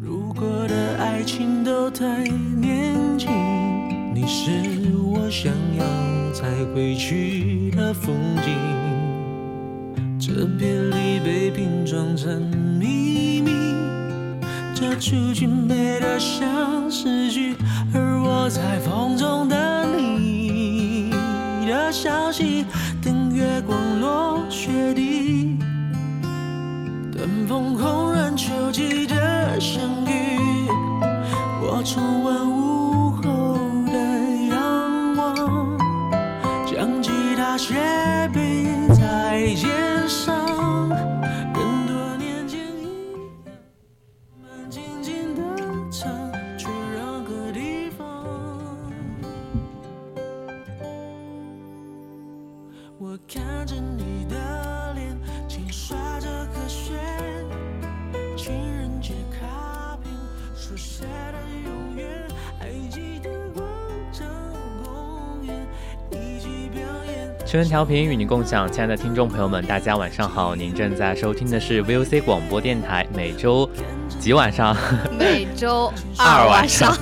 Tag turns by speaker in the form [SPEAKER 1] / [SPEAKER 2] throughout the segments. [SPEAKER 1] 如果的爱情都太年轻，你是我想要再回去的风景。这别离被拼装成秘密，这出剧美得像诗句，而我在风中等你的消息，等月光落雪地。等风红染秋季的相遇，我重温午后的阳光，将吉他斜背在肩上，跟多年前一样，慢静静的唱，去任何地方。我看着你的脸，轻刷着和弦，情人节卡片书写的永远，还记得广场公园一起表演。
[SPEAKER 2] 全文调频与您共享，亲爱的听众朋友们，大家晚上好！您正在收听的是 VOC 广播电台每周几晚上？
[SPEAKER 3] 每周
[SPEAKER 2] 二
[SPEAKER 3] 二
[SPEAKER 2] 晚
[SPEAKER 3] 晚上，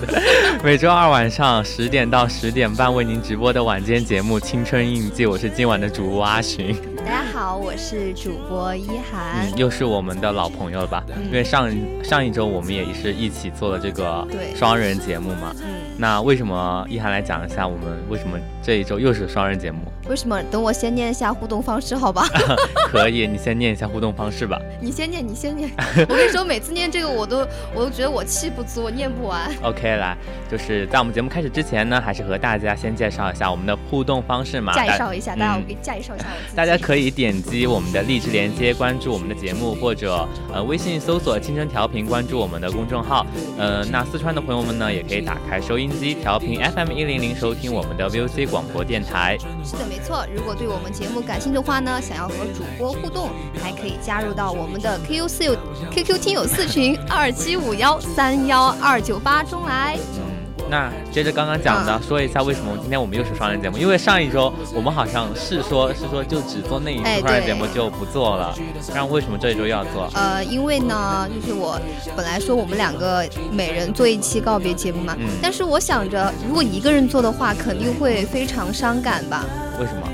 [SPEAKER 2] 每周二晚上十点到十点半为您直播的晚间节目《青春印记》，我是今晚的主播阿寻，
[SPEAKER 3] 大家好，我是主播一涵。
[SPEAKER 2] 嗯，又是我们的老朋友了吧？
[SPEAKER 3] 嗯
[SPEAKER 2] 因为上上一周我们也是一起做了这个
[SPEAKER 3] 对
[SPEAKER 2] 双人节目嘛。
[SPEAKER 3] 嗯，
[SPEAKER 2] 那为什么一涵来讲一下我们为什么这一周又是双人节目？
[SPEAKER 3] 为什么？等我先念一下互动方式，好吧？
[SPEAKER 2] 可以，你先念一下互动方式吧。
[SPEAKER 3] 你先念，你先念。我跟你说，每次念这个，我都我都觉得我气不足，我念不完。
[SPEAKER 2] OK，来，就是在我们节目开始之前呢，还是和大家先介绍一下我们的互动方式嘛。
[SPEAKER 3] 介
[SPEAKER 2] 大
[SPEAKER 3] 绍一下，大家，
[SPEAKER 2] 嗯
[SPEAKER 3] 我给介绍一下我自己。
[SPEAKER 2] 大家可以点击我们的荔枝连接，关注我们的节目，或者呃微信搜索“青春调频”，关注我们的公众号。呃，那四川的朋友们呢，也可以打开收音机调频 FM 一零零，收听我们的 VOC 广播电台。
[SPEAKER 3] 是的，没错。如果对我们节目感兴趣的话呢，想要和主播互动，还可以加入到我们的 QQ 四友 QQ 听友四群二七五幺三幺二九八中来。
[SPEAKER 2] 嗯，那接着刚刚讲
[SPEAKER 3] 嗯
[SPEAKER 2] 的，说一下为什么今天我们又是双人节目？因为上一周我们好像是说是说就只做那一
[SPEAKER 3] 哎
[SPEAKER 2] 次双人
[SPEAKER 3] 对
[SPEAKER 2] 节目就不做了，那为什么这一周又要做？
[SPEAKER 3] 呃，因为呢，就是我本来说我们两个每人做一期告别节目嘛，
[SPEAKER 2] 嗯
[SPEAKER 3] 但是我想着如果一个人做的话，肯定会非常伤感吧。
[SPEAKER 2] 为什么？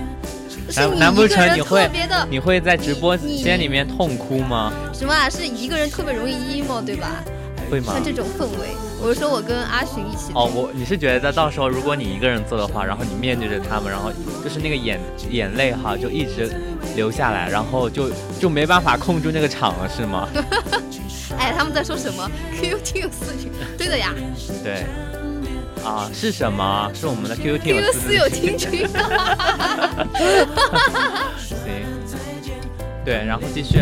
[SPEAKER 3] 是
[SPEAKER 2] 难
[SPEAKER 3] 你
[SPEAKER 2] 难
[SPEAKER 3] 一
[SPEAKER 2] 不
[SPEAKER 3] 个
[SPEAKER 2] 成
[SPEAKER 3] 人
[SPEAKER 2] 你
[SPEAKER 3] 特
[SPEAKER 2] 会
[SPEAKER 3] 别的
[SPEAKER 2] 你会在直播间里面痛哭吗？
[SPEAKER 3] 什么啊？是一个人特别容易 emo 对吧？
[SPEAKER 2] 会吗
[SPEAKER 3] 像？这种氛围，我是说我跟阿寻一起
[SPEAKER 2] 哦，我你是觉得到时候如果你一个人做的话，然后你面对着他们，然后就是那个眼眼泪哈，就一直流下来，然后就就没办法控住那个场了，是吗？
[SPEAKER 3] 哎，他们在说什么？QQ 听友四群，对 的呀
[SPEAKER 2] 对。啊，是什么？是我们的 QQ 听
[SPEAKER 3] ，QQ
[SPEAKER 2] 友
[SPEAKER 3] 四友听 群。
[SPEAKER 2] 行。对，然后继续。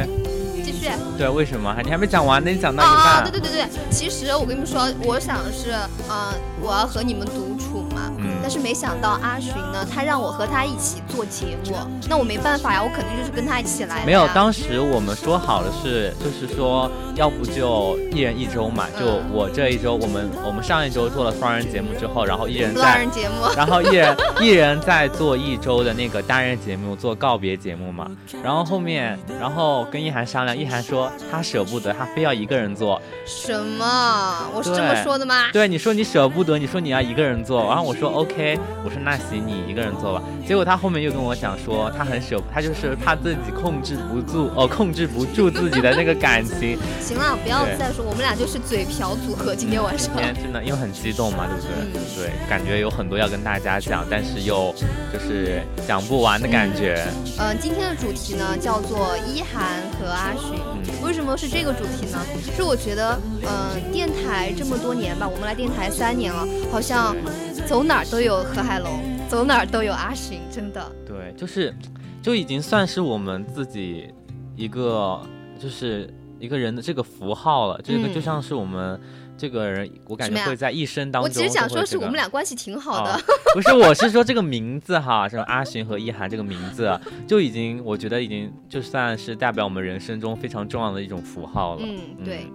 [SPEAKER 3] 继续。
[SPEAKER 2] 对，为什么？还你还没讲完呢，你讲到一
[SPEAKER 3] 啊，
[SPEAKER 2] 半。
[SPEAKER 3] 对对对对，其实我跟你们说，我想是，嗯、我要和你们独处嘛，
[SPEAKER 2] 嗯
[SPEAKER 3] 但是没想到阿寻呢，他让我和他一起做节目，那我没办法呀，我肯定就是跟他一起哎来的呀。
[SPEAKER 2] 没有，当时我们说好的是，就是说，要不就一人一周嘛，就
[SPEAKER 3] 嗯
[SPEAKER 2] 我这一周，我们我们上一周做了双人节目之后，然后一人
[SPEAKER 3] 多少
[SPEAKER 2] 在
[SPEAKER 3] 人，节目，
[SPEAKER 2] 然后一人 一人在做一周的那个单人节目，做告别节目嘛。然后后面，然后跟一涵商量，一涵说他舍不得，他非要一个人做。
[SPEAKER 3] 什么？我是这么
[SPEAKER 2] 对
[SPEAKER 3] 说的吗？
[SPEAKER 2] 对，你说你舍不得，你说你要一个人做，然后我说 OK OK，我说那行你一个人做吧。结果他后面又跟我讲说，他很舍，他就是怕自己控制不住，哦，控制不住自己的那个感情。
[SPEAKER 3] 行了，不要再说，我们俩就是嘴瓢组合，今天晚上
[SPEAKER 2] 嗯今。天真的因为很激动嘛，对不对？对，感觉有很多要跟大家讲，但是又就是讲不完的感觉。
[SPEAKER 3] 呃，今天的主题呢叫做一涵和阿寻。
[SPEAKER 2] 嗯
[SPEAKER 3] 为什么是这个主题呢？是我觉得，呃，电台这么多年吧，我们来电台三年了，好像走哪儿都有何海龙，走哪儿都有阿寻，真的。
[SPEAKER 2] 对，就是就已经算是我们自己一个就是一个人的这个符号了，这个
[SPEAKER 3] 嗯
[SPEAKER 2] 就像是我们这个人，我感
[SPEAKER 3] 什么
[SPEAKER 2] 觉
[SPEAKER 3] 呀
[SPEAKER 2] 会在一生当中
[SPEAKER 3] 我
[SPEAKER 2] 都
[SPEAKER 3] 只
[SPEAKER 2] 会有这个。
[SPEAKER 3] 是想说，是我们俩关系挺好 的。
[SPEAKER 2] 哦不是，我是说这个名字哈，什么阿寻和一涵这个名字，啊就已经我觉得已经就算是代表我们人生中非常重要的一种符号了。
[SPEAKER 3] 嗯，对。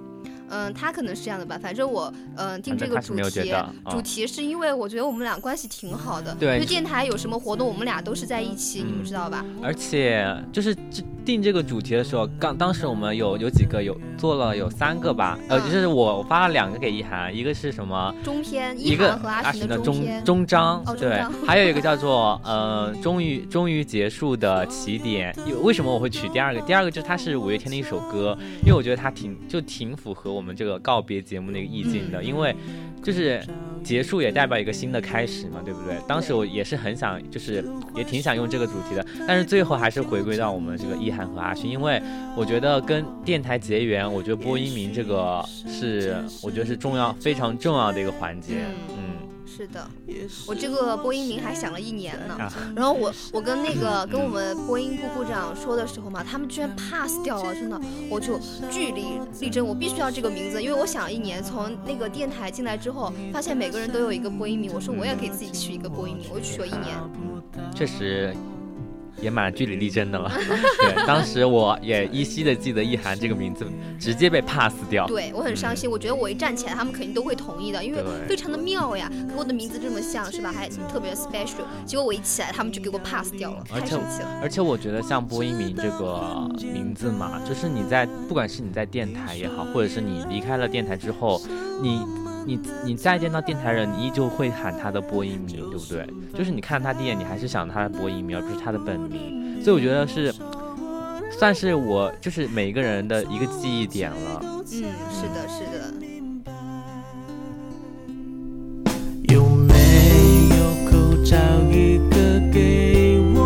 [SPEAKER 3] 嗯，他可能是这样的吧，反正我，嗯、定
[SPEAKER 2] 反
[SPEAKER 3] 这
[SPEAKER 2] 正
[SPEAKER 3] 个
[SPEAKER 2] 他是
[SPEAKER 3] 主
[SPEAKER 2] 没有觉
[SPEAKER 3] 题
[SPEAKER 2] 得，啊
[SPEAKER 3] 主题是因为我觉得我们俩关系挺好的，
[SPEAKER 2] 对
[SPEAKER 3] 就电台有什么活动，我们俩都是在一起，你们
[SPEAKER 2] 嗯
[SPEAKER 3] 知道吧？
[SPEAKER 2] 而且就是制定这个主题的时候，刚当时我们有有几个有做了有三个吧，呃，
[SPEAKER 3] 嗯
[SPEAKER 2] 就是我我发了两个给一涵，一个是什么？
[SPEAKER 3] 中篇
[SPEAKER 2] 一
[SPEAKER 3] 一
[SPEAKER 2] 个
[SPEAKER 3] 涵和阿寻
[SPEAKER 2] 的
[SPEAKER 3] 中
[SPEAKER 2] 终
[SPEAKER 3] 篇，
[SPEAKER 2] 终章，
[SPEAKER 3] 哦终
[SPEAKER 2] 对
[SPEAKER 3] 章，
[SPEAKER 2] 还有一个叫做呃，终于终于结束的起点。有为什么我会取第二个？第二个就是它是五月天的一首歌，因为我觉得它挺就挺符合我们这个告别节目那个意境的，
[SPEAKER 3] 嗯
[SPEAKER 2] 因为就是。结束也代表一个新的开始嘛，对不对？当时我也是很想，就是也挺想用这个主题的，但是最后还是回归到我们这个一涵和阿勋，因为我觉得跟电台结缘，我觉得播音名这个是我觉得是重要非常重要的一个环节，嗯。
[SPEAKER 3] 是的，我这个播音名还想了一年呢。
[SPEAKER 2] 啊
[SPEAKER 3] 然后我我跟那个跟我们播音部部长说的时候嘛，他们居然 pass 掉了，真的，我就据理力争，我必须要这个名字，因为我想一年从那个电台进来之后，发现每个人都有一个播音名，我说我也可以自己取一个播音名，我就取了一年。
[SPEAKER 2] 啊确实也蛮据理力争的了。对，当时我也依稀的记得意涵这个名字直接被 pass 掉。
[SPEAKER 3] 对我很伤心，我觉得我一站起来，他们肯定都会同意的，因为
[SPEAKER 2] 对
[SPEAKER 3] 非常的妙呀，跟我的名字这么像是吧，还特别 special。结果我一起来，他们就给我 pass 掉了，
[SPEAKER 2] 而
[SPEAKER 3] 太
[SPEAKER 2] 且
[SPEAKER 3] 生气了。
[SPEAKER 2] 而且我觉得像播音名这个名字嘛，就是你在不管是你在电台也好，或者是你离开了电台之后，你。你你再见到电台人，你依旧会喊他的播音名，对不对？就是你看他第一眼，你还是想他的播音名，而不是他的本名。所以我觉得是，算是我就是每一个人的一个记忆点了。
[SPEAKER 3] 嗯，是的，是的。
[SPEAKER 4] 有没有口罩一个给我？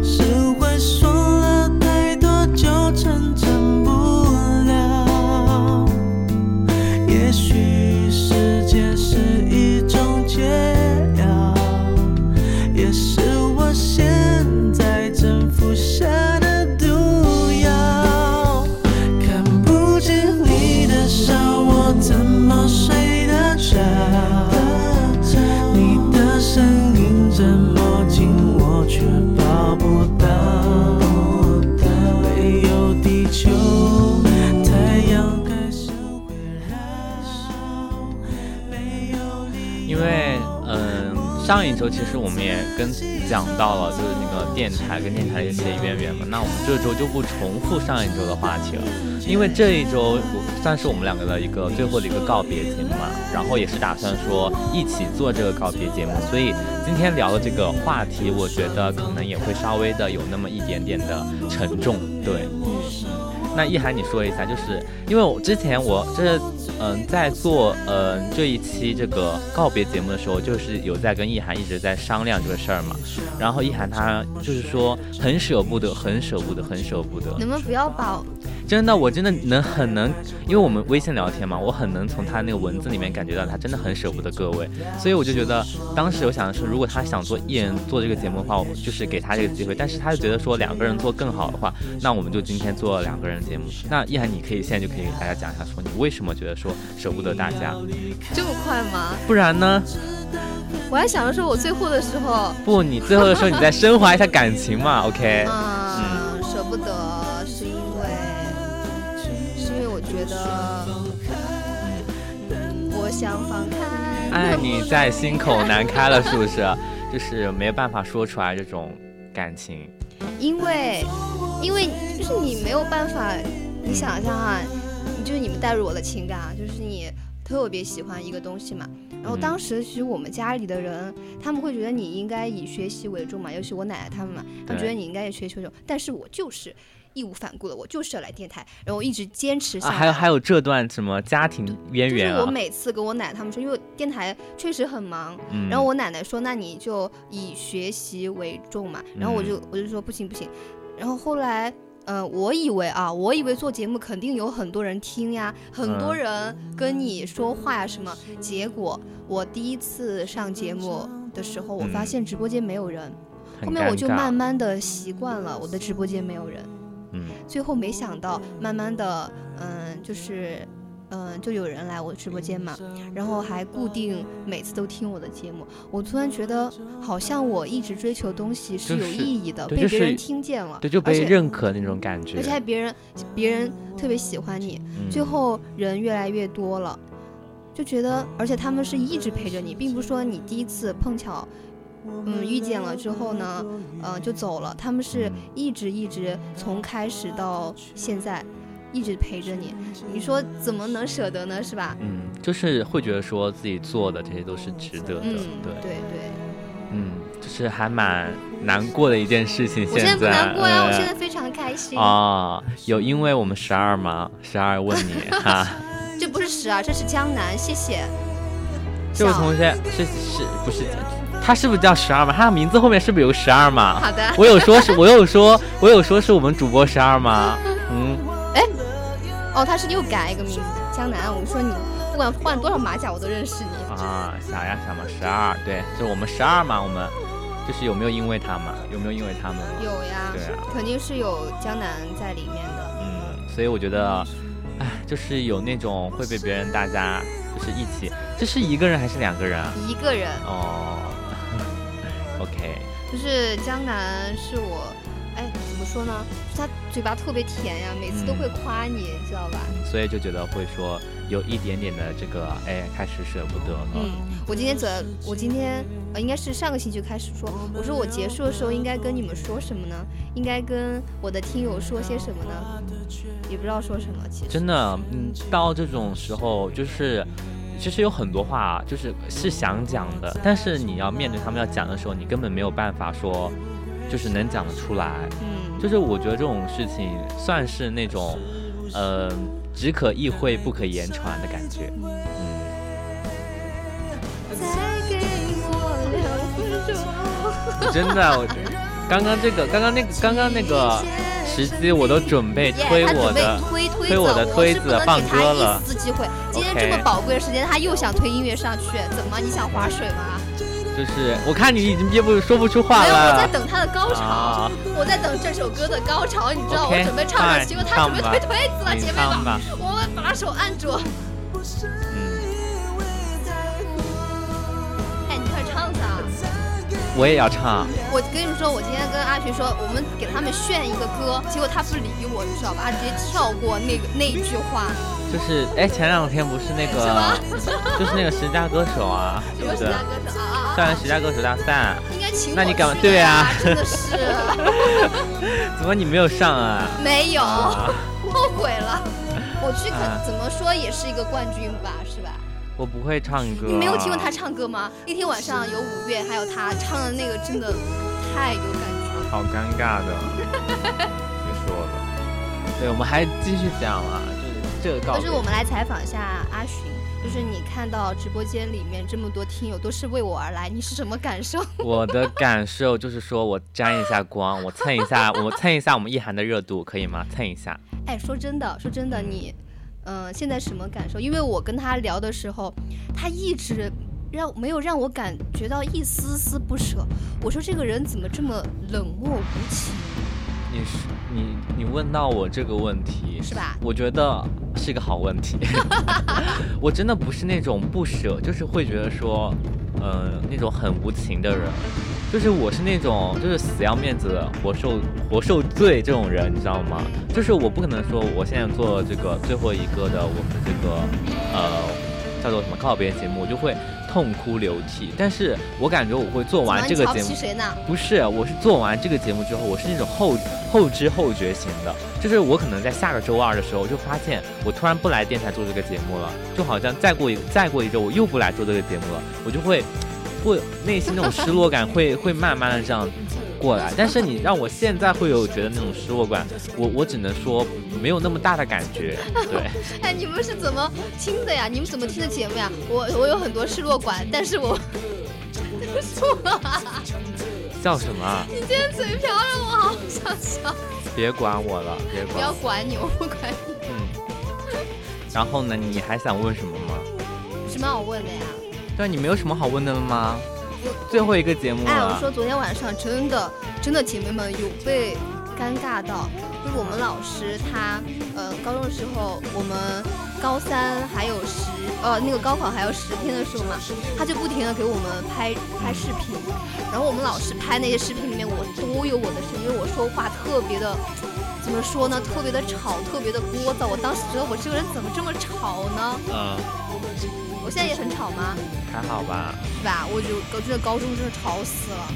[SPEAKER 4] 是会说了太多就成长不了。也许时间是一种解药，也是我现在正服下的毒药。看不见你的笑，我怎么睡得着？你的声音这么近，我却抱不到。没有地球，太阳还是会燃烧。没有理由
[SPEAKER 2] 因为嗯，上一周其实我们也跟讲到了，就是那个电台跟电台的一些渊源嘛。那我们这周就不重复上一周的话题了，因为这一周我算是我们两个的一个最后的一个告别节目嘛，然后也是打算说一起做这个告别节目，所以今天聊的这个话题，我觉得可能也会稍微的有那么一点点的沉重，对。那一涵，你说一下，就是因为我之前我这嗯在做嗯这一期这个告别节目的时候，就是有在跟一涵一直在商量这个事儿嘛。然后一涵他就是说很舍不得，很舍不得，很舍不得。
[SPEAKER 3] 能不能不要把
[SPEAKER 2] 真的，我真的能很能，因为我们微信聊天嘛，我很能从他那个文字里面感觉到他真的很舍不得各位，所以我就觉得当时我想的是，如果他想做一人做这个节目的话，我就是给他这个机会，但是他就觉得说两个人做更好的话，那我们就今天做两个人节目。那一涵，你可以现在就可以给大家讲一下，说你为什么觉得说舍不得大家，
[SPEAKER 3] 这么快吗？
[SPEAKER 2] 不然呢？
[SPEAKER 3] 我还想着说，我最后的时候，
[SPEAKER 2] 不，你最后的时候你再升华一下感情嘛，OK？
[SPEAKER 3] 嗯，舍不得是因为，是因为我觉得，嗯我想放开。
[SPEAKER 2] 爱哎 你在心口难开了，是不是？就是没有办法说出来这种感情。
[SPEAKER 3] 因为，因为就是你没有办法，你想一下哈、你就是你们带入我的情感啊，就是你特别喜欢一个东西嘛。然后当时其实我们家里的人，他们会觉得你应该以学习为重嘛，尤其我奶奶他们嘛，他们觉得你应该以学习为重。但是我就是义无反顾的，我就是要来电台，然后一直坚持下
[SPEAKER 2] 啊，
[SPEAKER 3] 来。
[SPEAKER 2] 还有还有这段什么家庭渊
[SPEAKER 3] 就是
[SPEAKER 2] 源
[SPEAKER 3] 我
[SPEAKER 2] 啊，
[SPEAKER 3] 每次跟我奶奶他们说，因为电台确实很忙，
[SPEAKER 2] 嗯，
[SPEAKER 3] 然后我奶奶说，那你就以学习为重嘛。然后我
[SPEAKER 2] 嗯
[SPEAKER 3] 就我就说不行不行。然后后来，呃，我以为啊，我以为做节目肯定有很多人听呀，很多
[SPEAKER 2] 嗯
[SPEAKER 3] 人跟你说话呀什么。结果我第一次上节目的时候，我发
[SPEAKER 2] 嗯
[SPEAKER 3] 现直播间没有人，
[SPEAKER 2] 很
[SPEAKER 3] 后面我
[SPEAKER 2] 尴
[SPEAKER 3] 就
[SPEAKER 2] 尬
[SPEAKER 3] 慢，慢的习惯了我的直播间没有人。
[SPEAKER 2] 嗯，
[SPEAKER 3] 最后没想到，慢慢的，嗯，就是，嗯，就有人来我直播间嘛，然后还固定每次都听我的节目。我突然觉得，好像我一直追求的东西是
[SPEAKER 2] 就
[SPEAKER 3] 有
[SPEAKER 2] 是
[SPEAKER 3] 意义的，
[SPEAKER 2] 对
[SPEAKER 3] 被
[SPEAKER 2] 就
[SPEAKER 3] 别
[SPEAKER 2] 是
[SPEAKER 3] 人听见了，
[SPEAKER 2] 对，就
[SPEAKER 3] 而
[SPEAKER 2] 被
[SPEAKER 3] 且
[SPEAKER 2] 认可那种感觉，
[SPEAKER 3] 而且还别人别人特别喜欢你，
[SPEAKER 2] 嗯
[SPEAKER 3] 最后人越来越多了，就觉得，而且他们是一直陪着你，并不是说你第一次碰巧，嗯，遇见了之后呢，呃，就走了，他们是一直一直从开始到现在，一直陪着你，你说怎么能舍得呢？是吧？
[SPEAKER 2] 嗯，就是会觉得说自己做的这些都是值得的，
[SPEAKER 3] 嗯，
[SPEAKER 2] 对，
[SPEAKER 3] 对对，
[SPEAKER 2] 嗯，就是还蛮难过的一件事情。
[SPEAKER 3] 我现在不难过呀，
[SPEAKER 2] 嗯
[SPEAKER 3] 我现在非常开心，
[SPEAKER 2] 哦，有因为我们十二吗？十二问 你哈，
[SPEAKER 3] 这不是十啊，这是江南，谢谢。
[SPEAKER 2] 这位
[SPEAKER 3] 笑
[SPEAKER 2] 同学是是不是他是不是叫十二吗？他的名字后面是不是有十二吗？
[SPEAKER 3] 好的，
[SPEAKER 2] 我有说是，我有说，我有说是我们主播十二吗？嗯，
[SPEAKER 3] 哦，他是又改一个名字，江南。啊我说你不管换多少马甲，我都认识你。
[SPEAKER 2] 啊，想呀想嘛，十二，对，就是我们十二嘛，我们就是有没有因为他嘛？有没有因为他们嘛？
[SPEAKER 3] 有呀，
[SPEAKER 2] 对啊
[SPEAKER 3] 肯定是有江南在里面的。
[SPEAKER 2] 嗯，所以我觉得，哎，就是有那种会被别人大家就是一起，这是一个人还是两个人啊？
[SPEAKER 3] 一个人，
[SPEAKER 2] 哦，OK，
[SPEAKER 3] 就是江南是我，哎，怎么说呢？他嘴巴特别甜呀，每次都会夸你，知道吧？
[SPEAKER 2] 所以就觉得会说有一点点的这个，哎，开始舍不得了。
[SPEAKER 3] 嗯，我今天怎，我今天呃，应该是上个星期就开始说，我说我结束的时候应该跟你们说什么呢？应该跟我的听友说些什么呢？也不知道说什么，其实。
[SPEAKER 2] 真的，嗯，到这种时候就是。其实有很多话就是是想讲的，但是你要面对他们要讲的时候，你根本没有办法说，就是能讲得出来。
[SPEAKER 3] 嗯，
[SPEAKER 2] 就是我觉得这种事情算是那种，呃，只可意会不可言传的感觉。嗯，
[SPEAKER 3] 再给我两分钟。
[SPEAKER 2] 真的，我刚刚这个，刚刚那个，刚刚那个时机，我都准备推
[SPEAKER 3] 耶他
[SPEAKER 2] 我
[SPEAKER 3] 准备
[SPEAKER 2] 的。
[SPEAKER 3] 推推
[SPEAKER 2] 推我的推子放歌
[SPEAKER 3] 我是不能给他
[SPEAKER 2] 了
[SPEAKER 3] 一丝机会。今天这么
[SPEAKER 2] OK
[SPEAKER 3] 宝贵的时间，他又想推音乐上去，怎么？你想划水吗？
[SPEAKER 2] 就是我看你已经憋不说不出话
[SPEAKER 3] 没有，我在
[SPEAKER 2] 了。
[SPEAKER 3] 等他的高潮
[SPEAKER 2] 啊，
[SPEAKER 3] 我在等这首歌的高潮，你知道
[SPEAKER 2] OK，
[SPEAKER 3] 我准备唱
[SPEAKER 2] 那
[SPEAKER 3] 着，
[SPEAKER 2] 你
[SPEAKER 3] 结果他准备
[SPEAKER 2] 唱吧
[SPEAKER 3] 推推子了，
[SPEAKER 2] 你
[SPEAKER 3] 姐妹
[SPEAKER 2] 唱
[SPEAKER 3] 们，
[SPEAKER 2] 吧，
[SPEAKER 3] 我们把手按住，
[SPEAKER 2] 嗯，
[SPEAKER 3] 哎，你快唱吧。
[SPEAKER 2] 我也要唱。
[SPEAKER 3] 我跟你说，我今天跟阿群说，我们给他们炫一个歌，结果他不理我，你知道吧？他直接跳过那个那一句话，
[SPEAKER 2] 就是哎，前两天不是那
[SPEAKER 3] 什
[SPEAKER 2] 个， 就是那个十佳歌手啊，
[SPEAKER 3] 什
[SPEAKER 2] 对
[SPEAKER 3] 么
[SPEAKER 2] 不
[SPEAKER 3] 其
[SPEAKER 2] 对？
[SPEAKER 3] 他歌手啊啊啊
[SPEAKER 2] 校园十佳歌手大赛，
[SPEAKER 3] 啊！应该请我
[SPEAKER 2] 那你干嘛
[SPEAKER 3] 去
[SPEAKER 2] 对
[SPEAKER 3] 的
[SPEAKER 2] 啊，
[SPEAKER 3] 呀真的是
[SPEAKER 2] 怎么你没有上啊？
[SPEAKER 3] 没有。
[SPEAKER 2] 啊，
[SPEAKER 3] 后悔了。我去可
[SPEAKER 2] 啊
[SPEAKER 3] 怎么说也是一个冠军吧，是吧？
[SPEAKER 2] 我不会唱歌。
[SPEAKER 3] 你没有听过他唱歌吗？那天晚上有五月，还有他唱的那个，真的太有感觉了。
[SPEAKER 2] 好尴尬 的，别说了。对，我们还继续讲啊，就是这个告
[SPEAKER 3] 但
[SPEAKER 2] 别
[SPEAKER 3] 是我们来采访一下阿寻，就是你看到直播间里面这么多听友都是为我而来，你是什么感受？
[SPEAKER 2] 我的感受就是说，我沾一下光，我蹭一下，我蹭一下我们一涵的热度，可以吗？蹭一下。
[SPEAKER 3] 哎，说真的，说真的，你，嗯、现在什么感受？因为我跟他聊的时候，他一直让没有让我感觉到一丝丝不舍。我说这个人怎么这么冷漠无情，
[SPEAKER 2] 你是你你问到我这个问题，
[SPEAKER 3] 是吧？
[SPEAKER 2] 我觉得是个好问题。我真的不是那种不舍，就是会觉得说，呃，那种很无情的人。就是我是那种就是死要面子活受活受罪这种人，你知道吗？就是我不可能说我现在做这个最后一个的我们这个呃叫做什么告别节目，我就会痛哭流涕。但是我感觉我会做完这
[SPEAKER 3] 怎么
[SPEAKER 2] 个
[SPEAKER 3] 你
[SPEAKER 2] 节目
[SPEAKER 3] 瞧不起，谁呢？
[SPEAKER 2] 不是，我是做完这个节目之后，我是那种后后知后觉型的，就是我可能在下个周二的时候，我就发现我突然不来电台做这个节目了，就好像再过一再过一周我又不来做这个节目了，我就会会内心那种失落感会 会慢慢的这样过来。但是你让我现在会有觉得那种失落感，我我只能说没有那么大的感觉，对。
[SPEAKER 3] 哎，你们是怎么听的呀？你们怎么听的节目呀？我我有很多失落感，但是我对不住了。
[SPEAKER 2] 叫什么啊？
[SPEAKER 3] 你今天嘴瓢让我好想笑，
[SPEAKER 2] 别管我了，别
[SPEAKER 3] 不
[SPEAKER 2] 管
[SPEAKER 3] 要
[SPEAKER 2] 我。
[SPEAKER 3] 管你，我不管你。
[SPEAKER 2] 嗯。然后呢？你还想问什么吗？
[SPEAKER 3] 有什么好问的呀？
[SPEAKER 2] 对，啊你没有什么好问的了吗
[SPEAKER 3] 我？
[SPEAKER 2] 最后一个节目啊
[SPEAKER 3] 哎，我
[SPEAKER 2] 了，
[SPEAKER 3] 说昨天晚上真的真的姐妹们有被尴尬到，就是我们老师他呃高中的时候，我们高三还有十呃那个高考还有十天的时候嘛，他就不停的给我们拍拍视频，然后我们老师拍那些视频里面我都有我的声音，因为我说话特别的。怎么说呢？特别的吵，特别的聒噪。我当时觉得我这个人怎么这么吵呢？
[SPEAKER 2] 嗯，
[SPEAKER 3] 我现在也很吵吗？
[SPEAKER 2] 还好吧，
[SPEAKER 3] 是吧？我就我觉得高中真的吵死了。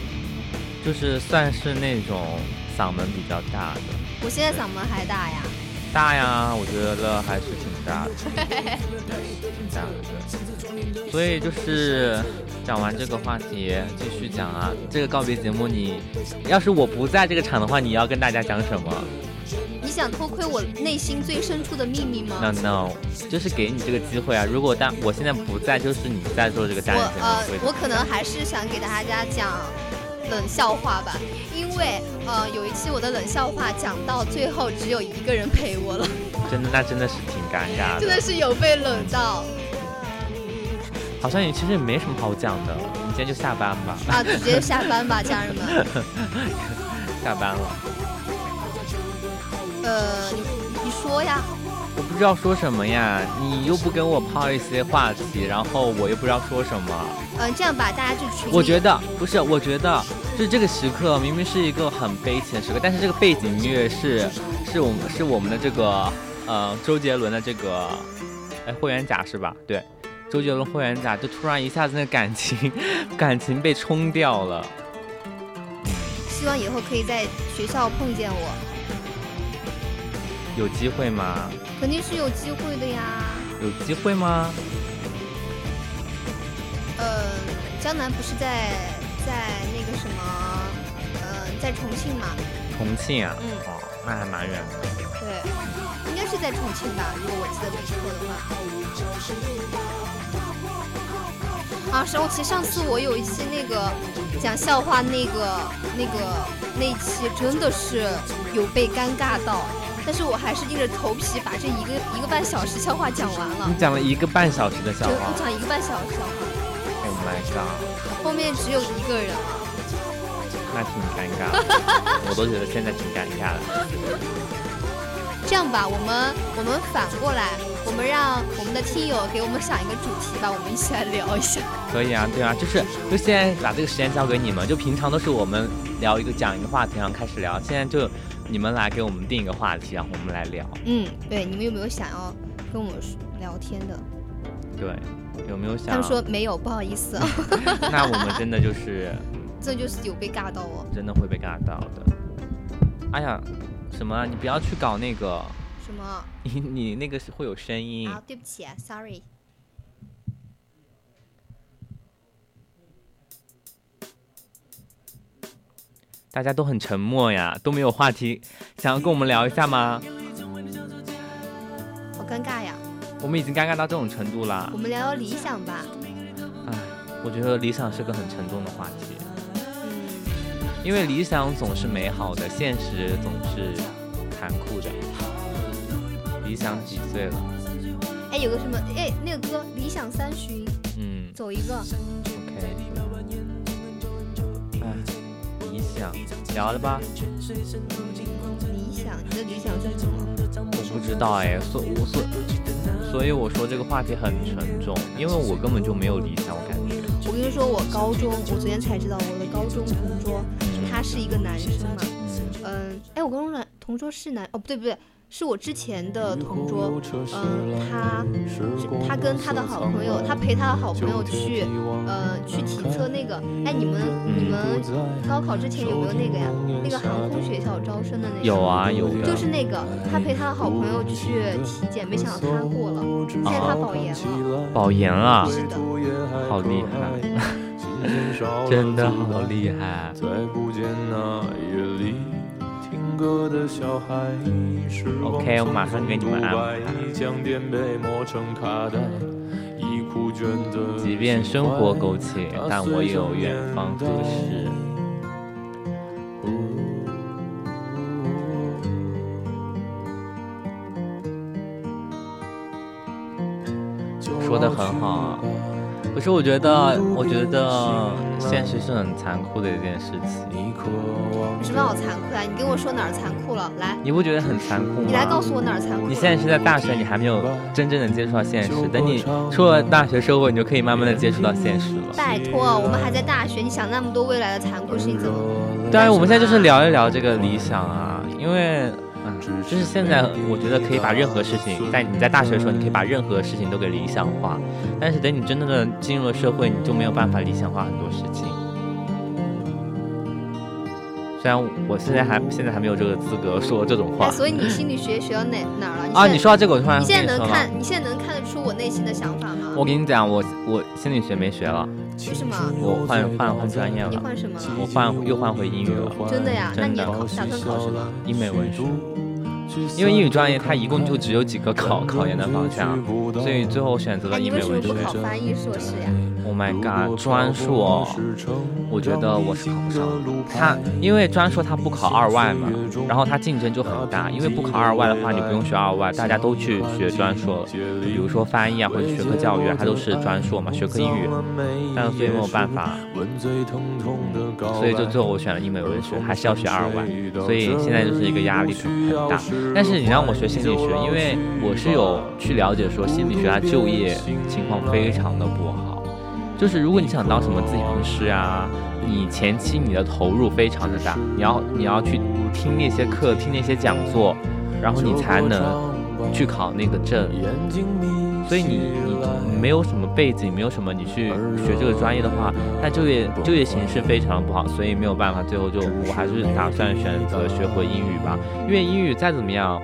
[SPEAKER 2] 就是算是那种嗓门比较大的，
[SPEAKER 3] 我现在嗓门还大呀。
[SPEAKER 2] 大呀，我觉得还是挺大的，对，挺大的。对所以就是讲完这个话题，继续讲啊，这个告别节目你，要是我不在这个场的话，你要跟大家讲什么
[SPEAKER 3] 你想偷窥我内心最深处的秘密
[SPEAKER 2] ？No
[SPEAKER 3] 吗？
[SPEAKER 2] No，就是给你这个机会啊。如果但我现在不在，就是你在做这个
[SPEAKER 3] 我
[SPEAKER 2] 单人节目，
[SPEAKER 3] 呃
[SPEAKER 2] 所以，
[SPEAKER 3] 我可能还是想给大家讲冷笑话吧，因为呃，有一期我的冷笑话讲到最后只有一个人陪我 了，
[SPEAKER 2] 真的那真的是挺尴尬
[SPEAKER 3] 真的是有被冷 到
[SPEAKER 2] 好像也其实也没什么好讲的，你今天就下班吧，
[SPEAKER 3] 啊！直接下班吧，家人们。
[SPEAKER 2] 下班了，
[SPEAKER 3] 呃，你你说呀，
[SPEAKER 2] 我不知道说什么呀，你又不跟我抛一些话题，然后我又不知道说什么。
[SPEAKER 3] 嗯、这样吧，大家就群里
[SPEAKER 2] 我觉得不是，我觉得就这个时刻明明是一个很悲情的时刻，但是这个背景音乐是是我们是我们的这个呃周杰伦的这个哎霍元甲是吧？对，周杰伦霍元甲就突然一下子那感情 感情被冲掉了。
[SPEAKER 3] 希望以后可以在学校碰见我，
[SPEAKER 2] 有机会吗？
[SPEAKER 3] 肯定是有机会的呀。
[SPEAKER 2] 有机会吗？
[SPEAKER 3] 呃，江南不是在在那个什么，呃，在重庆嘛？
[SPEAKER 2] 重庆啊，
[SPEAKER 3] 嗯
[SPEAKER 2] 哦，那还蛮远的。
[SPEAKER 3] 对，应该是在重庆吧，如果我记得没错的话。啊，是我其实上次我有一期那个讲笑话那个那个那一期真的是有被尴尬到，但是我还是硬着头皮把这一个一个半小时笑话讲完了
[SPEAKER 2] 你，讲了一个半小时的笑
[SPEAKER 3] 就
[SPEAKER 2] 话
[SPEAKER 3] 我讲一个半小时笑话，
[SPEAKER 2] ，Oh my god，
[SPEAKER 3] 后面只有一个人了。
[SPEAKER 2] 那挺尴尬的， 我都觉得现在挺尴尬的。
[SPEAKER 3] 这样吧，我们我们反过来，我们让我们的听友给我们想一个主题吧，我们一起来聊一下。
[SPEAKER 2] 可以啊，对啊，就是就现在把这个时间交给你们，就平常都是我们聊一个讲一个话题，然后开始聊，现在就你们来给我们定一个话题，然后我们来聊。
[SPEAKER 3] 嗯，对，你们有没有想要跟我说聊天的？
[SPEAKER 2] 对，有没有想？
[SPEAKER 3] 他们说没有，不好意思啊，
[SPEAKER 2] 那我们真的就是
[SPEAKER 3] 这就是有被尬到哦。
[SPEAKER 2] 真的会被尬到的。哎呀，什么啊？你不要去搞那个，
[SPEAKER 3] 什么啊？
[SPEAKER 2] 你你那个是会有声音。
[SPEAKER 3] 对不起啊，sorry。
[SPEAKER 2] 大家都很沉默呀，都没有话题，想要跟我们聊一下吗？
[SPEAKER 3] 好尴尬呀。
[SPEAKER 2] 我们已经尴尬到这种程度啦
[SPEAKER 3] 我。们聊聊理想吧。
[SPEAKER 2] 唉，我觉得理想是个很沉重的话题，
[SPEAKER 3] 嗯，
[SPEAKER 2] 因为理想总是美好的，现实总是残酷的。理想几岁了？
[SPEAKER 3] 哎，有个什么？哎，那个歌《理想三旬》，
[SPEAKER 2] 嗯
[SPEAKER 3] 走一个。
[SPEAKER 2] ，OK。唉，理想，聊了吧？
[SPEAKER 3] 理想，你的理想是什么？
[SPEAKER 2] 我不知道哎，所我所，所以我说这个话题很沉重，因为我根本就没有理想，我感觉。
[SPEAKER 3] 我跟你说，我高中，我昨天才知道，我的高中同桌，他是一个男生嘛。
[SPEAKER 2] 嗯
[SPEAKER 3] 嗯，哎，我高中男同桌是男，哦，不对不对，是我之前的同桌，嗯、他是他跟他的好朋友，他陪他的好朋友去，呃，去体测那个，哎，你们你们高考之前有没有那个呀？那个航空学校招生的那个？
[SPEAKER 2] 有啊有的，
[SPEAKER 3] 就是那个，他陪他的好朋友去体检，没想到他过了，现在他保研了。
[SPEAKER 2] 保研啊，
[SPEAKER 3] 是的，
[SPEAKER 2] 好厉 害，真的好厉害。OK，我马上给你们安排。即便生活苟且，但我有远方何时？
[SPEAKER 1] 哦
[SPEAKER 2] 说的很好啊，可是我觉得，我觉得现实是很残酷的一件事情。
[SPEAKER 3] 有什么好残酷的、啊？你跟我说哪儿残酷了？来，
[SPEAKER 2] 你不觉得很残酷吗？
[SPEAKER 3] 你来告诉我哪儿残酷？
[SPEAKER 2] 你现在是在大学，你还没有真正的接触到现实。等你出了大学社会，你就可以慢慢的接触到现实了。
[SPEAKER 3] 拜托，我们还在大学，你想那么多未来的残酷事情怎么？
[SPEAKER 2] 对啊，我们现在就是聊一聊这个理想啊，因为。嗯，就是现在，我觉得可以把任何事情，在你在大学的时候，你可以把任何事情都给理想化，但是等你真正的进入了社会，你就没有办法理想化很多事情。虽然我现在还现在还没有这个资格说这种话，哎、
[SPEAKER 3] 所以你心理学学到哪哪儿了？
[SPEAKER 2] 啊，你说到这个，我突然
[SPEAKER 3] 你现在能看，你现在能看得出我内心的想法吗？
[SPEAKER 2] 我跟你讲，我我心理学没学了。
[SPEAKER 3] 为什么？
[SPEAKER 2] 我换换换专业了。
[SPEAKER 3] 你换什么？
[SPEAKER 2] 我换又换回英语了。
[SPEAKER 3] 真的呀？
[SPEAKER 2] 真的
[SPEAKER 3] 那你考打算考什么？
[SPEAKER 2] 英美文学。因为英语专业它一共就只有几个考考研的方向，啊所以最后选择了英美文学。
[SPEAKER 3] 哎、你为什么不考翻译硕士呀
[SPEAKER 2] ？Oh my god，专硕，我觉得我是考不上。它因为专硕它不考二外嘛，然后它竞争就很大。因为不考二外的话，你不用学二外，大家都去学专硕了。比如说翻译啊，或者学科教育啊，它都是专硕嘛，学科英语。但所以没有办法，所以就最后我选了英美文学，还是要学二外。所以现在就是一个压力很大。但是你让我学心理学，因为我是有去了解说心理学它啊就业情况非常的不好，就是如果你想当什么咨询师啊，你前期你的投入非常的大，你要你要去听那些课，听那些讲座，然后你才能去考那个证，所以你你没有什么背景，没有什么你去学这个专业的话，它就业就业形势非常不好，所以没有办法，最后就我还是打算选择学回英语吧，因为英语再怎么样，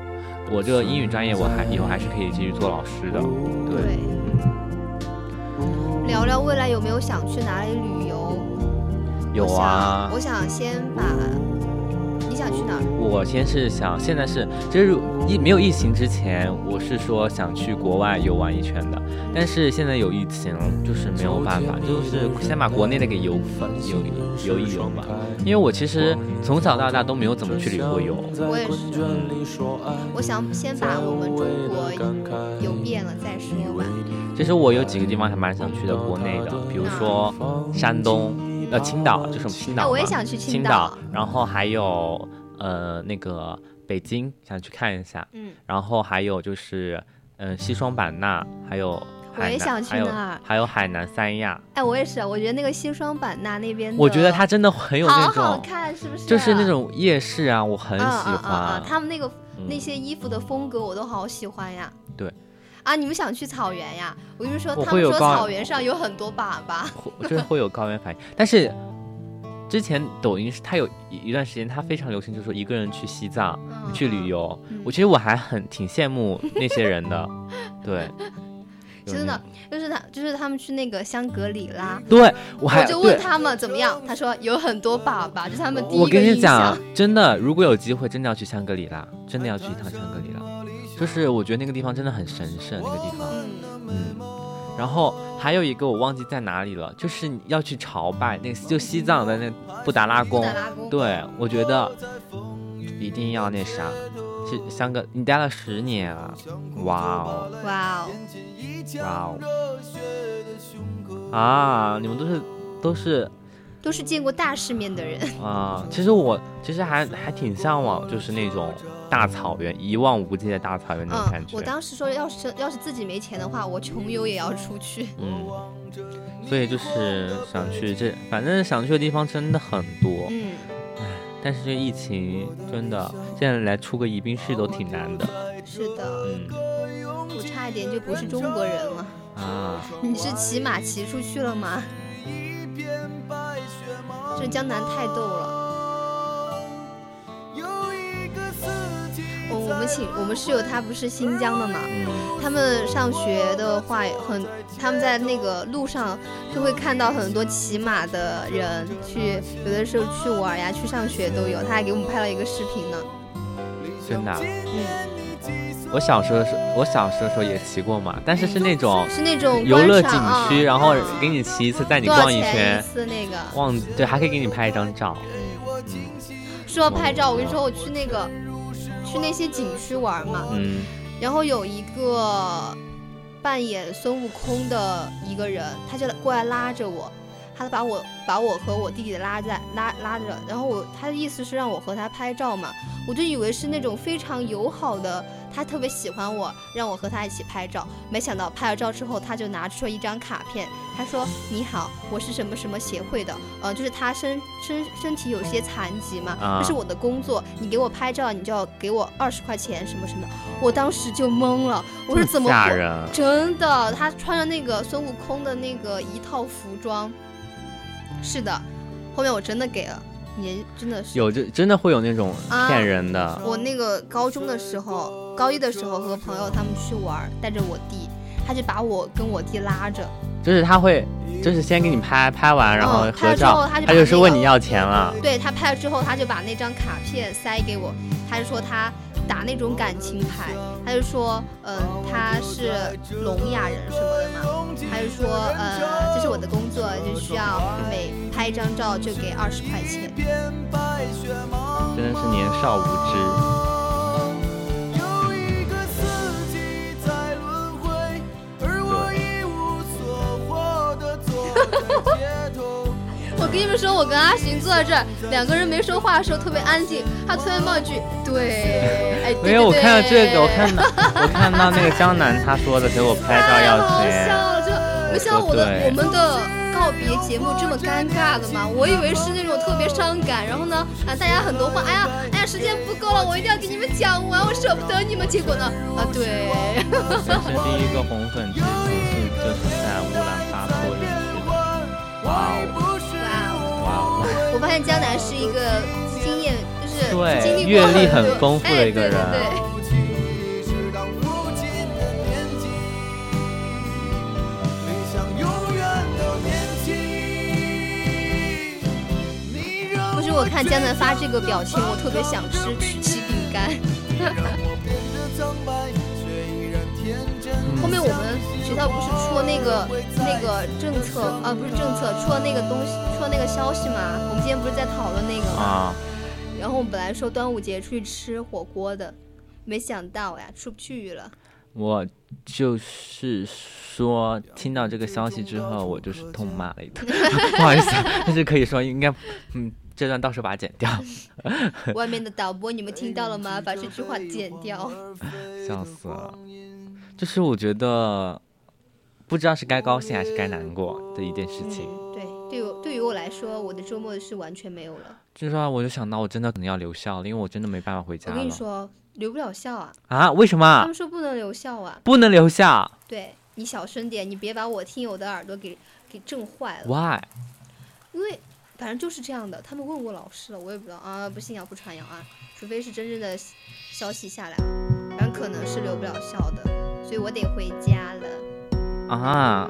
[SPEAKER 2] 我这个英语专业我还以后还是可以继续做老师的。对，
[SPEAKER 3] 聊聊未来有没有想去哪里旅游？
[SPEAKER 2] 有啊，
[SPEAKER 3] 我想先把。你想去哪儿？
[SPEAKER 2] 我先是想，现在是，其实疫没有疫情之前，我是说想去国外游玩一圈的，但是现在有疫情，就是没有办法，就是先把国内的给游粉游游一游吧。因为我其实从小到大都没有怎么去旅过游。
[SPEAKER 3] 我也是，我想先把我们中国游遍了再说吧。
[SPEAKER 2] 其实我有几个地方还蛮想去的，国内的，比如说山东。呃，青岛就是青岛、啊，
[SPEAKER 3] 哎我也想去
[SPEAKER 2] 青
[SPEAKER 3] 岛。
[SPEAKER 2] 然后还有呃那个北京，想去看一下。嗯。然后还有就是嗯、呃、西双版纳，还有
[SPEAKER 3] 我也想去那儿，
[SPEAKER 2] 还有海南三亚。
[SPEAKER 3] 哎，我也是，我觉得那个西双版纳那边，
[SPEAKER 2] 我觉得它真的很有那种，
[SPEAKER 3] 好好看是不是、啊？
[SPEAKER 2] 就是那种夜市啊，我很喜欢。
[SPEAKER 3] 啊、他们那个那些衣服的风格我都好喜欢呀。
[SPEAKER 2] 嗯、对。
[SPEAKER 3] 啊，你们想去草原呀？我跟你说，他们说草原上有很多粑粑，
[SPEAKER 2] 就是会有高原反应。但是之前抖音是它有一段时间，它非常流行，就是说一个人去西藏、嗯、去旅游。嗯、我其实我还很挺羡慕那些人的， 对。
[SPEAKER 3] 嗯真的，就是他，就是他们去那个香格里拉，
[SPEAKER 2] 对我还
[SPEAKER 3] 就问他们怎么样，他说有很多粑粑，就是他们第一
[SPEAKER 2] 我跟你讲，啊真的，如果有机会，真的要去
[SPEAKER 3] 嗯
[SPEAKER 2] 香格里拉，真的要去一趟香格里拉。就是我觉得那个地方真的很神圣，那个地方，嗯，然后还有一个我忘记在哪里了，就是要去朝拜那个，就西藏的那布达拉宫，对，我觉得一定要那啥，是香格，你待了十年啊，哇哦，
[SPEAKER 3] 哇哦，
[SPEAKER 2] 哇哦，啊，你们都是都是。
[SPEAKER 3] 都是见过大世面的人
[SPEAKER 2] 啊！其实我其实还还挺向往，就是那种大草原一望无际的大草原那种感觉。
[SPEAKER 3] 嗯、我当时说，要是要是自己没钱的话，我穷游也要出去。
[SPEAKER 2] 嗯，所以就是想去这，反正想去的地方真的很多。
[SPEAKER 3] 嗯，
[SPEAKER 2] 唉，但是这疫情真的现在来出个宜宾市都挺难的，
[SPEAKER 3] 是的，
[SPEAKER 2] 嗯
[SPEAKER 3] 我差一点就不是中国人了。
[SPEAKER 2] 啊，
[SPEAKER 3] 你是骑马骑出去了吗？这江南太逗了。我哦我们寝我们室友他不是新疆的嘛，
[SPEAKER 2] 嗯
[SPEAKER 3] 他们上学的话很，他们在那个路上就会看到很多骑马的人去，有的时候去玩呀，去上学都有。他还给我们拍了一个视频呢。
[SPEAKER 2] 真的啊。
[SPEAKER 3] 嗯，
[SPEAKER 2] 我小时候的时候，我小时候的时候也骑过马，但是是那种
[SPEAKER 3] 是那种
[SPEAKER 2] 游乐
[SPEAKER 3] 观
[SPEAKER 2] 景
[SPEAKER 3] 赏啊
[SPEAKER 2] 区，然后
[SPEAKER 3] 啊
[SPEAKER 2] 给你骑一次，带你
[SPEAKER 3] 多少
[SPEAKER 2] 逛一
[SPEAKER 3] 钱
[SPEAKER 2] 圈
[SPEAKER 3] 一，次那个？
[SPEAKER 2] 忘对，还可以给你拍一张照。嗯
[SPEAKER 3] 说到拍照，我跟你说，我去那个去那些景区玩嘛，
[SPEAKER 2] 嗯
[SPEAKER 3] 然后有一个扮演孙悟空的一个人，他就过来拉着我，他把我把我和我弟弟拉在拉拉着，然后我他的意思是让我和他拍照嘛，我就以为是那种非常友好的，他特别喜欢我，让我和他一起拍照，没想到拍了照之后，他就拿出了一张卡片，他说：“你好，我是什么什么协会的，呃，就是他身身身体有些残疾嘛，
[SPEAKER 2] 啊
[SPEAKER 3] 这是我的工作，你给我拍照，你就要给我二十块钱什么什么的。”我当时就懵了，我说怎么
[SPEAKER 2] 吓
[SPEAKER 3] 会
[SPEAKER 2] 人？
[SPEAKER 3] 真的，他穿着那个孙悟空的那个一套服装。是的，后面我真的给了，年真的是。
[SPEAKER 2] 有就真的会有那种
[SPEAKER 3] 啊
[SPEAKER 2] 骗人的，
[SPEAKER 3] 我那个高中的时候，高一的时候和朋友他们去玩儿，带着我弟，他就把我跟我弟拉着，
[SPEAKER 2] 就是他会就是先给你拍拍完，然后
[SPEAKER 3] 嗯拍
[SPEAKER 2] 合
[SPEAKER 3] 了之
[SPEAKER 2] 照，
[SPEAKER 3] 后他就把
[SPEAKER 2] 他就是
[SPEAKER 3] 那
[SPEAKER 2] 问
[SPEAKER 3] 个
[SPEAKER 2] 你要钱了。
[SPEAKER 3] 对他拍了之后，他就把那张卡片塞给我，他就说他打那种感情牌，他就说，嗯、他是聋哑人什么的嘛，他就说，呃，这是我的工作，就需要每拍一张照就给二十块钱。嗯
[SPEAKER 2] 真的是年少无知。
[SPEAKER 3] 我跟你们说，我跟阿行坐在这儿，两个人没说话的时候特别安静，他突然冒一句，对，哎，对
[SPEAKER 2] 没有，我
[SPEAKER 3] 对
[SPEAKER 2] 看到这个，我
[SPEAKER 3] 对
[SPEAKER 2] 看 到我看到那个江南他说的给我拍照
[SPEAKER 3] 太
[SPEAKER 2] 要
[SPEAKER 3] 哎好
[SPEAKER 2] 钱，
[SPEAKER 3] 笑了，这没想到我的
[SPEAKER 2] 对
[SPEAKER 3] 我们的告别节目这么尴尬的嘛，我以为是那种特别伤感，然后呢，啊，大家很多话，哎呀，哎呀，时间不够了，我一定要给你们讲完，我舍不得你们，结果呢，啊，对，
[SPEAKER 2] 人生第一个红粉知己是就是在乌兰巴托认识的。哇哦，
[SPEAKER 3] 哇，
[SPEAKER 2] 哇哦，
[SPEAKER 3] 我发现江南是一个经验就是
[SPEAKER 2] 对
[SPEAKER 3] 经历过
[SPEAKER 2] 阅历
[SPEAKER 3] 很多
[SPEAKER 2] 很丰富的一个人
[SPEAKER 3] 哎、对对对不是我看江南发这个表情，我特别想吃曲奇饼干。
[SPEAKER 2] 嗯
[SPEAKER 3] 后面我们学校不是出了那个那个政策啊，不是政策，出了那个东西，出了那个消息嘛？我们今天不是在讨论那个吗？
[SPEAKER 2] 啊，
[SPEAKER 3] 然后我们本来说端午节出去吃火锅的，没想到呀，出不去 了。
[SPEAKER 2] 我就是说，听到这个消息之后，我就是痛骂了一顿，
[SPEAKER 3] 嗯
[SPEAKER 2] 不好意思，但是可以说应该，嗯，这段到时候把它剪掉，
[SPEAKER 3] 外面的导播，你们听到了吗？把这句话剪掉。
[SPEAKER 2] 笑死了。就是我觉得，不知道是该高兴还是该难过的一件事情。
[SPEAKER 3] 对，对我对于我来说，我的周末是完全没有了。
[SPEAKER 2] 就是说，我就想到我真的可能要留校了，因为我真的没办法回家
[SPEAKER 3] 我跟你
[SPEAKER 2] 了
[SPEAKER 3] 说，留不了校啊，
[SPEAKER 2] 啊？为什
[SPEAKER 3] 他
[SPEAKER 2] 么
[SPEAKER 3] 们说不能留校啊。
[SPEAKER 2] 不能留校
[SPEAKER 3] 对你小声点，你别把我听友的耳朵给给震坏了。
[SPEAKER 2] ？Why？
[SPEAKER 3] 因为反正就是这样的，他们问过老师了，我也不知道啊，不信谣不传谣啊，除非是真正的消息下来，反正可能是留不了校的，所以我得回家了。
[SPEAKER 2] 啊，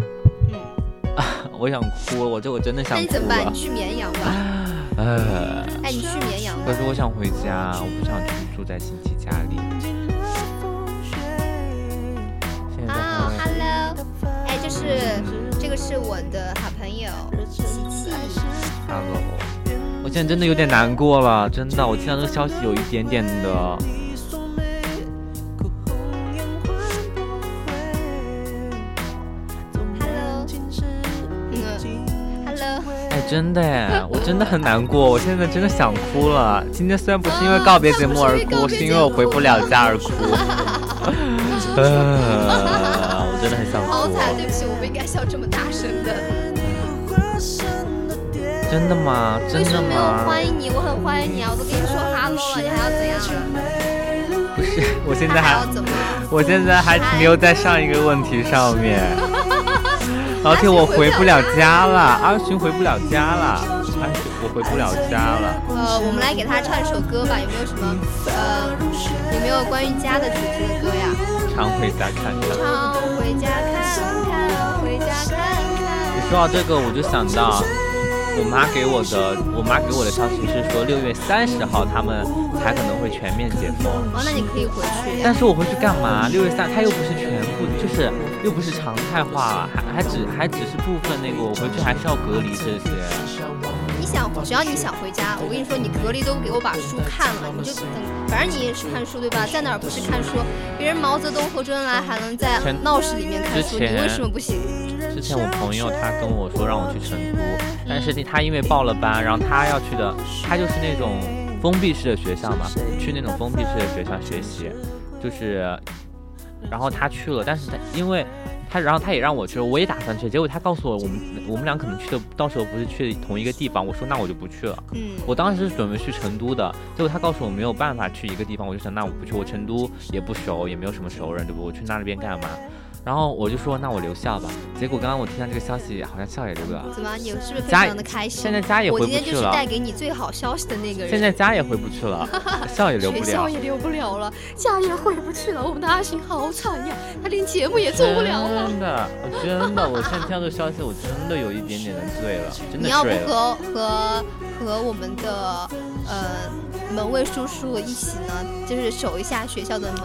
[SPEAKER 3] 嗯，
[SPEAKER 2] 我想哭，我这我真的
[SPEAKER 3] 那
[SPEAKER 2] 想
[SPEAKER 3] 你
[SPEAKER 2] 哭啊
[SPEAKER 3] 怎么办？
[SPEAKER 2] 了
[SPEAKER 3] 你。去绵阳吧，
[SPEAKER 2] 呃，
[SPEAKER 3] 哎，你去绵阳吧
[SPEAKER 2] 可。是我想回家，我不想住在亲戚家里。现在
[SPEAKER 3] 啊、
[SPEAKER 2] 很
[SPEAKER 3] h e l l o 哎，这是这个是我的好朋友琪琪，
[SPEAKER 2] Hello，我现在真的有点难过了，真的，我听到这个消息有一点点的，
[SPEAKER 3] Hello，嗯，Hello，
[SPEAKER 2] 哎，真的哎，我真的很难过，我现在真的想哭了。今天虽然不是因为告别节目而哭，
[SPEAKER 3] 啊
[SPEAKER 2] 是因为我回不了家而哭。
[SPEAKER 3] 嗯
[SPEAKER 2] 呃，我真的很想
[SPEAKER 3] 好
[SPEAKER 2] 哭。
[SPEAKER 3] 惨，对不起，我不应该笑这么大声的。
[SPEAKER 5] 你不化身的蝶
[SPEAKER 2] 真的吗？
[SPEAKER 3] 为
[SPEAKER 2] 真
[SPEAKER 3] 什
[SPEAKER 2] 的
[SPEAKER 3] 么没有
[SPEAKER 2] 吗？
[SPEAKER 3] 欢迎你？我很欢迎你啊！我都跟你说 hello 了，你还要怎样啊？
[SPEAKER 2] 不是，我现
[SPEAKER 3] 他
[SPEAKER 2] 在
[SPEAKER 3] 还
[SPEAKER 2] 还
[SPEAKER 3] 要，怎么样？啊
[SPEAKER 2] 我现在还停留在上一个问题上 面，而且我回不了家了，阿寻回不了家了，阿寻我回不了家了。
[SPEAKER 3] 呃，我们来给他唱一首歌吧，有没有什么呃，有没有关于家的主题的歌呀？
[SPEAKER 2] 常回家看看。
[SPEAKER 3] 唱回家看看，回家看
[SPEAKER 2] 你
[SPEAKER 3] 看。
[SPEAKER 2] 说到这个，我就想到我妈给我的，我妈给我的消息是说六月三十号他们才可能会全面解封。
[SPEAKER 3] 哦，那你可以回去呀
[SPEAKER 2] 但。是我回去干嘛？六月三，它又不是全部，就是又不是常态化，还还只还只是部分那个，我回去还是要隔离这些。
[SPEAKER 3] 你想，只要你想回家，我跟你说，你隔离都给我把书看了，你就等，反正你也是看书对吧？在哪儿不是看书？别人毛泽东和周恩来还能在
[SPEAKER 2] 前
[SPEAKER 3] 闹市里面看书，
[SPEAKER 2] 之
[SPEAKER 3] 你
[SPEAKER 2] 前
[SPEAKER 3] 为什么不行？
[SPEAKER 2] 之前我朋友他跟我说让我去成都，但是他因为报了班，然后他要去的，他就是那种封闭式的学校嘛，去那种封闭式的学校学习，就是，然后他去了，但是他因为他，然后他也让我去，我也打算去，结果他告诉我我们我们俩可能去的到时候不是去同一个地方，我说那我就不去了。
[SPEAKER 3] 嗯，
[SPEAKER 2] 我当时是准备去成都的，结果他告诉我没有办法去一个地方，我就想那我不去，我成都也不熟，也没有什么熟人，对不对？我去那边干嘛？然后我就说那我留校吧。结果刚刚我听到这个消息，好像校也留不了，
[SPEAKER 3] 怎么，你是不是非
[SPEAKER 2] 家
[SPEAKER 3] 常的开心？
[SPEAKER 2] 现在家也
[SPEAKER 3] 我
[SPEAKER 2] 回
[SPEAKER 3] 今
[SPEAKER 2] 不
[SPEAKER 3] 天就
[SPEAKER 2] 去
[SPEAKER 3] 是
[SPEAKER 2] 了，
[SPEAKER 3] 带给你最好消息的那个人。
[SPEAKER 2] 现在家也回不去 了，校也留不
[SPEAKER 3] 学校
[SPEAKER 2] 了。
[SPEAKER 3] 也留不了了，家也回不去了。我们的阿星好惨呀，他连节目也做不了了。
[SPEAKER 2] 真的，我真 的，我现在听到这个消息，我真的有一点点的醉了，真的
[SPEAKER 3] 你要不
[SPEAKER 2] 醉了。
[SPEAKER 3] 和和和我们的呃门卫叔叔一起呢，就是守一下学校的门，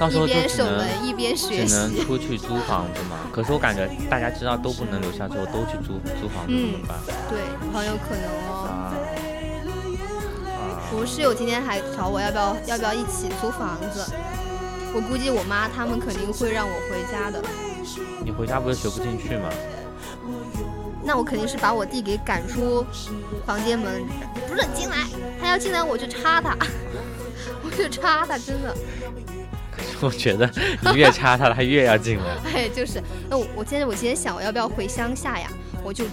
[SPEAKER 2] 到时候
[SPEAKER 3] 一边
[SPEAKER 2] 就只
[SPEAKER 3] 守
[SPEAKER 2] 能
[SPEAKER 3] 门一边学
[SPEAKER 2] 只能
[SPEAKER 3] 习。
[SPEAKER 2] 出去租房子嘛，可是我感觉大家知道都不能留校，之后都去租租房子怎么
[SPEAKER 3] 嗯
[SPEAKER 2] 办？
[SPEAKER 3] 对，很有可能哦。
[SPEAKER 2] 啊啊！
[SPEAKER 3] 我室友今天还找我要不要要不要一起租房子，我估计我妈他们肯定会让我回家的。
[SPEAKER 2] 你回家不是学不进 去吗？
[SPEAKER 3] 那我肯定是把我弟给赶出房间门，不准进来，他要进来我就插他， 我就插他，真的，
[SPEAKER 2] 我觉得你越插他，他越要进来。
[SPEAKER 3] 哎， 就是，那我我今天我今天想我要不要回乡下呀？我就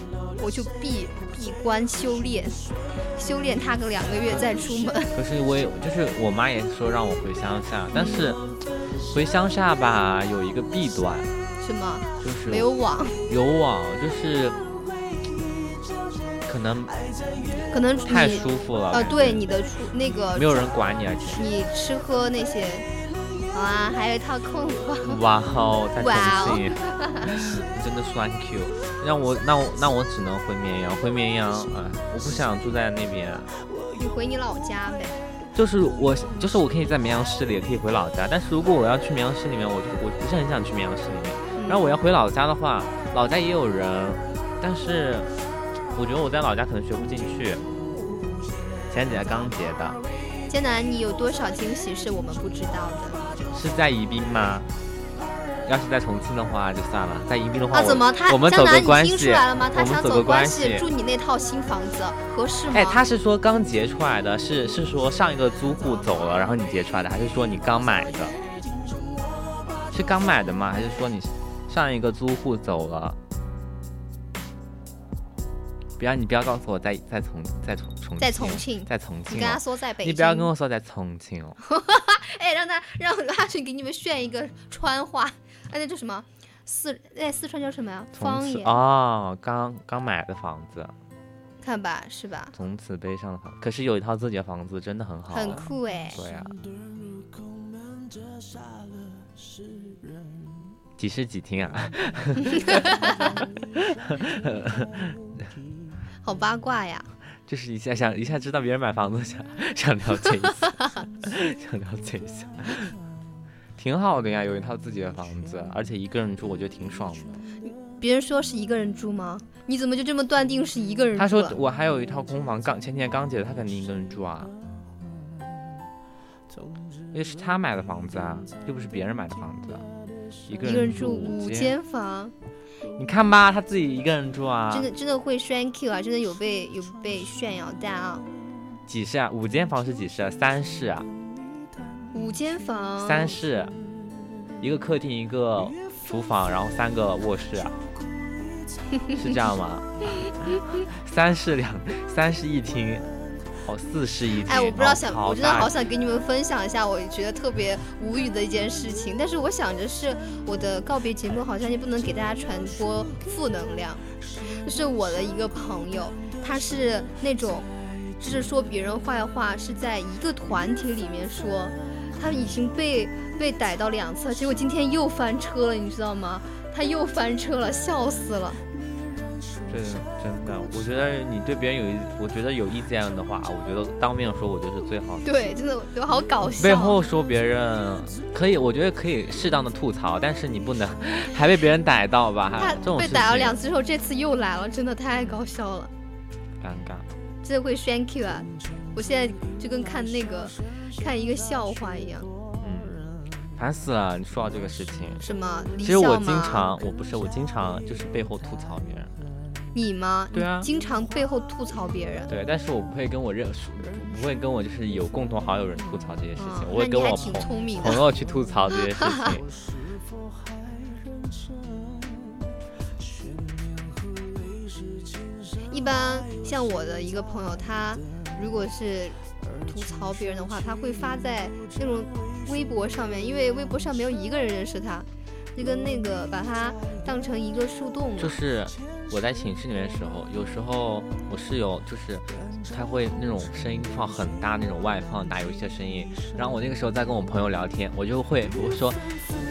[SPEAKER 3] 我就闭闭关修炼，修炼他个两个月再出门，
[SPEAKER 2] 可是我也就是我妈也说让我回乡下，但是回乡下吧有一个弊端，
[SPEAKER 3] 什么
[SPEAKER 2] 就是
[SPEAKER 3] 没有网，
[SPEAKER 2] 有网，就是可能
[SPEAKER 3] 可能
[SPEAKER 2] 太
[SPEAKER 3] 你
[SPEAKER 2] 舒服了。
[SPEAKER 3] 呃
[SPEAKER 2] 感觉
[SPEAKER 3] 对你的出那个
[SPEAKER 2] 没有人管你，而啊且
[SPEAKER 3] 你吃喝那些，好啊，还有一套空啊房，
[SPEAKER 2] 哇哦，在
[SPEAKER 3] 哇
[SPEAKER 2] 重
[SPEAKER 3] 哦
[SPEAKER 2] 庆，真的酸 Q。让我那我那我只能回绵阳，回绵阳，啊，我不想住在那边。 啊
[SPEAKER 3] 你回你老家呗。
[SPEAKER 2] 就是我，就是我可以在绵阳市里，也可以回老家。但是如果我要去绵阳市里面，我就我不是很想去绵阳市里面。
[SPEAKER 3] 嗯
[SPEAKER 2] 然后我要回老家的话，老家也有人，但是我觉得我在老家可能学不进去。前几天刚结的，
[SPEAKER 3] 艰难，你有多少惊喜是我们不知道的？
[SPEAKER 2] 是在宜宾吗？要是在重庆的话就算了，在宜宾的话
[SPEAKER 3] 啊，
[SPEAKER 2] 我
[SPEAKER 3] 怎么他
[SPEAKER 2] 我们
[SPEAKER 3] 江
[SPEAKER 2] 走
[SPEAKER 3] 南
[SPEAKER 2] 个
[SPEAKER 3] 你
[SPEAKER 2] 关
[SPEAKER 3] 听出
[SPEAKER 2] 系，
[SPEAKER 3] 来了吗？他
[SPEAKER 2] 我们
[SPEAKER 3] 想
[SPEAKER 2] 走个
[SPEAKER 3] 关
[SPEAKER 2] 关
[SPEAKER 3] 系
[SPEAKER 2] 系，
[SPEAKER 3] 住你那套新房子合适吗？
[SPEAKER 2] 哎，他是说刚结出来的，是是说上一个租户走了，然后你结出来的，还是说你刚买的？是刚买的吗？还是说你上一个租户走了？不要，你不要告诉我在在重在重重庆
[SPEAKER 3] 在重庆
[SPEAKER 2] 在重
[SPEAKER 3] 你
[SPEAKER 2] 庆
[SPEAKER 3] 跟他
[SPEAKER 2] 哦、
[SPEAKER 3] 说在北京，
[SPEAKER 2] 你不要跟我说在重庆 哦，
[SPEAKER 3] 哎，让他让阿俊给你们炫一个川话，哎，那叫什么？四哎，四川叫什么呀？
[SPEAKER 2] 从
[SPEAKER 3] 方
[SPEAKER 2] 此
[SPEAKER 3] 言，
[SPEAKER 2] 哦，刚刚买的房子，
[SPEAKER 3] 看吧，是吧？
[SPEAKER 2] 从此悲伤的房，可是有一套自己的房子真的很好，
[SPEAKER 3] 很。酷哎，
[SPEAKER 2] 对啊。啊几室几厅啊？
[SPEAKER 3] 好八卦呀！
[SPEAKER 2] 就是一下想一下知道别人买房子， 想想了解一下， 想了解一下，挺好的呀，有一套自己的房子，而且一个人住，我觉得挺爽的。
[SPEAKER 3] 别人说是一个人住吗？你怎么就这么断定是一个人住啊
[SPEAKER 2] 他说
[SPEAKER 3] 了
[SPEAKER 2] 我还有一套空房，刚前天刚姐，她肯定一个人住啊，也是她买的房子啊，又不是别人买的房子啊，一个
[SPEAKER 3] 一个人
[SPEAKER 2] 人
[SPEAKER 3] 住五
[SPEAKER 2] 间，
[SPEAKER 3] 间房，
[SPEAKER 2] 你看吧，她自己一个人住啊，
[SPEAKER 3] 真的真的会栓 Q 啊！真的有被有被炫耀到啊！
[SPEAKER 2] 几室啊？五间房是几室啊？三室啊？
[SPEAKER 3] 五间房，
[SPEAKER 2] 三室，一个客厅，一个厨房，然后三个卧室啊。是这样吗？三室两，三室一厅，哦，四室一厅。
[SPEAKER 3] 哎，我不知道
[SPEAKER 2] 哦
[SPEAKER 3] 想，
[SPEAKER 2] 好
[SPEAKER 3] 我真的好
[SPEAKER 2] 大
[SPEAKER 3] 想给你们分享一下，我觉得特别无语的一件事情。但是我想着是我的告别节目，好像也不能给大家传播负能量。就是我的一个朋友，他是那种，就是说别人坏话是在一个团体里面说，他已经被被逮到两次，结果今天又翻车了，你知道吗？他又翻车了，笑死了。
[SPEAKER 2] 真的真的，我觉得你对别人有意，我觉得有意见的话，我觉得当面说，我觉得是最好的。
[SPEAKER 3] 对，真的都好搞笑。
[SPEAKER 2] 背后说别人可以，我觉得可以适当的吐槽，但是你不能 还被别人逮到吧？
[SPEAKER 3] 他
[SPEAKER 2] 这种
[SPEAKER 3] 被
[SPEAKER 2] 事
[SPEAKER 3] 逮了
[SPEAKER 2] 情
[SPEAKER 3] 两次之后，这次又来了，真的太搞笑了，
[SPEAKER 2] 尴尬。
[SPEAKER 3] 真的会 thank you 啊！我现在就跟看那个看一个笑话一样，
[SPEAKER 2] 嗯，烦死了！你说到这个事情，
[SPEAKER 3] 什么李
[SPEAKER 2] 其实我
[SPEAKER 3] 笑
[SPEAKER 2] 经
[SPEAKER 3] 吗
[SPEAKER 2] 常，我不是我经常就是背后吐槽别人，
[SPEAKER 3] 嗯你吗？
[SPEAKER 2] 对啊
[SPEAKER 3] 你经常背后吐槽别人。
[SPEAKER 2] 对，但是我不会跟我认识，我不会跟我就是有共同好友人吐槽这些事
[SPEAKER 3] 啊
[SPEAKER 2] 情，我
[SPEAKER 3] 那
[SPEAKER 2] 会
[SPEAKER 3] 你
[SPEAKER 2] 跟
[SPEAKER 3] 还
[SPEAKER 2] 我
[SPEAKER 3] 挺
[SPEAKER 2] 朋
[SPEAKER 3] 聪明
[SPEAKER 2] 朋
[SPEAKER 3] 的。
[SPEAKER 2] 友去吐槽这些事情。
[SPEAKER 3] 一般像我的一个朋友，他如果是吐槽别人的话，他会发在那种微博上面，因为微博上没有一个人认识他，就跟那个把他当成一个树洞了。
[SPEAKER 2] 就是我在寝室里面的时候，有时候我室友就是他会那种声音放很大，那种外放大有一些声音。然后我那个时候在跟我朋友聊天，我就会我说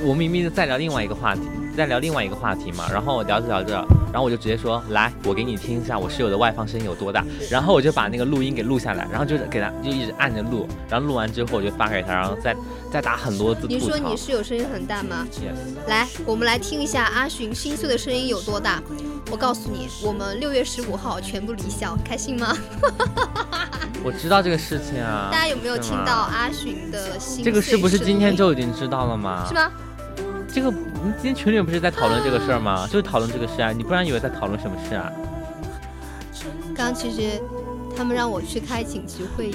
[SPEAKER 2] 我明明在聊另外一个话题，在聊另外一个话题嘛。然后我聊着聊着，然后我就直接说来，我给你听一下我室友的外放声音有多大。然后我就把那个录音给录下来，然后就是给他就一直按着录，然后录完之后我就发给他，然后再再打很多字
[SPEAKER 3] 你
[SPEAKER 2] 吐
[SPEAKER 3] 说
[SPEAKER 2] 槽
[SPEAKER 3] 你。室友声音很大吗？
[SPEAKER 2] Yes，
[SPEAKER 3] 来，我们来听一下阿寻心碎的声音有多大。我告诉你，我们六月十五号全部离校，开心吗？
[SPEAKER 2] 啊我知道这个事情啊。
[SPEAKER 3] 大家有没有
[SPEAKER 2] 是
[SPEAKER 3] 听
[SPEAKER 2] 吗
[SPEAKER 3] 到阿寻的心碎声音？
[SPEAKER 2] 这个是不是今天就已经知道了吗？
[SPEAKER 3] 是？吗？
[SPEAKER 2] 这个我们今天群里面不是在讨论这个事儿吗？就是讨论这个事啊，你不然以为在讨论什么事啊？
[SPEAKER 3] 刚刚其实他们让我去开紧急会议，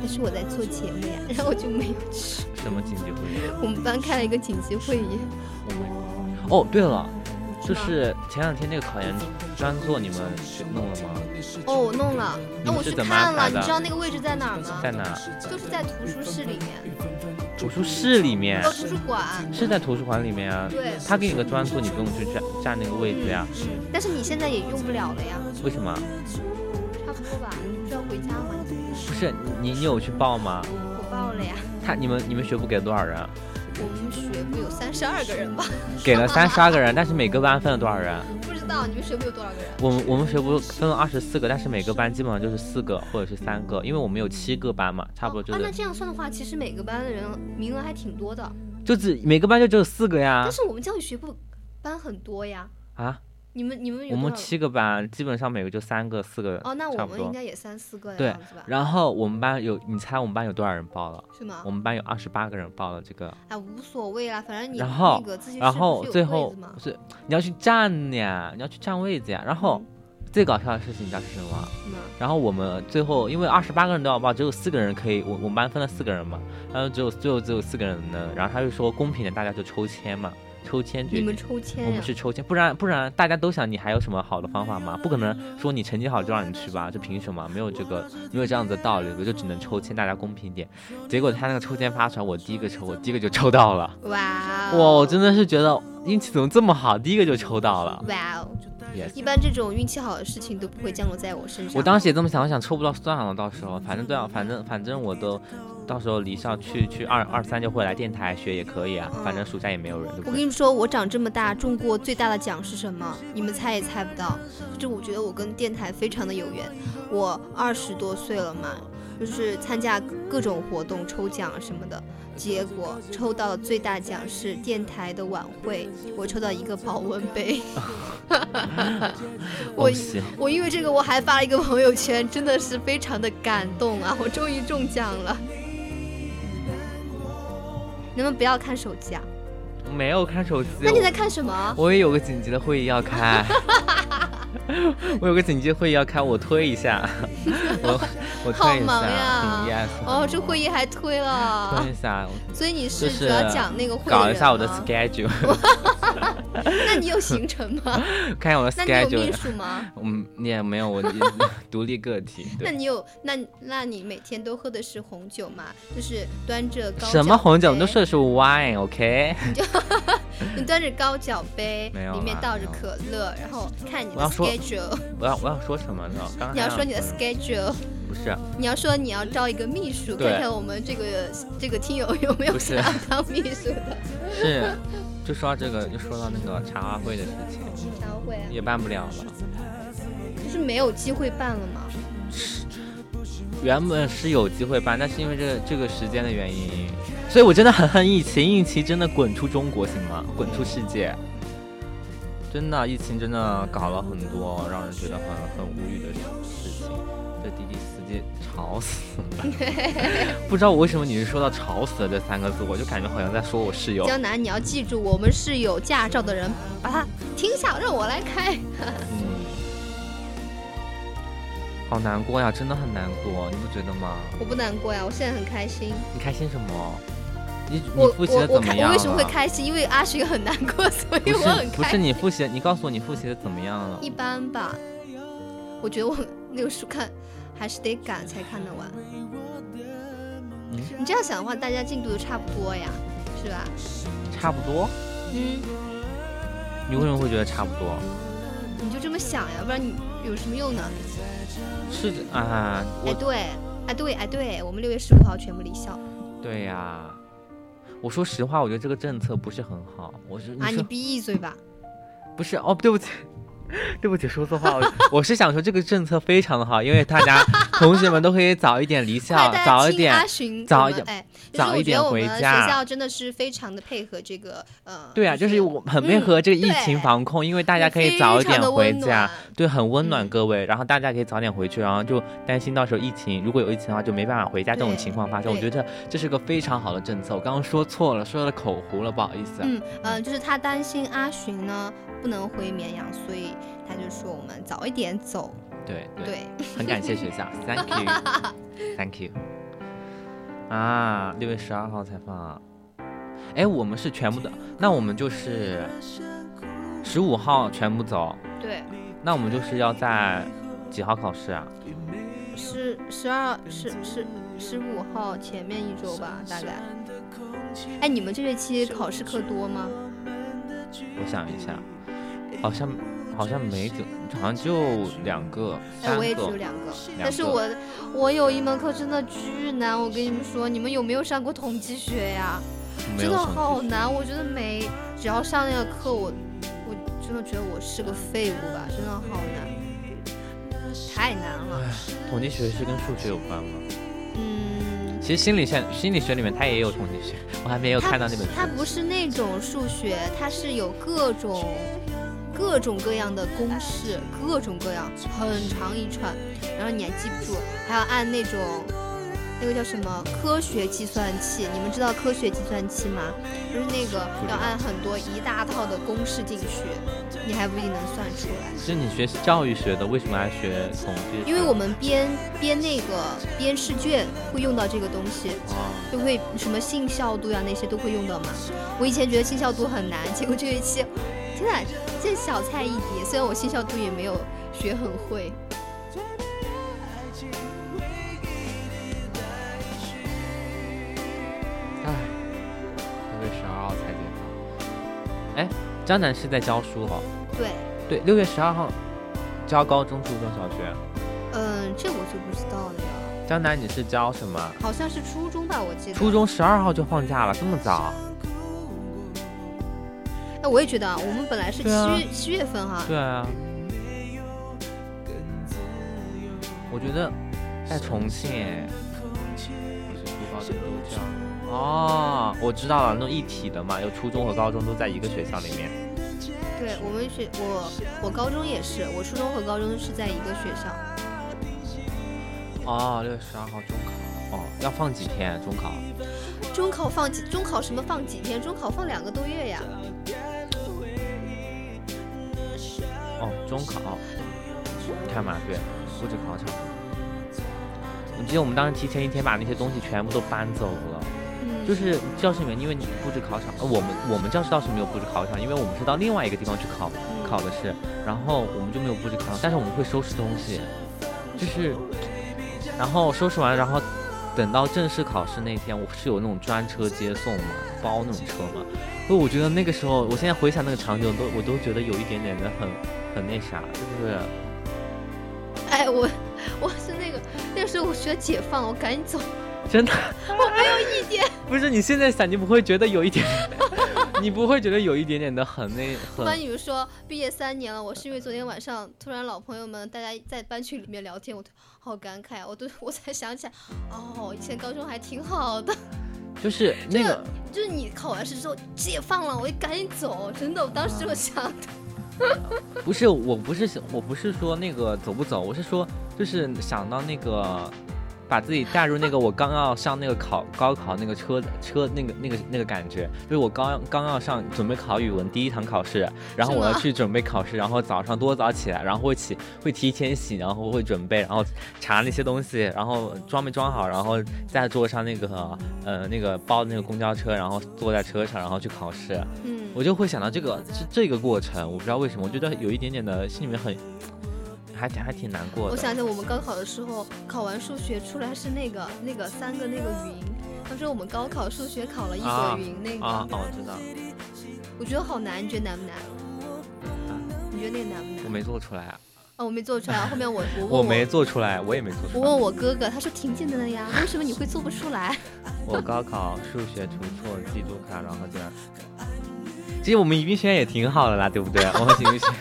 [SPEAKER 3] 但是我在做节目呀， 然后我就没有去。
[SPEAKER 2] 什么紧急会议
[SPEAKER 3] 我们班开了一个紧急会议，
[SPEAKER 2] ？Oh
[SPEAKER 3] 嗯
[SPEAKER 2] my god！哦，对了，就是前两天那个考研专座你们去弄了吗？
[SPEAKER 3] 哦，我弄了，
[SPEAKER 2] 你
[SPEAKER 3] 那
[SPEAKER 2] 们
[SPEAKER 3] 我
[SPEAKER 2] 是
[SPEAKER 3] 去
[SPEAKER 2] 怎么
[SPEAKER 3] 看
[SPEAKER 2] 安
[SPEAKER 3] 了，
[SPEAKER 2] 排
[SPEAKER 3] 你
[SPEAKER 2] 的
[SPEAKER 3] 知道那个位置在哪儿吗
[SPEAKER 2] 在？嗯哪？
[SPEAKER 3] 就是在图书室里面，
[SPEAKER 2] 图书室里面
[SPEAKER 3] 哦，，图书馆。
[SPEAKER 2] 是在图书馆里面啊。
[SPEAKER 3] 对，
[SPEAKER 2] 他给你个专座，你不用去占占那个位置呀、
[SPEAKER 3] 嗯，但是你现在也用不了了呀，
[SPEAKER 2] 为什么？
[SPEAKER 3] 差不多吧？你不是要回家吗？
[SPEAKER 2] 不是你你有去报吗？
[SPEAKER 3] 我报了呀，
[SPEAKER 2] 他你们你们学部给了多少人？啊
[SPEAKER 3] 我们学部有三十二个人吧？
[SPEAKER 2] 给了三十二个人，但是每个班分了多少人？啊
[SPEAKER 3] 不知道你们学部有多少个人？
[SPEAKER 2] 我们我们学部分了二十四个，但是每个班基本上就是四个或者是三个，因为我们有七个班嘛，差不多就
[SPEAKER 3] 哦、那
[SPEAKER 2] 是啊
[SPEAKER 3] 这样算的话，其实每个班的人名额还挺多的，
[SPEAKER 2] 就只每个班就只有四个呀
[SPEAKER 3] 但是我们教育学部班很多呀。
[SPEAKER 2] 啊！
[SPEAKER 3] 你们你们有
[SPEAKER 2] 我
[SPEAKER 3] 多
[SPEAKER 2] 们
[SPEAKER 3] 少
[SPEAKER 2] 七个班基本上每个就三个四个，
[SPEAKER 3] 哦，那
[SPEAKER 2] 差
[SPEAKER 3] 我
[SPEAKER 2] 不
[SPEAKER 3] 们应
[SPEAKER 2] 多。
[SPEAKER 3] 该也三四个的
[SPEAKER 2] 对
[SPEAKER 3] 样子吧？哦
[SPEAKER 2] 然后我们班有，你猜我们班有多少人报了？
[SPEAKER 3] 是吗
[SPEAKER 2] 我？们班有二十八个人报了这个，
[SPEAKER 3] 哎，无所谓啦，反正你
[SPEAKER 2] 然后
[SPEAKER 3] 那个自习室
[SPEAKER 2] 然
[SPEAKER 3] 不
[SPEAKER 2] 后
[SPEAKER 3] 是有
[SPEAKER 2] 最
[SPEAKER 3] 柜
[SPEAKER 2] 后
[SPEAKER 3] 子吗
[SPEAKER 2] 不是你要去站呀，你要去占位子呀。然后
[SPEAKER 3] 嗯
[SPEAKER 2] 最搞笑的事情你知道是什么吗？
[SPEAKER 3] 是吗？
[SPEAKER 2] 然后我们最后因为二十八个人都要报，只有四个人可以，我我们班分了四个人嘛，然后只有最后只有四个人能，然后他就说公平的，大家就抽签嘛，抽签决
[SPEAKER 3] 你们
[SPEAKER 2] 定。
[SPEAKER 3] 抽签
[SPEAKER 2] 我
[SPEAKER 3] 呀、
[SPEAKER 2] 们是抽签，不然不然大家都想你还有什么好的方法吗？不可能说你成绩好就让你去吧，这凭什么？没有这个没有这样子的道理，我就只能抽签，大家公平一点。结果他那个抽签发出来，我第一个抽，我第一个就抽到了，
[SPEAKER 3] 哇哦
[SPEAKER 2] 哇，我真的是觉得运气怎么这么好，第一个就抽到了。
[SPEAKER 3] 哇哦！
[SPEAKER 2] Yes
[SPEAKER 3] 一般这种运气好的事情都不会降落在我身上。
[SPEAKER 2] 我当时也这么想，我想抽不到算了，到时候反正对啊，反正反正我都，到时候离校去去二二三就会来电台学也可以啊，反正暑假也没有人，对
[SPEAKER 3] 嗯我
[SPEAKER 2] 不
[SPEAKER 3] 跟
[SPEAKER 2] 对？
[SPEAKER 3] 你说，我长这么大中过最大的奖是什么？你们猜也猜不到。就是我觉得我跟电台非常的有缘。我二十多岁了嘛，就是参加各种活动抽奖什么的，结果抽到的最大奖是电台的晚会，我抽到一个保温杯。 我
[SPEAKER 2] 恭喜！
[SPEAKER 3] 我因为这个我还发了一个朋友圈，真的是非常的感动啊！我终于中奖了。你们不要看手机啊！
[SPEAKER 2] 没有看手机，
[SPEAKER 3] 那你在看什么？
[SPEAKER 2] 我也有个紧急的会议要开。 我有个紧急会议要开，我推一下，我我
[SPEAKER 3] 好
[SPEAKER 2] 推一
[SPEAKER 3] 忙
[SPEAKER 2] 下
[SPEAKER 3] 呀
[SPEAKER 2] 嗯，yes，
[SPEAKER 3] 哦，这会议还推了哦
[SPEAKER 2] 推，一下，
[SPEAKER 3] 所以你
[SPEAKER 2] 就是
[SPEAKER 3] 主
[SPEAKER 2] 是
[SPEAKER 3] 要讲那个会议啊
[SPEAKER 2] 搞一下我的
[SPEAKER 3] 人吗
[SPEAKER 2] schedule，
[SPEAKER 3] 那你有行程 吗？
[SPEAKER 2] 看一下我的
[SPEAKER 3] 那你有秘
[SPEAKER 2] schedule，
[SPEAKER 3] 书吗？
[SPEAKER 2] 嗯，也没有，我独立个 体，
[SPEAKER 3] 那
[SPEAKER 2] 对。
[SPEAKER 3] 你有那那你每天都喝的是红酒吗？就是端着高
[SPEAKER 2] 什么
[SPEAKER 3] 脚
[SPEAKER 2] 红酒？我们
[SPEAKER 3] 杯
[SPEAKER 2] 都说的是 wine，OK？、
[SPEAKER 3] 你端着高脚杯，
[SPEAKER 2] 没有
[SPEAKER 3] 里面
[SPEAKER 2] 啦
[SPEAKER 3] 倒着
[SPEAKER 2] 没有
[SPEAKER 3] 可乐，然后看你
[SPEAKER 2] 我
[SPEAKER 3] 的
[SPEAKER 2] 要说
[SPEAKER 3] schedule。
[SPEAKER 2] 我要我要说什么呢？刚刚
[SPEAKER 3] 你要
[SPEAKER 2] 还
[SPEAKER 3] 说你的
[SPEAKER 2] 嗯
[SPEAKER 3] schedule，
[SPEAKER 2] 不是，
[SPEAKER 3] 你要说你要招一个秘书，
[SPEAKER 2] 对
[SPEAKER 3] 看看我们这个这个听友有没有
[SPEAKER 2] 不是
[SPEAKER 3] 想要当秘书的。
[SPEAKER 2] 是就说到这个，就说到那个茶话会的事情，
[SPEAKER 3] 然后 会啊，
[SPEAKER 2] 也办不了了。
[SPEAKER 3] 不是没有机会办了吗？
[SPEAKER 2] 原本是有机会办，但是因为这个这个时间的原因，所以我真的很恨疫情，疫情真的滚出中国行吗？滚出世界！真的，疫情真的搞了很多让人觉得很很无语的事情。这滴滴司机吵死了， 不知道我为什么你是说到“吵死了”这三个字，我就感觉好像在说我室友。
[SPEAKER 3] 江南，你要记住，我们是有驾照的人，把它停下，让我来开。
[SPEAKER 2] 嗯，好难过呀，真的很难过，你不觉得吗？
[SPEAKER 3] 我不难过呀，我现在很开心。
[SPEAKER 2] 你开心什么？你你
[SPEAKER 3] 我
[SPEAKER 2] 复习
[SPEAKER 3] 我
[SPEAKER 2] 的
[SPEAKER 3] 我
[SPEAKER 2] 怎么
[SPEAKER 3] 开
[SPEAKER 2] 样啊了？
[SPEAKER 3] 我为什么会开心？因为阿寻很难过，所以
[SPEAKER 2] 不
[SPEAKER 3] 我
[SPEAKER 2] 是
[SPEAKER 3] 很
[SPEAKER 2] 不
[SPEAKER 3] 开
[SPEAKER 2] 是
[SPEAKER 3] 心。
[SPEAKER 2] 你复习，你告诉我你复习的怎么样了
[SPEAKER 3] 一？般吧，我觉得我那个书看还是得赶才看得完。
[SPEAKER 2] 嗯
[SPEAKER 3] 你这样想的话，大家进度都差不多呀，是吧？
[SPEAKER 2] 差不多。
[SPEAKER 3] 嗯，
[SPEAKER 2] 你为什么会觉得差不多？
[SPEAKER 3] 你就这么想呀，不然你有什么用呢？
[SPEAKER 2] 是啊，
[SPEAKER 3] 哎，
[SPEAKER 2] 我
[SPEAKER 3] 对，哎对，哎对，我们六月十五号全部离校
[SPEAKER 2] 对呀、我说实话，我觉得这个政策不是很好。我是
[SPEAKER 3] 啊！
[SPEAKER 2] 说
[SPEAKER 3] 你闭嘴吧！
[SPEAKER 2] 不是哦，对不起， 对不起，说错话。 我我是想说这个政策非常的好，因为大家同学们都可以早一点离
[SPEAKER 3] 快
[SPEAKER 2] 校，
[SPEAKER 3] 大
[SPEAKER 2] 早
[SPEAKER 3] 家啊
[SPEAKER 2] 一
[SPEAKER 3] 听阿
[SPEAKER 2] 点。
[SPEAKER 3] 寻怎
[SPEAKER 2] 早
[SPEAKER 3] 么，
[SPEAKER 2] 一点
[SPEAKER 3] 哎，就是
[SPEAKER 2] 早
[SPEAKER 3] 我
[SPEAKER 2] 一
[SPEAKER 3] 觉
[SPEAKER 2] 点
[SPEAKER 3] 得我
[SPEAKER 2] 回
[SPEAKER 3] 们
[SPEAKER 2] 家
[SPEAKER 3] 学校真的是非常的配合这个呃，
[SPEAKER 2] 对啊，就是我很配合这个疫情
[SPEAKER 3] 嗯对
[SPEAKER 2] 防控，因为大家可以
[SPEAKER 3] 非
[SPEAKER 2] 早一
[SPEAKER 3] 常
[SPEAKER 2] 点
[SPEAKER 3] 地
[SPEAKER 2] 回
[SPEAKER 3] 温
[SPEAKER 2] 家
[SPEAKER 3] 暖，
[SPEAKER 2] 对，很温暖
[SPEAKER 3] 嗯
[SPEAKER 2] 各位。然后大家可以早点回去，然后就担心到时候疫情如果有疫情的话就没办法回家这种
[SPEAKER 3] 对
[SPEAKER 2] 情况发生。我觉
[SPEAKER 3] 对
[SPEAKER 2] 得这是个非常好的政策。我刚刚说错了，说了口胡了，不好意思。啊
[SPEAKER 3] 嗯呃，就是他担心阿寻呢不能回绵阳，所以他就说我们早一点走。
[SPEAKER 2] 对对，
[SPEAKER 3] 对，
[SPEAKER 2] 很感谢学 校，Thank you，Thank you。啊，六月十二号才放。哎，我们是全部的，那我们就是十五号全部走，
[SPEAKER 3] 对，
[SPEAKER 2] 那我们就是要在几号考试啊？
[SPEAKER 3] 十十二十十十五号前面一周吧，大概。哎，你们这学期考试课多吗？
[SPEAKER 2] 我想一下，好像好像没怎，好像就两个、
[SPEAKER 3] 哎，
[SPEAKER 2] 三
[SPEAKER 3] 我也只有
[SPEAKER 2] 个。
[SPEAKER 3] 两个，
[SPEAKER 2] 两
[SPEAKER 3] 但是
[SPEAKER 2] 个
[SPEAKER 3] 我我有一门课真的巨难，我跟你们说，你们有没有上过统计学呀？
[SPEAKER 2] 没
[SPEAKER 3] 真
[SPEAKER 2] 有
[SPEAKER 3] 的
[SPEAKER 2] 什么
[SPEAKER 3] 好难，我觉得每只要上那个课，我我真的觉得我是个废物吧，真的好难，太难了。
[SPEAKER 2] 统计学是跟数学有关吗？
[SPEAKER 3] 嗯，
[SPEAKER 2] 其实心理学心理学里面它也有统计学， 我还没有看到那本书。
[SPEAKER 3] 它不是那种数学，它是有各种各种各样的公式，各种各样，很长一串，然后你还记不住，还要按那种那个叫什么科学计算器，你们知道科学计算器吗？就是那个
[SPEAKER 2] 不知道
[SPEAKER 3] 要按很多一大套的公式进去，你还不一定能算出来。
[SPEAKER 2] 是你学教育学的，为什么还学统计学？
[SPEAKER 3] 因为我们编编那个编试卷会用到这个东西，
[SPEAKER 2] 哦，
[SPEAKER 3] 就会什么性效度呀、那些都会用到嘛。我以前觉得性效度很难，结果这学期，天呐，这小菜一碟。虽然我性效度也没有学很会，
[SPEAKER 2] 唉，六月十二号才解放。
[SPEAKER 3] 嗯
[SPEAKER 2] 哎，江南是在教书哦。
[SPEAKER 3] 对，
[SPEAKER 2] 对，六月十二号教高中、初中小学。
[SPEAKER 3] 嗯，这我就不知道了呀，
[SPEAKER 2] 江南你是教什么？
[SPEAKER 3] 好像是初中吧，我记得。
[SPEAKER 2] 初。中十二号就放假了，这么早？
[SPEAKER 3] 哎，我也觉得啊，我们本来是七
[SPEAKER 2] 对啊
[SPEAKER 3] 月七月份哈、
[SPEAKER 2] 对啊，我觉得在重庆哎，不是初高中都这样。哦，我知道了，那种一体的嘛，有初中和高中都在一个学校里面。
[SPEAKER 3] 对我们学我我高中也是，我初中和高中是在一个学校，
[SPEAKER 2] 哦，六月十二号中考，哦，要放几天中考？
[SPEAKER 3] 中考放几中考什么放几天？中考放两个多月呀。
[SPEAKER 2] 哦，中考看嘛，对，布置考场。我记得我们当时提前一天把那些东西全部都搬走了，
[SPEAKER 3] 嗯，
[SPEAKER 2] 就是教室里面，因为你布置考场，呃，我们我们教室倒是没有布置考场，因为我们是到另外一个地方去考
[SPEAKER 3] 嗯
[SPEAKER 2] 考的是，然后我们就没有布置考场，但是我们会收拾东西，就是，然后收拾完，然后等到正式考试那天，我是有那种专车接送嘛，包那种车嘛，所以我觉得那个时候，我现在回想那个场景，我都我都觉得有一点点的很很那啥，就是
[SPEAKER 3] 哎，我我是那个那个时候我觉得解放了，我赶紧走，
[SPEAKER 2] 真的
[SPEAKER 3] 我没有一点，
[SPEAKER 2] 不是你现在想，你不会觉得有一点， 你不会觉得有一点点的很 那
[SPEAKER 3] 不
[SPEAKER 2] 很
[SPEAKER 3] 瞒你们说，毕业三年了，我是因为昨天晚上突然老朋友们大家在班群里面聊天，我好感慨啊，我都我才想起来，哦，以前高中还挺 好的，
[SPEAKER 2] 就是那个，
[SPEAKER 3] 就是你考完试之后解放了，我就赶紧走，真的，我当时就想的，
[SPEAKER 2] 不是，我不是想，我不是说那个走不走，我是说就是想到那个，把自己带入那个我刚要上那个考高考那个车车那个那个那个感觉，就是我刚刚要上准备考语文第一堂考试，然后
[SPEAKER 3] 是
[SPEAKER 2] 我要
[SPEAKER 3] 吗
[SPEAKER 2] 去准备考试，然后早上多早起来，然后会起会提前洗，然后会准备，然后查那些东西，然后装没装好，然后在桌上那个呃那个包那个公交车，然后坐在车上，然后去考试。
[SPEAKER 3] 嗯，
[SPEAKER 2] 我就会想到这个这这个过程，我不知道为什么，我觉得有一点点的心里面很，还挺还挺难过的。
[SPEAKER 3] 我想起我们高考的时候，考完数学出来是那个那个三个那个云。他说我们高考数学考了一朵
[SPEAKER 2] 啊
[SPEAKER 3] 云，那个、
[SPEAKER 2] 啊，哦，我知道，
[SPEAKER 3] 我觉得好难，你觉得难不难？你觉得那个难不
[SPEAKER 2] 啊我
[SPEAKER 3] 难？
[SPEAKER 2] 没做出来，啊
[SPEAKER 3] 哦，我没做出来。后面我我问
[SPEAKER 2] 我没做出来，我也没做
[SPEAKER 3] 我
[SPEAKER 2] 出
[SPEAKER 3] 问
[SPEAKER 2] 来。
[SPEAKER 3] 我哥哥，他说挺简单的呀，为什么你会做不出来？
[SPEAKER 2] 我高考数学除错记录卡，然后这样。其实我们宜宾学院也挺好的啦，对不 对？我们宜宾学院，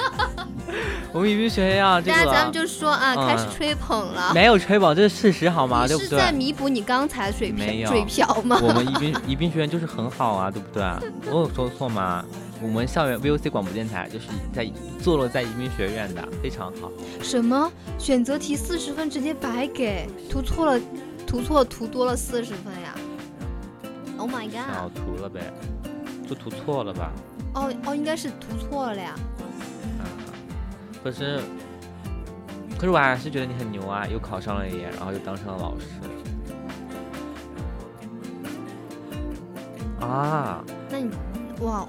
[SPEAKER 2] 我们宜宾学院要这
[SPEAKER 3] 大家咱们
[SPEAKER 2] 个
[SPEAKER 3] 就说啊，
[SPEAKER 2] 嗯
[SPEAKER 3] 开始吹捧了。
[SPEAKER 2] 没有吹捧，这是事实好吗？
[SPEAKER 3] 你
[SPEAKER 2] 对不
[SPEAKER 3] 是
[SPEAKER 2] 对？
[SPEAKER 3] 在弥补你刚才水
[SPEAKER 2] 没
[SPEAKER 3] 平
[SPEAKER 2] 有
[SPEAKER 3] 水瓢吗？
[SPEAKER 2] 我们宜宾宜宾学院就是很好啊，对不对？我有说错吗？我们校园 VOC 广播电台就是在坐落在宜宾学院的，非常好。
[SPEAKER 3] 什么选择题四十分直接白给，涂错了，涂错涂多了四十分呀！Oh my
[SPEAKER 2] 然后
[SPEAKER 3] god！
[SPEAKER 2] 涂了呗，就涂错了吧？
[SPEAKER 3] 哦哦，应该是涂错了呀。
[SPEAKER 2] 啊，可是，可是我还是觉得你很牛啊，又考上了耶，然后又当上了老师。啊，
[SPEAKER 3] 那你哇，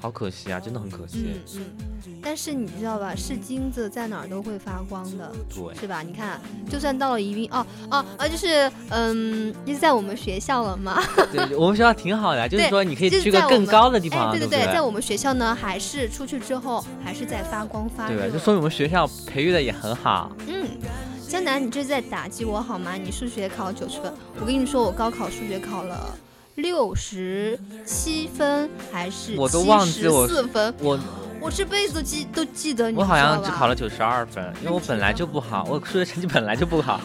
[SPEAKER 2] 好可惜啊，真的很可惜
[SPEAKER 3] 嗯。嗯。但是你知道吧，是金子在哪儿都会发光的，
[SPEAKER 2] 对，
[SPEAKER 3] 是吧？你看，就算到了宜宾，哦哦啊，就是嗯，就是在我们学校了嘛。
[SPEAKER 2] 对，我们学校挺好的啊，就是
[SPEAKER 3] 对
[SPEAKER 2] 说你可以
[SPEAKER 3] 就是
[SPEAKER 2] 去个
[SPEAKER 3] 在我
[SPEAKER 2] 更
[SPEAKER 3] 们
[SPEAKER 2] 高的地方
[SPEAKER 3] 哎，
[SPEAKER 2] 啊，
[SPEAKER 3] 对
[SPEAKER 2] 不
[SPEAKER 3] 对，在我们学校呢，还是出去之后还是在发光发
[SPEAKER 2] 对
[SPEAKER 3] 热。
[SPEAKER 2] 吧？就说明我们学校培育的也很好。
[SPEAKER 3] 嗯，江南，你这是在打击我好吗？你数学考九十分，我跟你说，我高考数学考了六十七分还是
[SPEAKER 2] 我都忘记我
[SPEAKER 3] 四分，
[SPEAKER 2] 我
[SPEAKER 3] 我这辈子都记都记得你。
[SPEAKER 2] 我好像
[SPEAKER 3] 知
[SPEAKER 2] 只
[SPEAKER 3] 道吧
[SPEAKER 2] 考了九十二分，因为我本来就不好，我数学成绩本来就不好，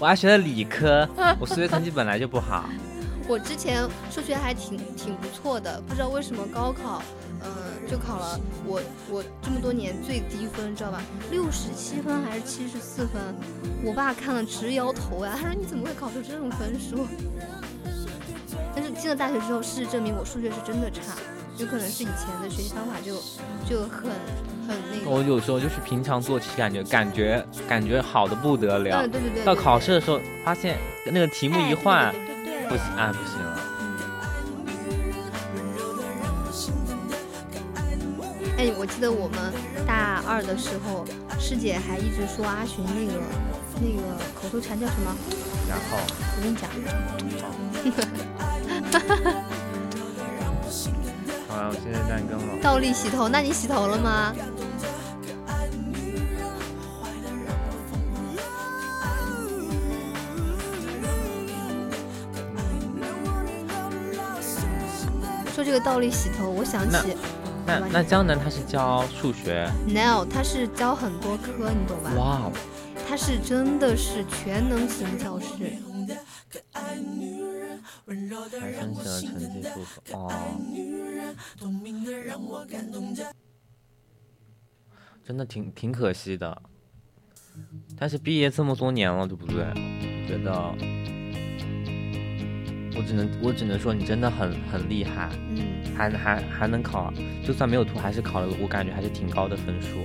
[SPEAKER 2] 我还学的理科，我数学成绩本来就不好。
[SPEAKER 3] 我之前数学还挺挺不错的，不知道为什么高考，嗯、就考了我我这么多年最低分，你知道吧？六十七分还是七十四分？我爸看了直摇头啊呀、他说你怎么会考出这种分数？但是进了大学之后，事实证明我数学是真的差，有可能是以前的学习方法就就很很那个，
[SPEAKER 2] 我有时候就是平常做题，感觉感觉感觉好的不得了
[SPEAKER 3] 嗯，，对对对，
[SPEAKER 2] 到考
[SPEAKER 3] 对
[SPEAKER 2] 试的时候发现那个题目
[SPEAKER 3] 哎
[SPEAKER 2] 一换，
[SPEAKER 3] 对对对对对
[SPEAKER 2] 不行啊，不行了。
[SPEAKER 3] 哎，我记得我们大二的时候，师姐还一直说阿寻那个那个口头禅叫什么？
[SPEAKER 2] 然后
[SPEAKER 3] 我跟你讲，
[SPEAKER 2] 好了，我现在断更了。
[SPEAKER 3] 倒立洗头。那你洗头了吗？说这个倒立洗头，我想起
[SPEAKER 2] 那那江南他是教数学，
[SPEAKER 3] Nell，他是教很多科，你懂吧？
[SPEAKER 2] 哇哦，
[SPEAKER 3] 他是真的是全能型教师。
[SPEAKER 2] 还申请了成绩数学哦。真的挺挺可惜的，但是毕业这么多年了，对不对？觉得我只能我只能说你真的很很厉害，
[SPEAKER 3] 嗯，
[SPEAKER 2] 还还还能考，就算没有图，还是考了，我感觉还是挺高的分数，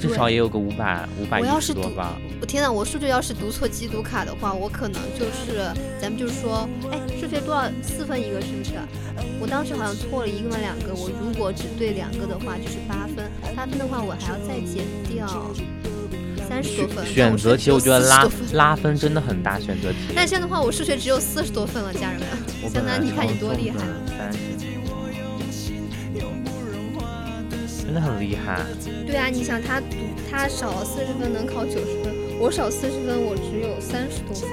[SPEAKER 2] 至少也有个五百五百
[SPEAKER 3] 我要
[SPEAKER 2] 一
[SPEAKER 3] 是
[SPEAKER 2] 十
[SPEAKER 3] 读
[SPEAKER 2] 多吧。，
[SPEAKER 3] 我天呐，我数学要是读错机读卡的话，我可能就是，咱们就是说，哎，数学多少四分一个是不是？我当时好像错了一个嘛两个，我如果只对两个的话就是八分，八分的话我还要再减掉三十多分。
[SPEAKER 2] 选择题我觉得拉
[SPEAKER 3] 但我数学只有40多分
[SPEAKER 2] 拉分真的很大，选择题。
[SPEAKER 3] 但现在的话，我数学只有四十多分了，家人们。
[SPEAKER 2] 我本
[SPEAKER 3] 江
[SPEAKER 2] 来
[SPEAKER 3] 南，你看你多厉害！
[SPEAKER 2] 三十，真的很厉害。
[SPEAKER 3] 对啊，你想他读他少四十分能考九十分，我少四十分我只有三十多分。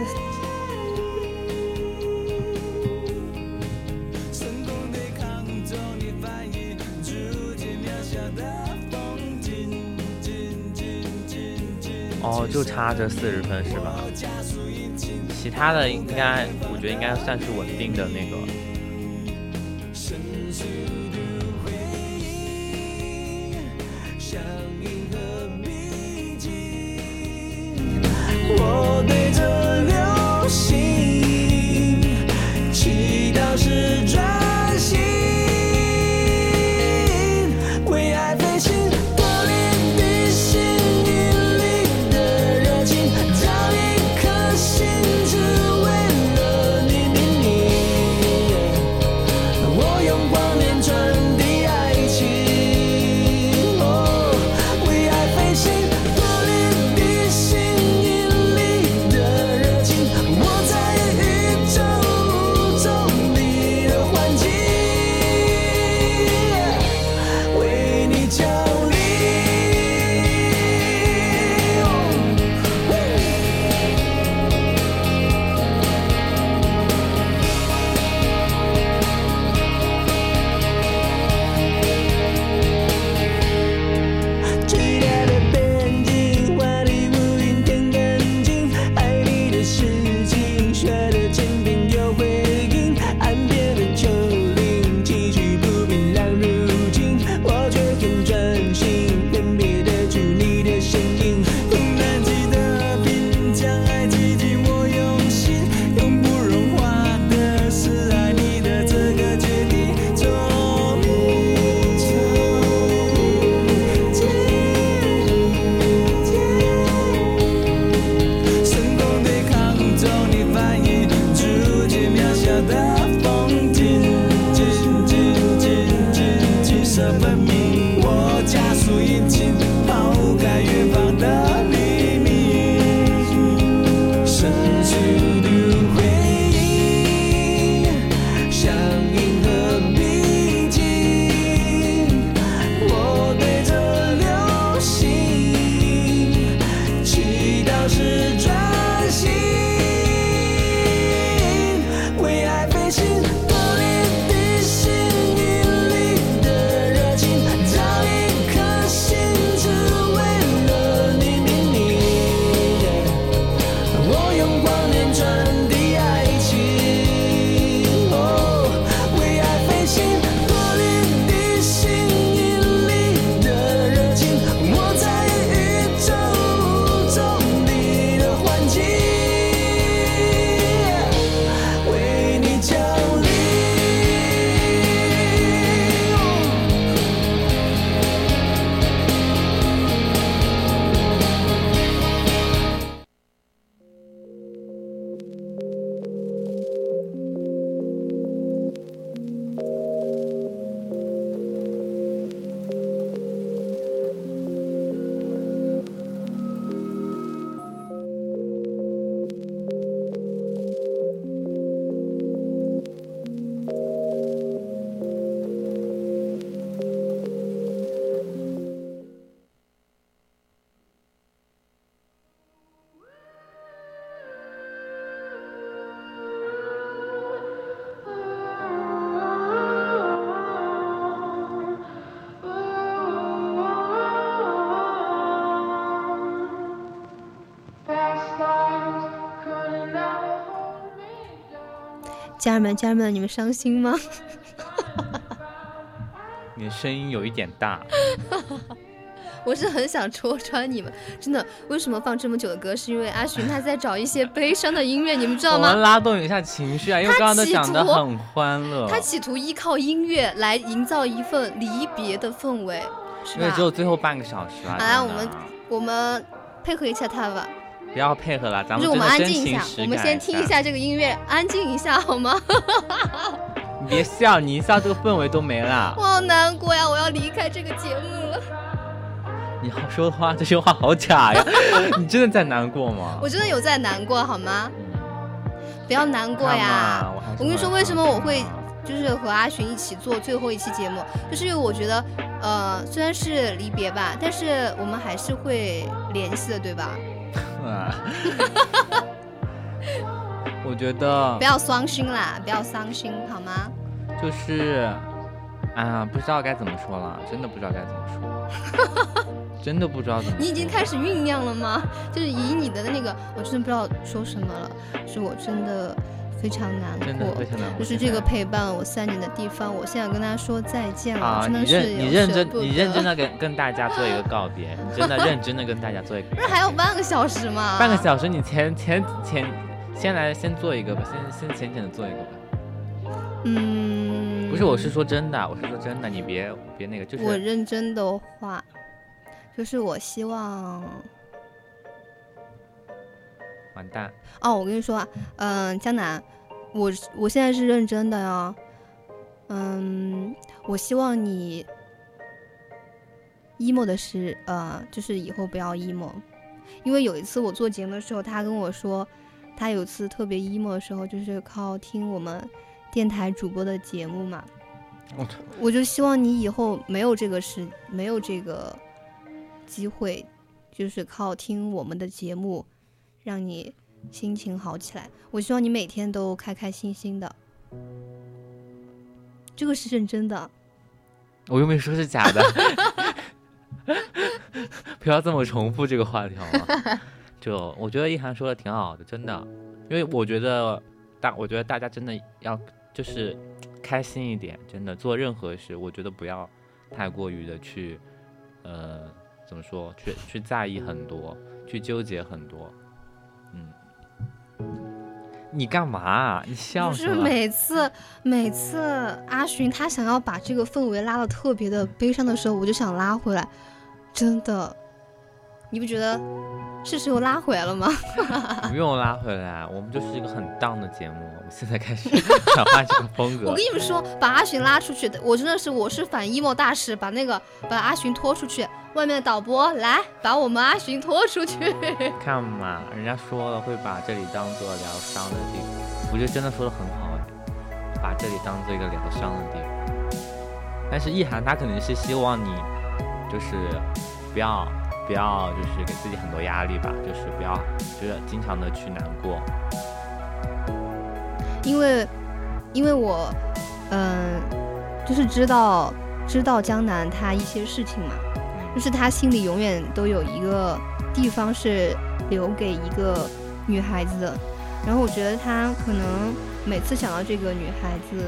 [SPEAKER 2] 哦，就差这四十分是吧？其他的应该，我觉得应该算是稳定的那个。
[SPEAKER 4] 我对着流星祈祷是专心，为爱飞行，逃离地心引力的热情，找一颗心只为了你，你你，我用光年传递爱情。哦，为爱飞行，脱离地心引力的热情，我在宇宙无重力的环境，为你降临。巨大的边境，华丽无云，天干净。爱你的事情，学的坚定有回应。岸边的丘陵，崎岖不平，让入侵。我却很专心，分别得出你的声音。用南极的冰将爱挤进我用心，永不融化的是爱你的这个决定。聪明，聪明，聪明，成功对抗中你反应，逐渐渺小的风景，景景景景景色分明。我加速引擎，抛开远方的黎明。深处的回忆，像银河逼近。我对着流星祈祷是专心，为爱飞行，脱离地心引力的热情，找一颗心只为了你，你你。我用光年传递爱情，哦，为爱飞行，脱离地心引力的热情，我在宇宙无重力的环境，为你降临。
[SPEAKER 5] Past lives could never hold me down.
[SPEAKER 3] 家人们，家人们，你们伤心吗？
[SPEAKER 2] 你的声音有一点大，
[SPEAKER 3] 我是很想戳穿你们，真的。为什么放这么久的歌？是因为阿寻他在找一些悲伤的音乐，你们知道
[SPEAKER 2] 我们
[SPEAKER 3] 吗？
[SPEAKER 2] 拉动一下情绪啊，因为
[SPEAKER 3] 他
[SPEAKER 2] 刚刚都
[SPEAKER 3] 企
[SPEAKER 2] 讲的
[SPEAKER 3] 图
[SPEAKER 2] 很欢乐，
[SPEAKER 3] 他企图依靠音乐来营造一份离别的氛围，是
[SPEAKER 2] 因为只有
[SPEAKER 3] 吧？
[SPEAKER 2] 最后半个小时啊。
[SPEAKER 3] 好啦
[SPEAKER 2] 真
[SPEAKER 3] 我
[SPEAKER 2] 的
[SPEAKER 3] 们我们配合一下他吧，
[SPEAKER 2] 不要配合了，咱
[SPEAKER 3] 就
[SPEAKER 2] 们真
[SPEAKER 3] 是我们
[SPEAKER 2] 的
[SPEAKER 3] 安
[SPEAKER 2] 真
[SPEAKER 3] 静一
[SPEAKER 2] 情
[SPEAKER 3] 下，
[SPEAKER 2] 实
[SPEAKER 3] 我们
[SPEAKER 2] 感
[SPEAKER 3] 先听一下这个音乐，安静一下好吗？
[SPEAKER 2] 你别笑，你一笑这个氛围都没了
[SPEAKER 3] 我。好难过呀，我要离开这个节目了。
[SPEAKER 2] 你好说话，这些话好假呀！你真的在难过吗？
[SPEAKER 3] 我真的有在难过好吗？不要难过
[SPEAKER 2] 看
[SPEAKER 3] 呀
[SPEAKER 2] 嘛。我还是
[SPEAKER 3] 啊我跟你说，
[SPEAKER 2] 会
[SPEAKER 3] 为什么
[SPEAKER 2] 放
[SPEAKER 3] 我会
[SPEAKER 2] 心的
[SPEAKER 3] 就是和阿寻一起做最后一期节目，就是因为我觉得，呃，虽然是离别吧，但是我们还是会联系的，对吧？
[SPEAKER 2] 啊 我觉得
[SPEAKER 3] 不要伤心啦，不要伤心，好吗？
[SPEAKER 2] 就是，啊，不知道该怎么说了，真的不知道该怎么说， 真的不知道怎么
[SPEAKER 3] 你已经开始酝酿了吗？ 就是以你的那个，我真的不知道说什么了，是我真的非常难
[SPEAKER 2] 真的
[SPEAKER 3] 过
[SPEAKER 2] 非。常难过。
[SPEAKER 3] 就是这个陪伴了我三年的地方，我现在跟他说再见了，
[SPEAKER 2] 啊，
[SPEAKER 3] 真
[SPEAKER 2] 你
[SPEAKER 3] 的是
[SPEAKER 2] 认你
[SPEAKER 3] 有
[SPEAKER 2] 认
[SPEAKER 3] 舍
[SPEAKER 2] 真
[SPEAKER 3] 不
[SPEAKER 2] 你
[SPEAKER 3] 得
[SPEAKER 2] 认真的跟 跟大家做一个告别，你真的认真的跟大家做一个
[SPEAKER 3] 不是还有啊半个小时吗？
[SPEAKER 2] 半个小时，你前前前先来先做一个吧，先先浅浅的做一个吧。
[SPEAKER 3] 嗯，
[SPEAKER 2] 不是，我是说真的，我是说真的，你别别那个，就是
[SPEAKER 3] 我认真的话，就是我希望
[SPEAKER 2] 完蛋，
[SPEAKER 3] 哦，我跟你说啊，嗯、江南，我是我现在是认真的呀，嗯，我希望你 emo 的是呃，就是以后不要 emo，因为有一次我做节目的时候，他跟我说，他有一次特别 emo 的时候，就是靠听我们电台主播的节目嘛，
[SPEAKER 2] 我操，
[SPEAKER 3] 我就希望你以后没有这个事，没有这个机会，就是靠听我们的节目，让你心情好起来。我希望你每天都开开心心的，这个是认真的。
[SPEAKER 2] 我又没说是假的， 不要这么重复这个话题好吗？就我觉得一涵说的挺好的，真的，因为我觉得大，我觉得大家真的要就是开心一点，真的做任何事，我觉得不要太过于的去，呃，怎么说，去去在意很多，去纠结很多，嗯。你干嘛啊、你笑
[SPEAKER 3] 就
[SPEAKER 2] 什
[SPEAKER 3] 是
[SPEAKER 2] 么？
[SPEAKER 3] 每次每次阿寻他想要把这个氛围拉的特别的悲伤的时候，我就想拉回来，真的，你不觉得是时候拉回来了吗？
[SPEAKER 2] 不用拉回来，我们就是一个很 down 的节目。我们现在开 始转换这个风格
[SPEAKER 3] 我跟。你们说，把阿寻拉出去，我真的是我是反 emo 大使，把那个把阿寻拖出去。外面的导播来把我们阿寻拖出去。
[SPEAKER 2] 看嘛，人家说了会把这里当做疗伤的地方，我觉得真的说的很好哎，把这里当做一个疗伤的地方。但是意涵他可能是希望你，就是不要不要就是给自己很多压力吧，就是不要就是经常的去难过。
[SPEAKER 3] 因为因为我嗯、就是知道知道江南他一些事情嘛，
[SPEAKER 2] 嗯
[SPEAKER 3] 就是他心里永远都有一个地方是留给一个女孩子的。然后我觉得他可能每次想到这个女孩子，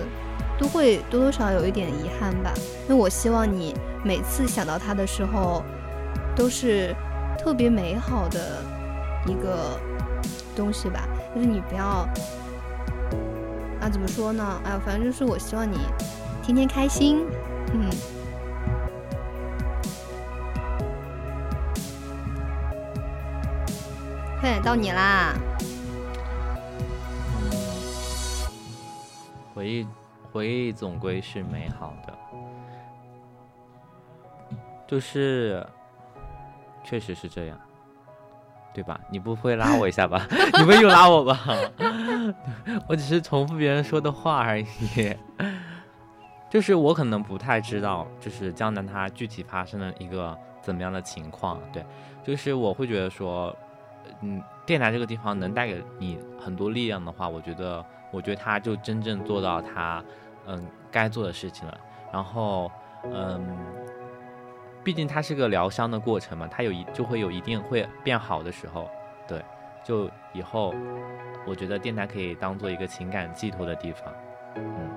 [SPEAKER 3] 都会多多少少有一点遗憾吧。那我希望你每次想到她的时候，都是特别美好的一个东西吧。就是你不要啊，怎么说呢？哎呀，反正就是我希望你天天开心。嗯，快点到你啦！
[SPEAKER 2] 回忆，回忆总归是美好的，就是，确实是这样，对吧？你不会拉我一下吧？ 你不会又拉我吧？ 我只是重复别人说的话而已。就是我可能不太知道，就是江南它具体发生了一个怎么样的情况，对，就是我会觉得说，嗯，电台这个地方能带给你很多力量的话，我觉得，我觉得他就真正做到他，嗯，该做的事情了。然后，嗯，毕竟它是个疗伤的过程嘛，它有一就会有一定会变好的时候，对，就以后，我觉得电台可以当做一个情感寄托的地方。嗯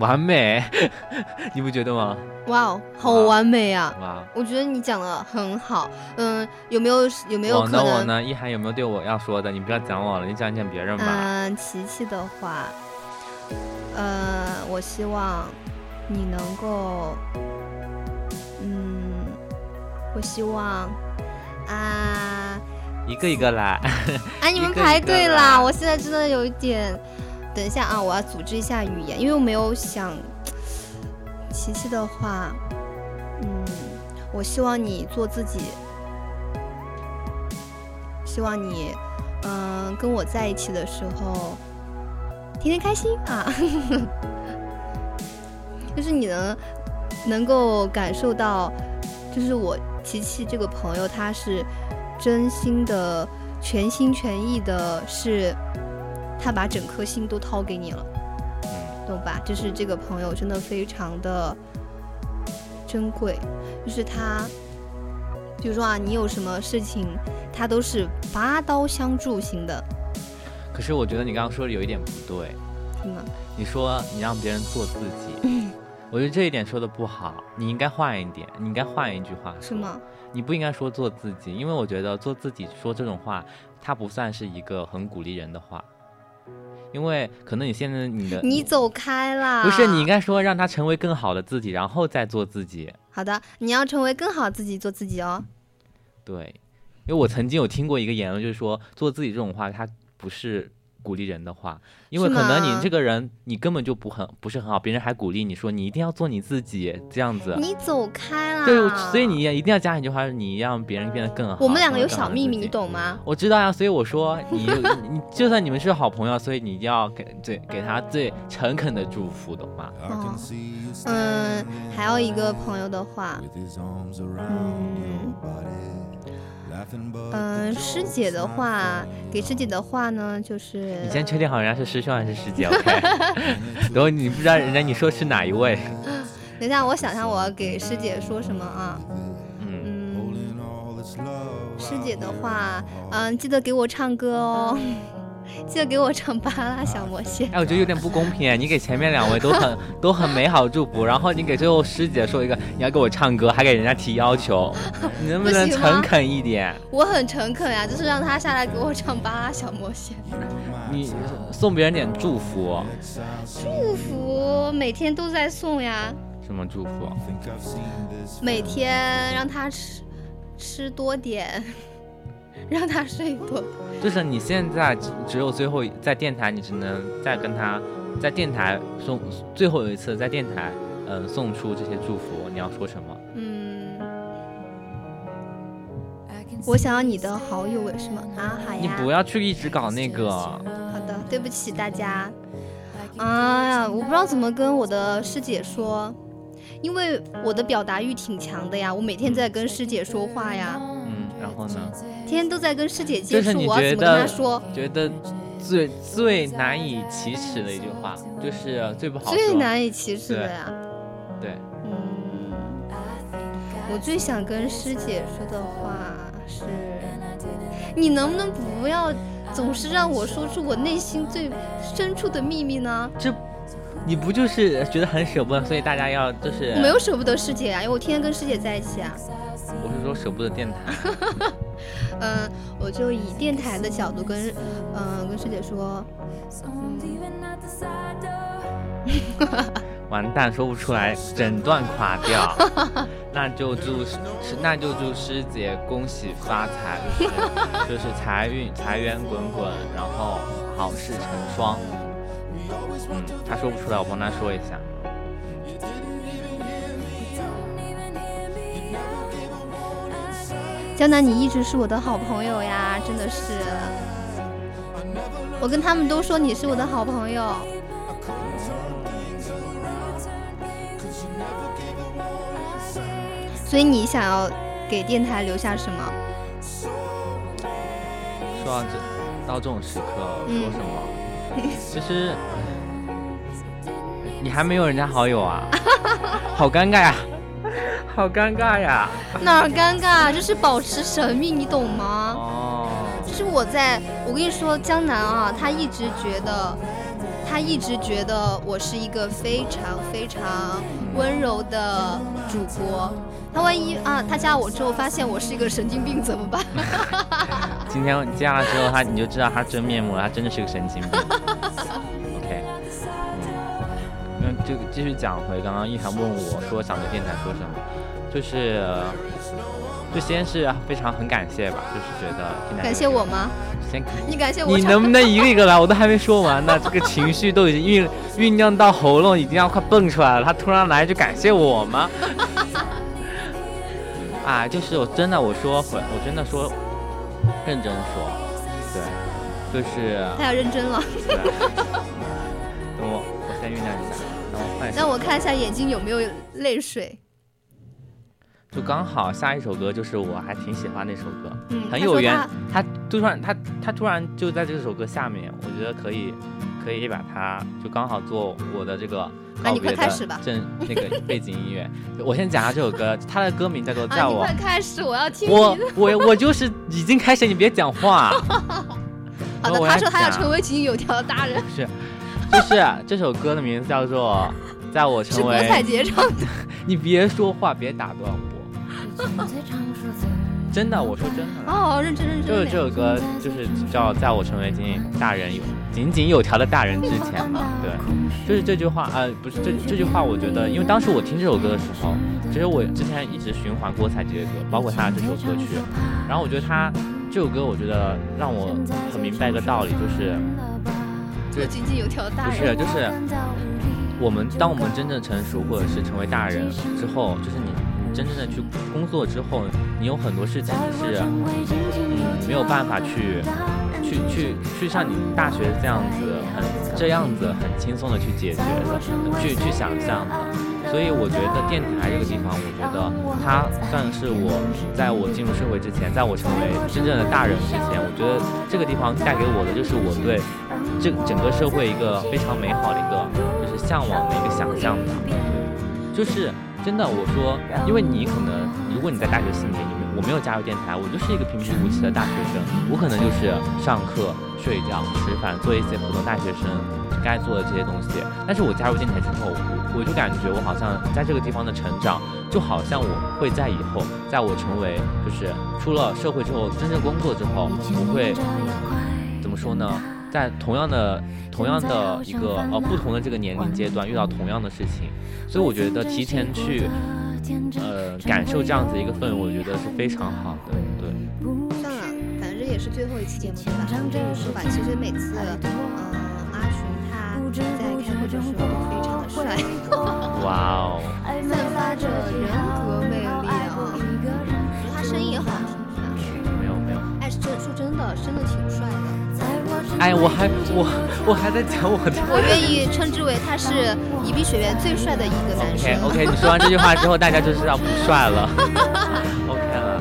[SPEAKER 2] 完美， 你不觉得吗？
[SPEAKER 3] 哇哦，好完美啊！
[SPEAKER 2] 哇，
[SPEAKER 3] 我觉得你讲的很好，嗯，有没有有没有
[SPEAKER 2] 我
[SPEAKER 3] 可
[SPEAKER 2] 呢我
[SPEAKER 3] 能？
[SPEAKER 2] 呢，一涵有没有对我要说的？你不要讲我了，你讲讲别人吧。
[SPEAKER 3] 嗯，琪琪的话，呃，我希望你能够，嗯，我希望啊
[SPEAKER 2] 一个一个来，
[SPEAKER 3] 啊，你
[SPEAKER 2] 一
[SPEAKER 3] 们
[SPEAKER 2] 个一
[SPEAKER 3] 排
[SPEAKER 2] 个
[SPEAKER 3] 队
[SPEAKER 2] 来
[SPEAKER 3] 啦！我现在真的有一点，等一下啊，我要组织一下语言，因为我没有想琪琪的话，嗯，我希望你做自己，希望你，嗯、跟我在一起的时候，天天开心啊， 就是你能能够感受到，就是我琪琪这个朋友，他是真心的、全心全意的，是他把整颗心都掏给你了。
[SPEAKER 2] 嗯
[SPEAKER 3] 懂吧？就是这个朋友真的非常的珍贵，就是他，比如说啊，你有什么事情，他都是拔刀相助型的，
[SPEAKER 2] 可是我觉得你刚刚说的有一点不对，
[SPEAKER 3] 听吗？
[SPEAKER 2] 你说你让别人做自
[SPEAKER 3] 嗯
[SPEAKER 2] 己，我觉得这一点说的不好，你应该换一点，你应该换一句话，
[SPEAKER 3] 是吗？？
[SPEAKER 2] 你不应该说做自己，因为我觉得做自己说这种话，它不算是一个很鼓励人的话，因为可能你现在呃你的
[SPEAKER 3] 你走开啦！
[SPEAKER 2] 不是你应该说让他成为更好的自己，然后再做自己。
[SPEAKER 3] 好的，你要成为更好自己，做自己哦。
[SPEAKER 2] 对，因为我曾经有听过一个言论，就是说做自己这种话，它不是鼓励人的话，因为
[SPEAKER 3] 是
[SPEAKER 2] 可能你
[SPEAKER 3] 吗
[SPEAKER 2] 这个人你根本就不很不是很好，别人还鼓励你说你一定要做你自己这样子。
[SPEAKER 3] 你走开啦！
[SPEAKER 2] 对，所以你也一定要加一句话，你让别人变得更好。
[SPEAKER 3] 我们两
[SPEAKER 2] 成
[SPEAKER 3] 个
[SPEAKER 2] 为
[SPEAKER 3] 有
[SPEAKER 2] 更好
[SPEAKER 3] 小
[SPEAKER 2] 的
[SPEAKER 3] 秘
[SPEAKER 2] 自
[SPEAKER 3] 密，
[SPEAKER 2] 己
[SPEAKER 3] 你懂吗？
[SPEAKER 2] 我知道呀，所以我说你你就算你们是好朋友，所以你要给最给他最诚恳的祝福，懂吗？
[SPEAKER 3] 哦，嗯，还有一个朋友的话，嗯，嗯，师姐的话，给师姐的话呢，就是
[SPEAKER 2] 你先确定好人家是师兄还是师姐，OK？然 后你不知道人家你说是哪一位，
[SPEAKER 3] 等一下，我想想我要给师姐说什么啊？
[SPEAKER 2] 嗯，
[SPEAKER 3] 嗯，师姐的话，嗯，记得给我唱歌哦， 记得给我唱《巴拉小 魔仙》。
[SPEAKER 2] 哎，我觉得有点不公平哎，你给前面两位都很 都很美好祝福，然后你给最后师姐说一个你要给我唱歌，还给人家提要求，你能不
[SPEAKER 3] 不
[SPEAKER 2] 能
[SPEAKER 3] 行
[SPEAKER 2] 诚
[SPEAKER 3] 吗
[SPEAKER 2] 恳一点？
[SPEAKER 3] 我很诚恳呀、就是让她下来给我唱《巴拉小魔仙》，
[SPEAKER 2] 你送别人点祝福，
[SPEAKER 3] 祝福每天都在送呀，
[SPEAKER 2] 什么祝福？
[SPEAKER 3] 每天让她吃吃多点， 让她睡多点。
[SPEAKER 2] 就是你现在只只有最后一在电台，你只能再跟他在电台送最后一次在电台，嗯、送出这些祝福，你要说什么？
[SPEAKER 3] 嗯，我想要你的好友为什么啊？好呀，
[SPEAKER 2] 你不要去一直搞那个，
[SPEAKER 3] 好的，对不起大家。哎呀，我不知道怎么跟我的师姐说，因为我的表达欲挺强的呀，我每天在跟师姐说话呀，
[SPEAKER 2] 嗯，然后呢？
[SPEAKER 3] 天天都在跟师姐
[SPEAKER 2] 就
[SPEAKER 3] 接
[SPEAKER 2] 是
[SPEAKER 3] 触，
[SPEAKER 2] 你
[SPEAKER 3] 我要
[SPEAKER 2] 觉
[SPEAKER 3] 怎么跟她
[SPEAKER 2] 得
[SPEAKER 3] 说？
[SPEAKER 2] 觉得最最难以启齿的一句话，就是最不好说。
[SPEAKER 3] 最难以启齿的呀。
[SPEAKER 2] 对，
[SPEAKER 3] 嗯，我最想跟师姐说的话是，你能不能不要总是让我说出我内心最深处的秘密呢？
[SPEAKER 2] 这你不就是觉得很舍不得，所以大家要就是
[SPEAKER 3] 我没有舍不得师姐啊，因为我天天跟师姐在一起啊。
[SPEAKER 2] 我是说舍不得电台。
[SPEAKER 3] 嗯，我就以电台的角度跟，嗯、跟师姐说，
[SPEAKER 2] 完蛋，说不出来，整段垮 掉。那就祝师，那就祝师姐恭喜发财， 就是就是财运财源滚滚，然后好事成双。嗯，他说不出来，我帮他说一下。
[SPEAKER 3] 江南你一直是我的好朋友呀，真的是，我跟他们都说你是我的好朋友。所以你想要给电台留下什么？
[SPEAKER 2] 说到这，到这种时刻哦
[SPEAKER 3] 嗯
[SPEAKER 2] 说什么？其实你还没有人家好友啊，好尴尬呀， 好尴尬呀。
[SPEAKER 3] 哪儿尴尬？就是保持神秘，你懂吗？
[SPEAKER 2] 哦，
[SPEAKER 3] 就是我在，我跟你说，江南啊，他一直觉得，他他一直觉得我是一个非常非常温柔的主播。他万一啊，他加我之后发现我是一个神经病怎么办？
[SPEAKER 2] 今天你加了之后，他你就知道他真面目了，他真的是个神经病。OK，嗯，那这个继续讲回刚刚一涵问我说想对电台说什么，就是就先是非常很感谢吧，就是觉得电台
[SPEAKER 3] 感谢我吗？
[SPEAKER 2] 先
[SPEAKER 3] 你感 谢我？
[SPEAKER 2] 你能不能一个一个来？我都还没说完呢，这个情绪都已经酝酝酿到喉咙，已经要快蹦出来了。他突然来就感谢我 吗？啊，就是我真的，我说回，我真的说，认真说，对，就是啊
[SPEAKER 3] 他要认真了，
[SPEAKER 2] 对啊 等我，我先酝酿一下，然后换一首
[SPEAKER 3] 让我看一下眼睛有没有泪水。
[SPEAKER 2] 就刚好下一首歌就是我还挺喜欢那首歌，
[SPEAKER 3] 嗯，
[SPEAKER 2] 很
[SPEAKER 3] 他
[SPEAKER 2] 有
[SPEAKER 3] 说
[SPEAKER 2] 缘
[SPEAKER 3] 他。
[SPEAKER 2] 他突然他他突然就在这首歌下面，我觉得可以可以把它就刚好做我的这个
[SPEAKER 3] 那
[SPEAKER 2] 告
[SPEAKER 3] 你快
[SPEAKER 2] 别
[SPEAKER 3] 开始吧
[SPEAKER 2] 的正那 个背景音乐。我先讲下这首歌，它的歌名叫做《
[SPEAKER 3] 啊，
[SPEAKER 2] 叫
[SPEAKER 3] 你
[SPEAKER 2] 我》
[SPEAKER 3] 快开始，我要听你
[SPEAKER 2] 我
[SPEAKER 3] 的。
[SPEAKER 2] 我我就是已经开始，你别讲 话。
[SPEAKER 3] 好的，
[SPEAKER 2] 我
[SPEAKER 3] 他
[SPEAKER 2] 要
[SPEAKER 3] 说他要
[SPEAKER 2] 讲
[SPEAKER 3] 成为井井有条的大人，
[SPEAKER 2] 就是啊这首歌的名字叫做《在我
[SPEAKER 3] 是
[SPEAKER 2] 成
[SPEAKER 3] 郭
[SPEAKER 2] 为》
[SPEAKER 3] 采，洁唱的。
[SPEAKER 2] 你别说话，别打断我，真的，我说真的啦。
[SPEAKER 3] 哦，认真认真
[SPEAKER 2] 就是
[SPEAKER 3] 嘞。
[SPEAKER 2] 这首歌，就是叫在我成为井井大人有井井有条的大人之前嘛，对，就是这句话，呃，不是这这句话，我觉得，因为当时我听这首歌的时候，其实我之前一直循环郭采洁的歌，包括她的这首歌曲，然后我觉得她这首歌，我觉得让我很明白一个道理，就是
[SPEAKER 3] 做井井有条的大
[SPEAKER 2] 不是，
[SPEAKER 3] 人
[SPEAKER 2] 就是我们当我们真正成熟或者是成为大人之后，就是你你真正的去工作之后，你有很多事情你是嗯没有办法去去去去像你大学这样子很这样子很轻松的去解决的，去去想象的。所以我觉得电台这个地方，我觉得它算是我在我进入社会之前，在我成为真正的大人之前，我觉得这个地方带给我的就是我对这整个社会一个非常美好的一个就是向往的一个想象吧。就是真的，我说，因为你可能如果你在大学四年里面，我没有加入电台，我就是一个平平无奇的大学生，我可能就是上课、睡觉、吃饭，做一些普通大学生该做的这些东西。但是我加入电台之后，我我就感觉我好像在这个地方的成长，就好像我会在以后，在我成为就是出了社会之后，真正工作之后，哦我会怎么说呢？在同样的、同样的一个呃不同的这个年龄阶段，遇到同样的事情，所以我觉得提前去呃感受这样子一个氛围，我觉得是非常好的。对，
[SPEAKER 3] 算了，反正也是最后一期节目对吧？这个说法其实每次，嗯、阿群他在开会的时候都非常的帅，
[SPEAKER 2] 哇哦，
[SPEAKER 3] 散发着人格魅力啊！我觉得他声音也好听是吧？
[SPEAKER 2] 没有没有，
[SPEAKER 3] 哎，是真说真的，真的挺帅的。
[SPEAKER 2] 哎，我还我我还在讲我的。
[SPEAKER 3] 我愿意称之为他是宜宾学院最帅的一个男生。
[SPEAKER 2] OK OK，你说完这句话之后，大家就知道不帅 了。OK 了，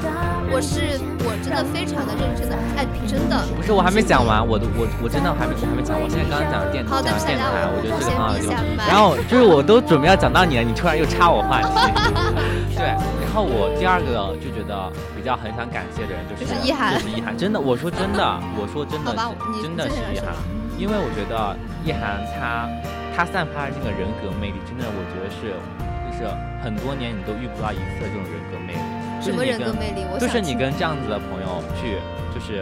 [SPEAKER 3] 我是我真的非常的认真的，哎，真的。
[SPEAKER 2] 不是我还没讲完，我的我我真的还没我还没讲，我现在刚刚讲电
[SPEAKER 3] 好
[SPEAKER 2] 讲
[SPEAKER 3] 的大家
[SPEAKER 2] 电台，我
[SPEAKER 3] 我
[SPEAKER 2] 觉得
[SPEAKER 3] 我
[SPEAKER 2] 这个
[SPEAKER 3] 先
[SPEAKER 2] 很好
[SPEAKER 3] 闭一
[SPEAKER 2] 用
[SPEAKER 3] 下。麦
[SPEAKER 2] 然后就是我都准备要讲到你了，你突然又插我话题。对，然后我第二个就觉得比较很想感谢的人就是
[SPEAKER 3] 就是一涵
[SPEAKER 2] 就是一涵，真的，我说真的，我说真的
[SPEAKER 3] 好吧你
[SPEAKER 2] 是真的是
[SPEAKER 3] 真的
[SPEAKER 2] 一
[SPEAKER 3] 是
[SPEAKER 2] 涵，因为我觉得一涵她她散发的那个人格魅力，真的我觉得是就是很多年你都遇不到一次的这种人格魅力。就是
[SPEAKER 3] 什么
[SPEAKER 2] 你
[SPEAKER 3] 人格
[SPEAKER 2] 跟
[SPEAKER 3] 魅力？我
[SPEAKER 2] 就
[SPEAKER 3] 想
[SPEAKER 2] 是你
[SPEAKER 3] 听
[SPEAKER 2] 跟这样子的朋友去，就是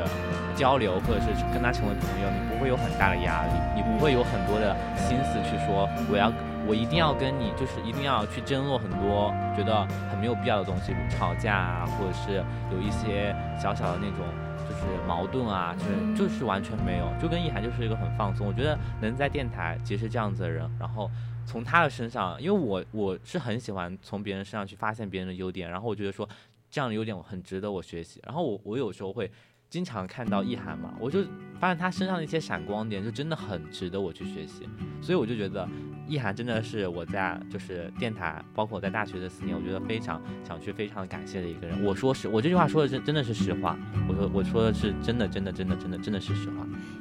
[SPEAKER 2] 交流，或者是跟他成为朋友，你不会有很大的压力，你不会有很多的心思去说我要我一定要跟你，就是一定要去争论很多觉得很没有必要的东西，吵架啊，或者是有一些小小的那种。就是矛盾啊，就是就是完全没有，就跟意涵就是一个很放松。我觉得能在电台结识这样子的人，然后从他的身上，因为我我是很喜欢从别人身上去发现别人的优点，然后我觉得说这样的优点我很值得我学习。然后我我有时候会经常看到意涵嘛，我就发现他身上的一些闪光点，就真的很值得我去学习。所以我就觉得意涵真的是我在就是电台，包括我在大学这四年，我觉得非常想去非常感谢的一个人。我说是我这句话说的真真的是实话，我说我说的是真的真的真的真的真的是实话。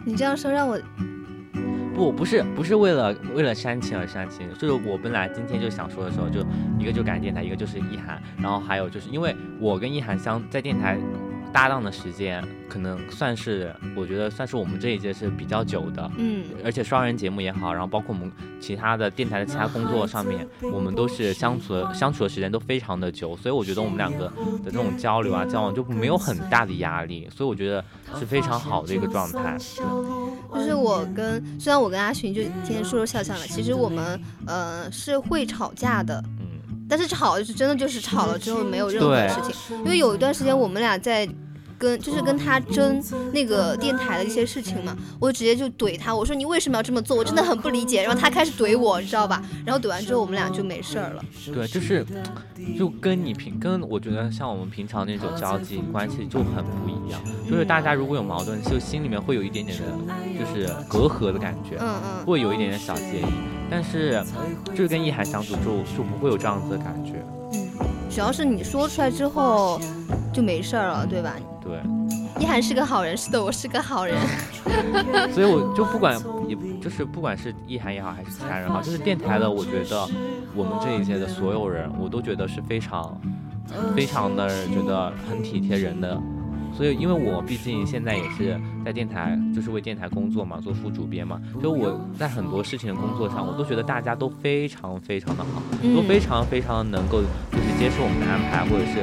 [SPEAKER 3] 你这样说让我
[SPEAKER 2] 不，不是，不是为了为了煽情而煽情，就是我本来今天就想说的时候，就一个就感谢电台，一个就是意涵，然后还有就是因为我跟意涵相在电台搭档的时间，可能算是我觉得算是我们这一届是比较久的。
[SPEAKER 3] 嗯，
[SPEAKER 2] 而且双人节目也好，然后包括我们其他的电台的其他工作上面，我们都是相处的相处的时间都非常的久，所以我觉得我们两个的这种交流
[SPEAKER 3] 嗯
[SPEAKER 2] 啊交往就没有很大的压力，所以我觉得是非常好的一个状态。
[SPEAKER 3] 就是我跟虽然我跟阿寻就天天说说笑笑的，其实我们呃是会吵架的，
[SPEAKER 2] 嗯，
[SPEAKER 3] 但是吵就是真的就是吵了之后没有任何
[SPEAKER 2] 对
[SPEAKER 3] 事情，因为有一段时间我们俩在。跟就是跟他争那个电台的一些事情嘛，我直接就怼他，我说你为什么要这么做？我真的很不理解。然后他开始怼我，知道吧？然后怼完之后我们俩就没事儿了。
[SPEAKER 2] 对，就是就跟你平跟我觉得像我们平常那种交际关系就很不一样，就是大家如果有矛盾，就心里面会有一点点的，就是隔阂的感觉。
[SPEAKER 3] 嗯嗯，
[SPEAKER 2] 会有一点点小介意，但是就是跟一涵相处就就不会有这样子的感觉，
[SPEAKER 3] 主要是你说出来之后就没事儿了，对吧？
[SPEAKER 2] 对。
[SPEAKER 3] 一涵是个好人，是的，我是个 好人。
[SPEAKER 2] 所以我就不管，也就是不管是意涵也好，还是其他人好，就是电台的，我觉得我们这一届
[SPEAKER 3] 哦
[SPEAKER 2] 的所有人，我都觉得是非常、
[SPEAKER 3] 嗯
[SPEAKER 2] 非常的觉得很体贴人的。所以，因为我毕竟现在也是在电台，就是为电台工作嘛，做副主编嘛，就我在很多事情的工作上，我都觉得大家都非常非常的好，
[SPEAKER 3] 嗯
[SPEAKER 2] 都非常非常地能够就是接受我们的安排，或者是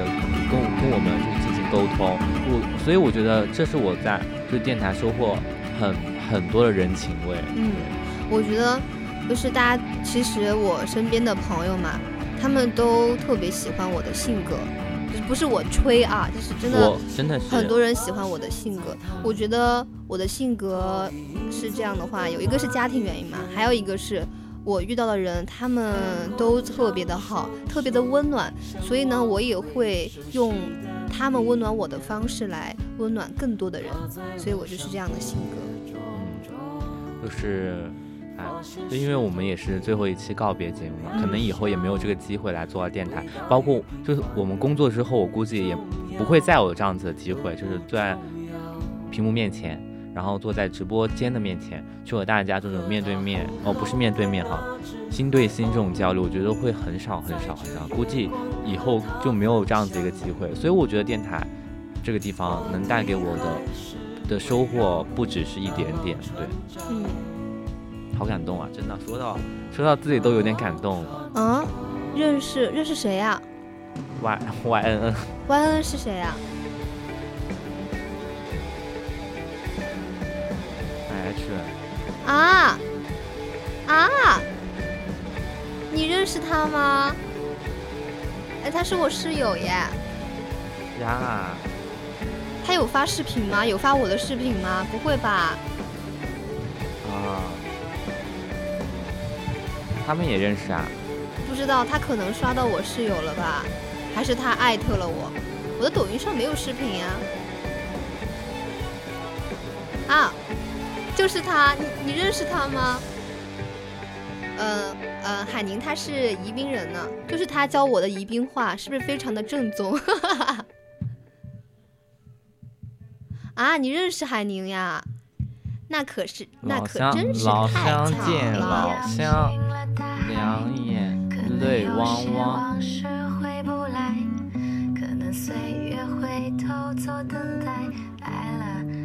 [SPEAKER 2] 跟我跟我们就是进行沟通。我所以我觉得这是我在就是电台收获很很多的人情味。
[SPEAKER 3] 嗯，我觉得就是大家，其实我身边的朋友嘛，他们都特别喜欢我的性格，就是不是我吹啊，就是真的
[SPEAKER 2] 我真的是
[SPEAKER 3] 很多人喜欢我的性格。我觉得我的性格是这样的话，有一个是家庭原因嘛，还有一个是。我遇到的人，他们都特别的好，特别的温暖，所以呢，我也会用他们温暖我的方式来温暖更多的人，所以我就是这样的性格。
[SPEAKER 2] 嗯，就是。哎，就因为我们也是最后一期告别节目嘛，可能以后也没有这个机会来做到电台，包括就是我们工作之后，我估计也不会再有这样子的机会，就是坐在屏幕面前，然后坐在直播间的面前，去和大家这种面对面，哦，不是面对面哈，心对心这种交流，我觉得会很少很少很少，估计以后就没有这样子一个机会，所以我觉得电台这个地方能带给我的的收获不只是一点点，对，
[SPEAKER 3] 嗯，
[SPEAKER 2] 好感动啊！真的，说到说到自己都有点感动了。
[SPEAKER 3] 啊，认识认识谁呀、
[SPEAKER 2] Y Y N N，
[SPEAKER 3] Y N 是谁啊呀、
[SPEAKER 2] H，
[SPEAKER 3] 啊？啊你认识他吗？哎，他是我室友耶。
[SPEAKER 2] 呀，啊
[SPEAKER 3] 他有发视频吗？有发我的视频吗？不会吧？
[SPEAKER 2] 啊，他们也认识啊？
[SPEAKER 3] 不知道，他可能刷到我室友了吧？还是他艾特了我？我的抖音上没有视频呀、啊。就是他，你你认识他吗？呃呃，海宁他是宜宾人呢、就是他教我的宜宾话，是不是非常的正宗？ 啊，你认识海宁呀？那可是，那
[SPEAKER 2] 老
[SPEAKER 3] 可
[SPEAKER 2] 乡
[SPEAKER 3] 真是
[SPEAKER 2] 老
[SPEAKER 3] 太巧
[SPEAKER 2] 乡见，
[SPEAKER 3] 了
[SPEAKER 2] 老。乡两眼泪汪汪。
[SPEAKER 6] 事回不来，可能岁月会偷走等待，爱了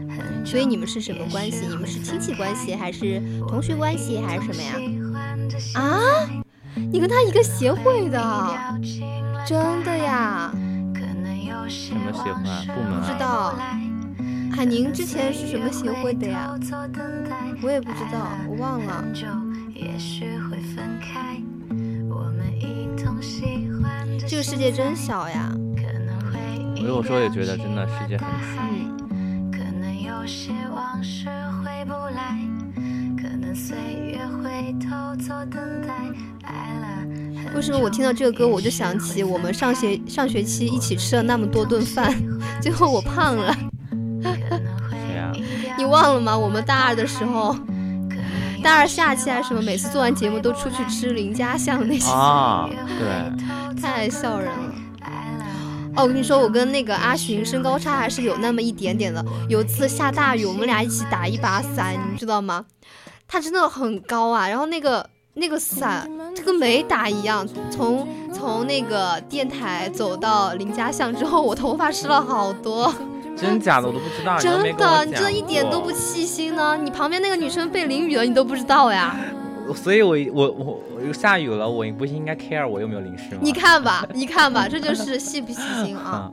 [SPEAKER 6] 很久。
[SPEAKER 3] 所以你们是什么关系？你们是亲戚关系，还是同学关系，还是什么呀？
[SPEAKER 6] 呀？
[SPEAKER 3] 啊，你跟他一个协会的，真的？呀？
[SPEAKER 6] 什
[SPEAKER 2] 么协会啊部门啊
[SPEAKER 3] 不知道海宁之前是什么协会的呀？？我也不知道，我忘了。
[SPEAKER 6] 很久也许会分开，我们一同喜欢的
[SPEAKER 3] 这个世界真小呀。
[SPEAKER 6] 可能会一
[SPEAKER 2] 我有时候也觉得真的
[SPEAKER 6] 起
[SPEAKER 2] 世界很
[SPEAKER 6] 大海
[SPEAKER 3] 嗯，
[SPEAKER 6] 可能有些往事回不来，可能岁月会偷走等待，爱了。
[SPEAKER 3] 为什么我听到这个歌，我就想起我们上学上学期一起吃了那么多顿饭，最后我胖了，
[SPEAKER 2] 谁啊？
[SPEAKER 3] 你忘了吗？我们大二的时候，大二下期还是什么，每次做完节目都出去吃林家巷那些，
[SPEAKER 2] 啊，对，
[SPEAKER 3] 太笑人了。哦，我跟你说，我跟那个阿寻身高差还是有那么一点点的。有一次下大雨，我们俩一起打一把伞，你们知道吗？他真的很高啊，然后那个那个伞，这跟没打一样。从从那个电台走到林家巷之后，我头发湿了好多。
[SPEAKER 2] 真假的我都不知道，你都没
[SPEAKER 3] 真
[SPEAKER 2] 跟我
[SPEAKER 3] 的，
[SPEAKER 2] 讲
[SPEAKER 3] 你真的一点都不
[SPEAKER 2] 过
[SPEAKER 3] 细心呢。你旁边那个女生被淋雨了，你都不知道呀？
[SPEAKER 2] 所以我我我我下雨了，我不是应该 care 我有没有淋湿吗？
[SPEAKER 3] 你看吧，你看吧，这就是细不细心啊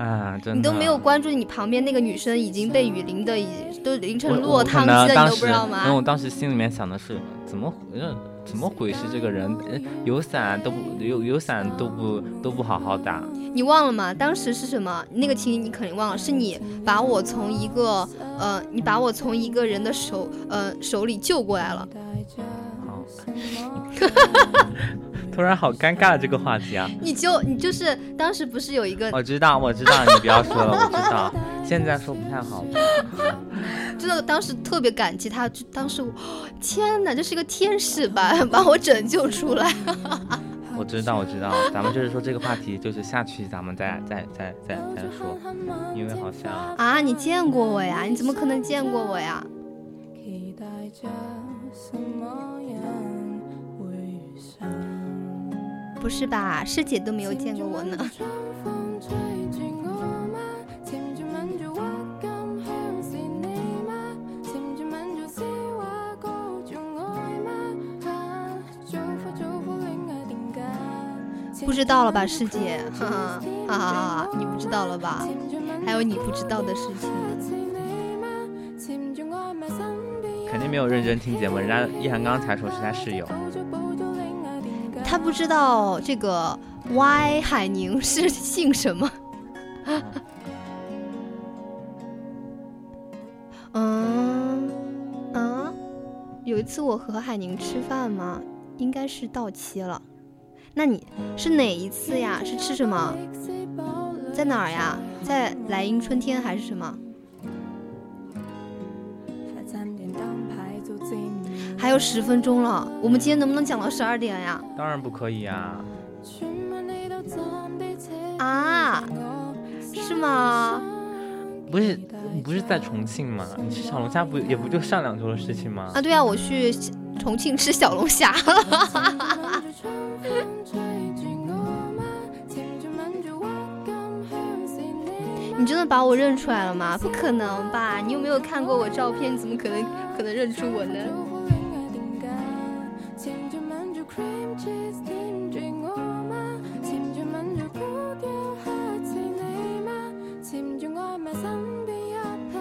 [SPEAKER 2] 啊。啊，真的
[SPEAKER 3] 你都没有关注你旁边那个女生已经被雨淋的，已都淋
[SPEAKER 2] 我
[SPEAKER 3] 成
[SPEAKER 2] 我
[SPEAKER 3] 落
[SPEAKER 2] 可
[SPEAKER 3] 汤
[SPEAKER 2] 能
[SPEAKER 3] 鸡了，
[SPEAKER 2] 当
[SPEAKER 3] 你都不
[SPEAKER 2] 时
[SPEAKER 3] 知道
[SPEAKER 2] 因为
[SPEAKER 3] 吗
[SPEAKER 2] 我？当时心里面想的是，怎么回呃怎么回事？这个人呃有伞都不有有伞都不都不好好打，
[SPEAKER 3] 你忘了吗？当时是什么？那个情景你肯定忘了，是你把我从一个呃，你把我从一个人的手呃手里救过来了。
[SPEAKER 2] 好，突然好尴尬这个话题啊！
[SPEAKER 3] 你就你就是当时不是有一个
[SPEAKER 2] 我知道，我知道，你不要说了，我知道，现在说不太好。
[SPEAKER 3] 真的当时特别感激他，就当时我天哪，这是个天使吧， 把我拯救出来。
[SPEAKER 2] 我知道，我知道，咱们就是说这个话题，就是下去咱们再再再再再说，因为好像
[SPEAKER 3] 啊，你见过我呀？你怎么可能见过我呀？
[SPEAKER 7] 期待着什么人会遇上？
[SPEAKER 3] 不是吧，师姐都没有见过我呢。
[SPEAKER 7] 窗風吹住我嗎？纏住吻住鬱金香是你嗎？纏住吻住詩畫告住愛嗎？啊，早課早課戀愛定格
[SPEAKER 3] 不知道了吧，师姐？ 哈哈哈哈，你不知道了吧？还有你不知道的事情呢。
[SPEAKER 2] 肯定没有认真听节目。人家一涵刚才说是他室友，
[SPEAKER 3] 他不知道这个 Y 海宁是姓什么。嗯嗯，有一次我和海宁吃饭嘛，应该是到期了。那你是哪一次呀？是吃什么？在哪儿呀？在莱茵春天还是什么？还有十分钟了，我们今天能不能讲到十二点呀？
[SPEAKER 2] 当然不可以啊。
[SPEAKER 3] 啊，是吗？
[SPEAKER 2] 不是你不是在重庆吗？你吃小龙虾不也不就上两周的事情吗？
[SPEAKER 3] 啊，对啊，我去重庆吃小龙虾。 你真的把我认出来了啊吗？不可能吧！你又没有看过我照片，你怎么可能可能认出我呢？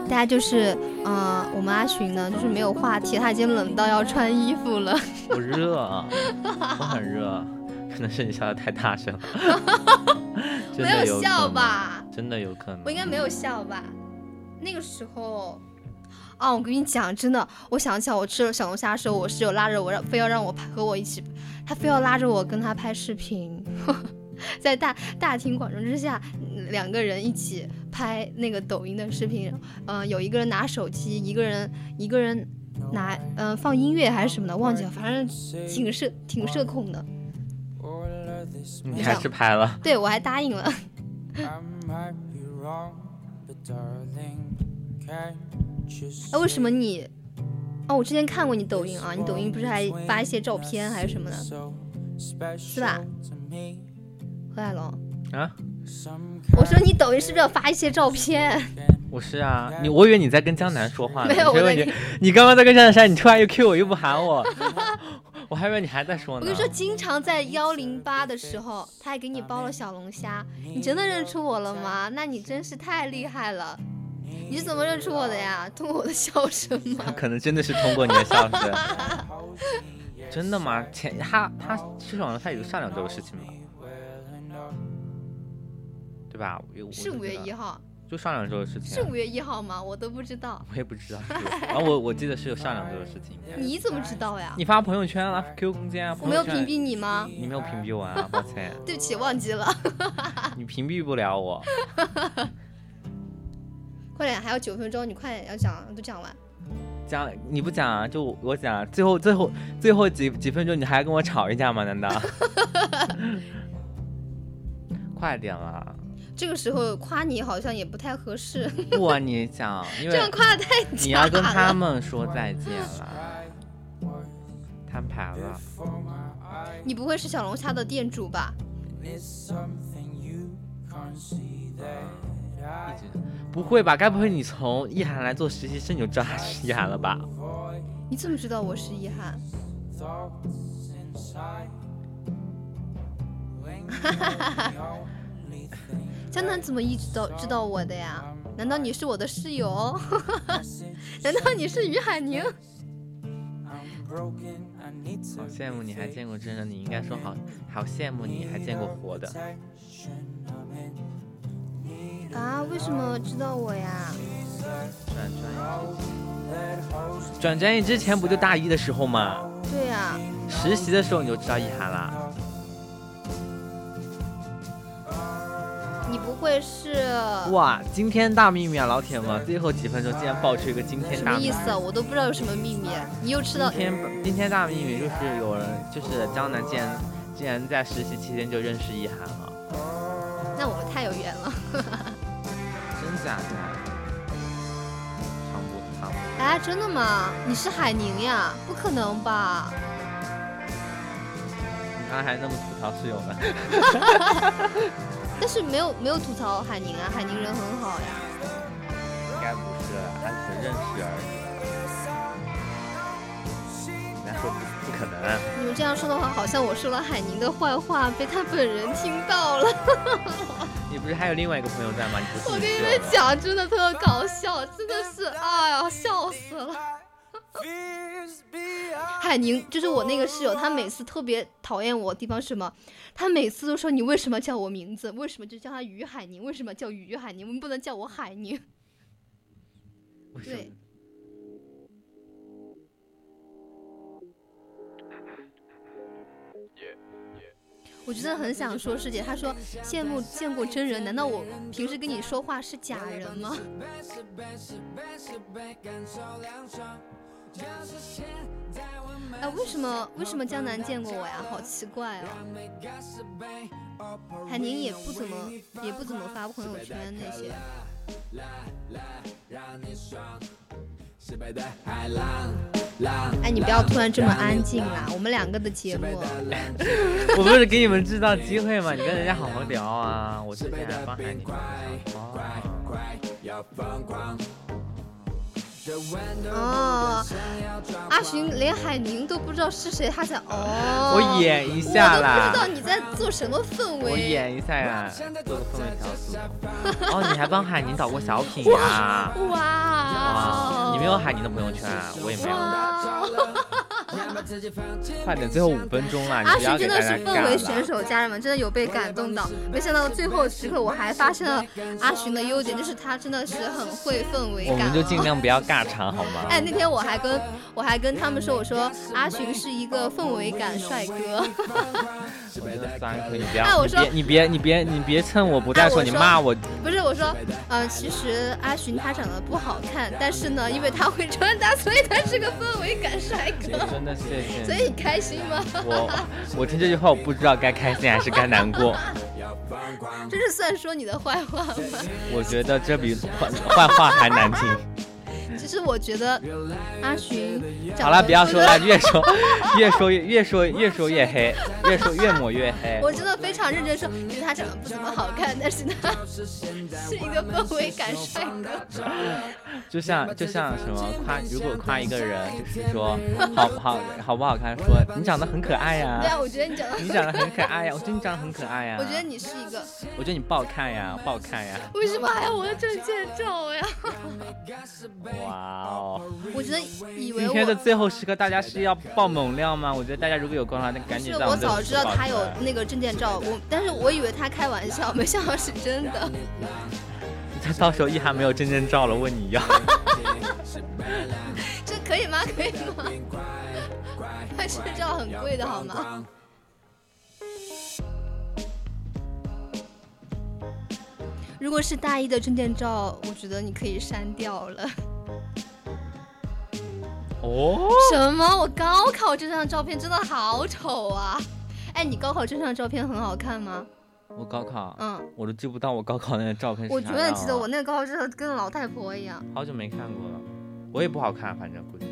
[SPEAKER 3] 大家就是，呃，我们阿寻呢，就是没有话题，他已经冷到要穿衣服了。
[SPEAKER 2] 我热，我很热，可能是你笑的太大声了。 真
[SPEAKER 3] 没
[SPEAKER 2] 的
[SPEAKER 3] 有
[SPEAKER 2] 可
[SPEAKER 3] 笑
[SPEAKER 2] 能
[SPEAKER 3] 吧？
[SPEAKER 2] 真的有可能。
[SPEAKER 3] 我应该没有笑吧？那个时候，啊，我跟你讲，真的，我想起来，我吃了小龙虾的时候，我室友拉着我，让非要让我拍和我一起，他非要拉着我跟他拍视频， 在大大庭广众之下，嗯两个人一起拍那个抖音的视频，嗯、有一个人拿手机，一个人一个人拿，嗯、放音乐还是什么的，忘记了，反正挺社挺社恐的，
[SPEAKER 2] 你还是拍了。
[SPEAKER 3] 对我还答应了。哎，为什么你？哦，我之前看过你抖音啊，你抖音不是还发一些照片还是什么的，是吧？何海龙，
[SPEAKER 2] 啊，
[SPEAKER 3] 我说你抖音是不是要发一些照 片？
[SPEAKER 2] 我是啊，你我以为你在跟江南说话呢，
[SPEAKER 3] 没有
[SPEAKER 2] 结
[SPEAKER 3] 我
[SPEAKER 2] 果
[SPEAKER 3] 在
[SPEAKER 2] 你
[SPEAKER 3] 跟
[SPEAKER 2] 你刚刚在跟江南说，你突然又 Q 我又不喊我， 我还以为你还在说
[SPEAKER 3] 我
[SPEAKER 2] 呢。
[SPEAKER 3] 跟你说，经常在幺零八的时候，他还给你包了小龙虾，你真的认出我了吗？那你真是太厉害了！你是怎么认出我的呀？通过我的笑声吗？
[SPEAKER 2] 可能真的是通过你的笑 声。真的吗？前他他吃小龙虾也就上两周的事情吧，对吧？我我
[SPEAKER 3] 是
[SPEAKER 2] 不
[SPEAKER 3] 五
[SPEAKER 2] 知
[SPEAKER 3] 月
[SPEAKER 2] 道
[SPEAKER 3] 一号，
[SPEAKER 2] 就上两周的事情
[SPEAKER 3] 是
[SPEAKER 2] 啊、
[SPEAKER 3] 五月一号吗？我都不知道，
[SPEAKER 2] 我也不知道是有。啊，我我记得是有上两周的事情。
[SPEAKER 3] 你怎么知道呀？
[SPEAKER 2] 你发朋友圈啊，QQ 空间啊，
[SPEAKER 3] 我没有
[SPEAKER 2] 朋友
[SPEAKER 3] 屏
[SPEAKER 2] 圈，
[SPEAKER 3] 蔽你吗？
[SPEAKER 2] 你没有屏蔽我啊，抱歉，
[SPEAKER 3] 对不起，忘记了。
[SPEAKER 2] 你屏蔽不了我。
[SPEAKER 3] 快点，还有九分钟，你快点要讲，都讲完。
[SPEAKER 2] 讲你不讲啊，就我讲啊，最后最后最后几几分钟你还要跟我吵一架吗？难道？ 快点啦！
[SPEAKER 3] 这个时候夸你好像也不太合 适，
[SPEAKER 2] 不啊，你讲，因
[SPEAKER 3] 这
[SPEAKER 2] 为
[SPEAKER 3] 样夸得太假了。
[SPEAKER 2] 你要跟他们说再见了，摊牌了。
[SPEAKER 3] 你不会是小龙虾的店主吧？
[SPEAKER 2] 一直不会吧？该不会你从意涵来做实习生你就知道他是意涵了吧？
[SPEAKER 3] 你怎么知道我是遗憾？ 江南怎么一直都知道我的呀？难道你是我的室友？ 难道你是于海宁？
[SPEAKER 2] 好羡慕你还见过真人，你应该说好好羡慕你还见过活的。
[SPEAKER 3] 啊，为什么知道我呀？
[SPEAKER 2] 转专业之前，转专业之前不就大一的时候吗？
[SPEAKER 3] 对呀、
[SPEAKER 2] 实习的时候你就知道意涵啦。
[SPEAKER 3] 你不会是
[SPEAKER 2] 哇，惊天大秘密啊，老铁们！最后几分钟竟然爆出一个惊天
[SPEAKER 3] 什
[SPEAKER 2] 大
[SPEAKER 3] 么
[SPEAKER 2] 秘
[SPEAKER 3] 意
[SPEAKER 2] 密。
[SPEAKER 3] 思啊？我都不知道有什么秘密，你又知道
[SPEAKER 2] 今天今天大秘密就是有人，就是江南竟然竟然在实习期间就认识意涵了，
[SPEAKER 3] 那我们太有缘了。
[SPEAKER 2] 真假的？长不长不
[SPEAKER 3] 哎，真的吗？你是海宁呀？不可能吧？
[SPEAKER 2] 你刚才还那么吐槽室友呢。
[SPEAKER 3] 但是没有没有吐槽海宁啊，海宁人很好呀。
[SPEAKER 2] 应该不是，他只是认识而已。人家说不不可能，啊
[SPEAKER 3] 你们这样说的话，好像我说了海宁的坏话，被他本人听到了。
[SPEAKER 2] 你不是还有另外一个朋友在吗？你不是
[SPEAKER 3] 我跟
[SPEAKER 2] 你
[SPEAKER 3] 你
[SPEAKER 2] 室
[SPEAKER 3] 们
[SPEAKER 2] 友吗
[SPEAKER 3] 讲，真的特搞笑，真的是，哎呀，笑死了。 海宁就是我那个室友，他每次特别讨厌我的地方是什么？他每次都说你为什么叫我名字？为什么就叫他于海宁？为什么叫于海宁？我们不能叫我海宁？
[SPEAKER 2] 为什么
[SPEAKER 3] 对我真的很想说师姐，她说羡慕见过真人，难道我平时跟你说话是假人吗？哎，为什么为什么江南见过我呀？好奇怪哦。海宁也不怎么也不怎么发朋友圈那些。哎，你不要突然这么安静啦！我们两个的节目，
[SPEAKER 2] 我不是给你们制造机会吗？你跟人家好好聊啊！我之前还帮海宁。哦，
[SPEAKER 3] 哦，阿寻连海宁都不知道是谁，他才哦。
[SPEAKER 2] 我演一下
[SPEAKER 3] 我都不知道
[SPEAKER 2] 啦，
[SPEAKER 3] 你在做什么氛围。
[SPEAKER 2] 我演一下呀，做个氛围调组。哦，你还帮海宁导过小品呀？
[SPEAKER 3] 哇哦
[SPEAKER 2] 哇，！你没有海宁的朋友圈啊？我也没有。
[SPEAKER 3] 哇！
[SPEAKER 2] 快点，最后五分钟了，你
[SPEAKER 3] 阿
[SPEAKER 2] 不
[SPEAKER 3] 寻
[SPEAKER 2] 要给大
[SPEAKER 3] 真的
[SPEAKER 2] 家
[SPEAKER 3] 是
[SPEAKER 2] 尬
[SPEAKER 3] 氛围选
[SPEAKER 2] 了。
[SPEAKER 3] 手，家人们真的有被感动到。没想到最后时刻，我还发现了阿寻的优点，就是他真的是很会氛围
[SPEAKER 2] 我
[SPEAKER 3] 感。
[SPEAKER 2] 们
[SPEAKER 3] 啊
[SPEAKER 2] 就尽。量不要尬场好 吗？
[SPEAKER 3] 哎，那天我还跟我还跟他们说，我说阿寻是一个氛围感帅哥。
[SPEAKER 2] 我真的酸亏，你不要，
[SPEAKER 3] 哎我说
[SPEAKER 2] 你别，你别，你别，你别趁我不在的时候
[SPEAKER 3] 哎我
[SPEAKER 2] 你
[SPEAKER 3] 说
[SPEAKER 2] 骂我，
[SPEAKER 3] 不是我说，呃，其实阿寻他长得不好看，但是呢，因为他会穿搭，所以他是个氛围感帅哥。
[SPEAKER 2] 真的谢谢你。
[SPEAKER 3] 所以你开心吗？
[SPEAKER 2] 我我听这句话，我不知道该开心还是该难过。
[SPEAKER 3] 这是算说你的坏话吗？
[SPEAKER 2] 我觉得这比坏坏话还难听。
[SPEAKER 3] 其实我觉得阿寻长得
[SPEAKER 2] 好了，不要说了，
[SPEAKER 3] 真的
[SPEAKER 2] 越说越说越越说越说越黑，越说越抹越黑。
[SPEAKER 3] 我真的非常认真说，其实他长得不怎么好看，但是他 是一个氛围感帅哥。
[SPEAKER 2] 就像就像什么夸，如果夸一个人，就是说好不好好不好看，说你长得很可爱呀、
[SPEAKER 3] 对啊，我觉得你长得，
[SPEAKER 2] 你长得很可爱呀、我觉得你长得很可爱呀、
[SPEAKER 3] 我觉得你是一个，
[SPEAKER 2] 我觉得你不好看呀、不好看呀、
[SPEAKER 3] 为什么还要我的证件照呀？
[SPEAKER 2] 哇哦！
[SPEAKER 3] 我觉得以为
[SPEAKER 2] 今
[SPEAKER 3] 我
[SPEAKER 2] 天的最后时刻，大家是要爆猛料吗？我觉得大家如果有空的话，那赶紧
[SPEAKER 3] 是
[SPEAKER 2] 让
[SPEAKER 3] 我
[SPEAKER 2] 们的
[SPEAKER 3] 早知道
[SPEAKER 2] 宝
[SPEAKER 3] 他有
[SPEAKER 2] 出来
[SPEAKER 3] 那个证件照，我但是我以为他开玩笑，没想到是真的。
[SPEAKER 2] 他到时候一涵没有证件照了，问你要。
[SPEAKER 3] 这可以吗？可以吗？拍证照很贵的好吗？如果是大一的证件照，我觉得你可以删掉了。
[SPEAKER 2] 哦，
[SPEAKER 3] 什么？我高考这张照片真的好丑啊！哎，你高考这张照片很好看吗？
[SPEAKER 2] 我高考，
[SPEAKER 3] 嗯，
[SPEAKER 2] 我都记不到我高考那个照片是
[SPEAKER 3] 我
[SPEAKER 2] 啥
[SPEAKER 3] 永
[SPEAKER 2] 样啊
[SPEAKER 3] 远记得
[SPEAKER 2] 了
[SPEAKER 3] 我那个高考照跟老太婆一样。
[SPEAKER 2] 好久没看过了，我也不好看，反正估计。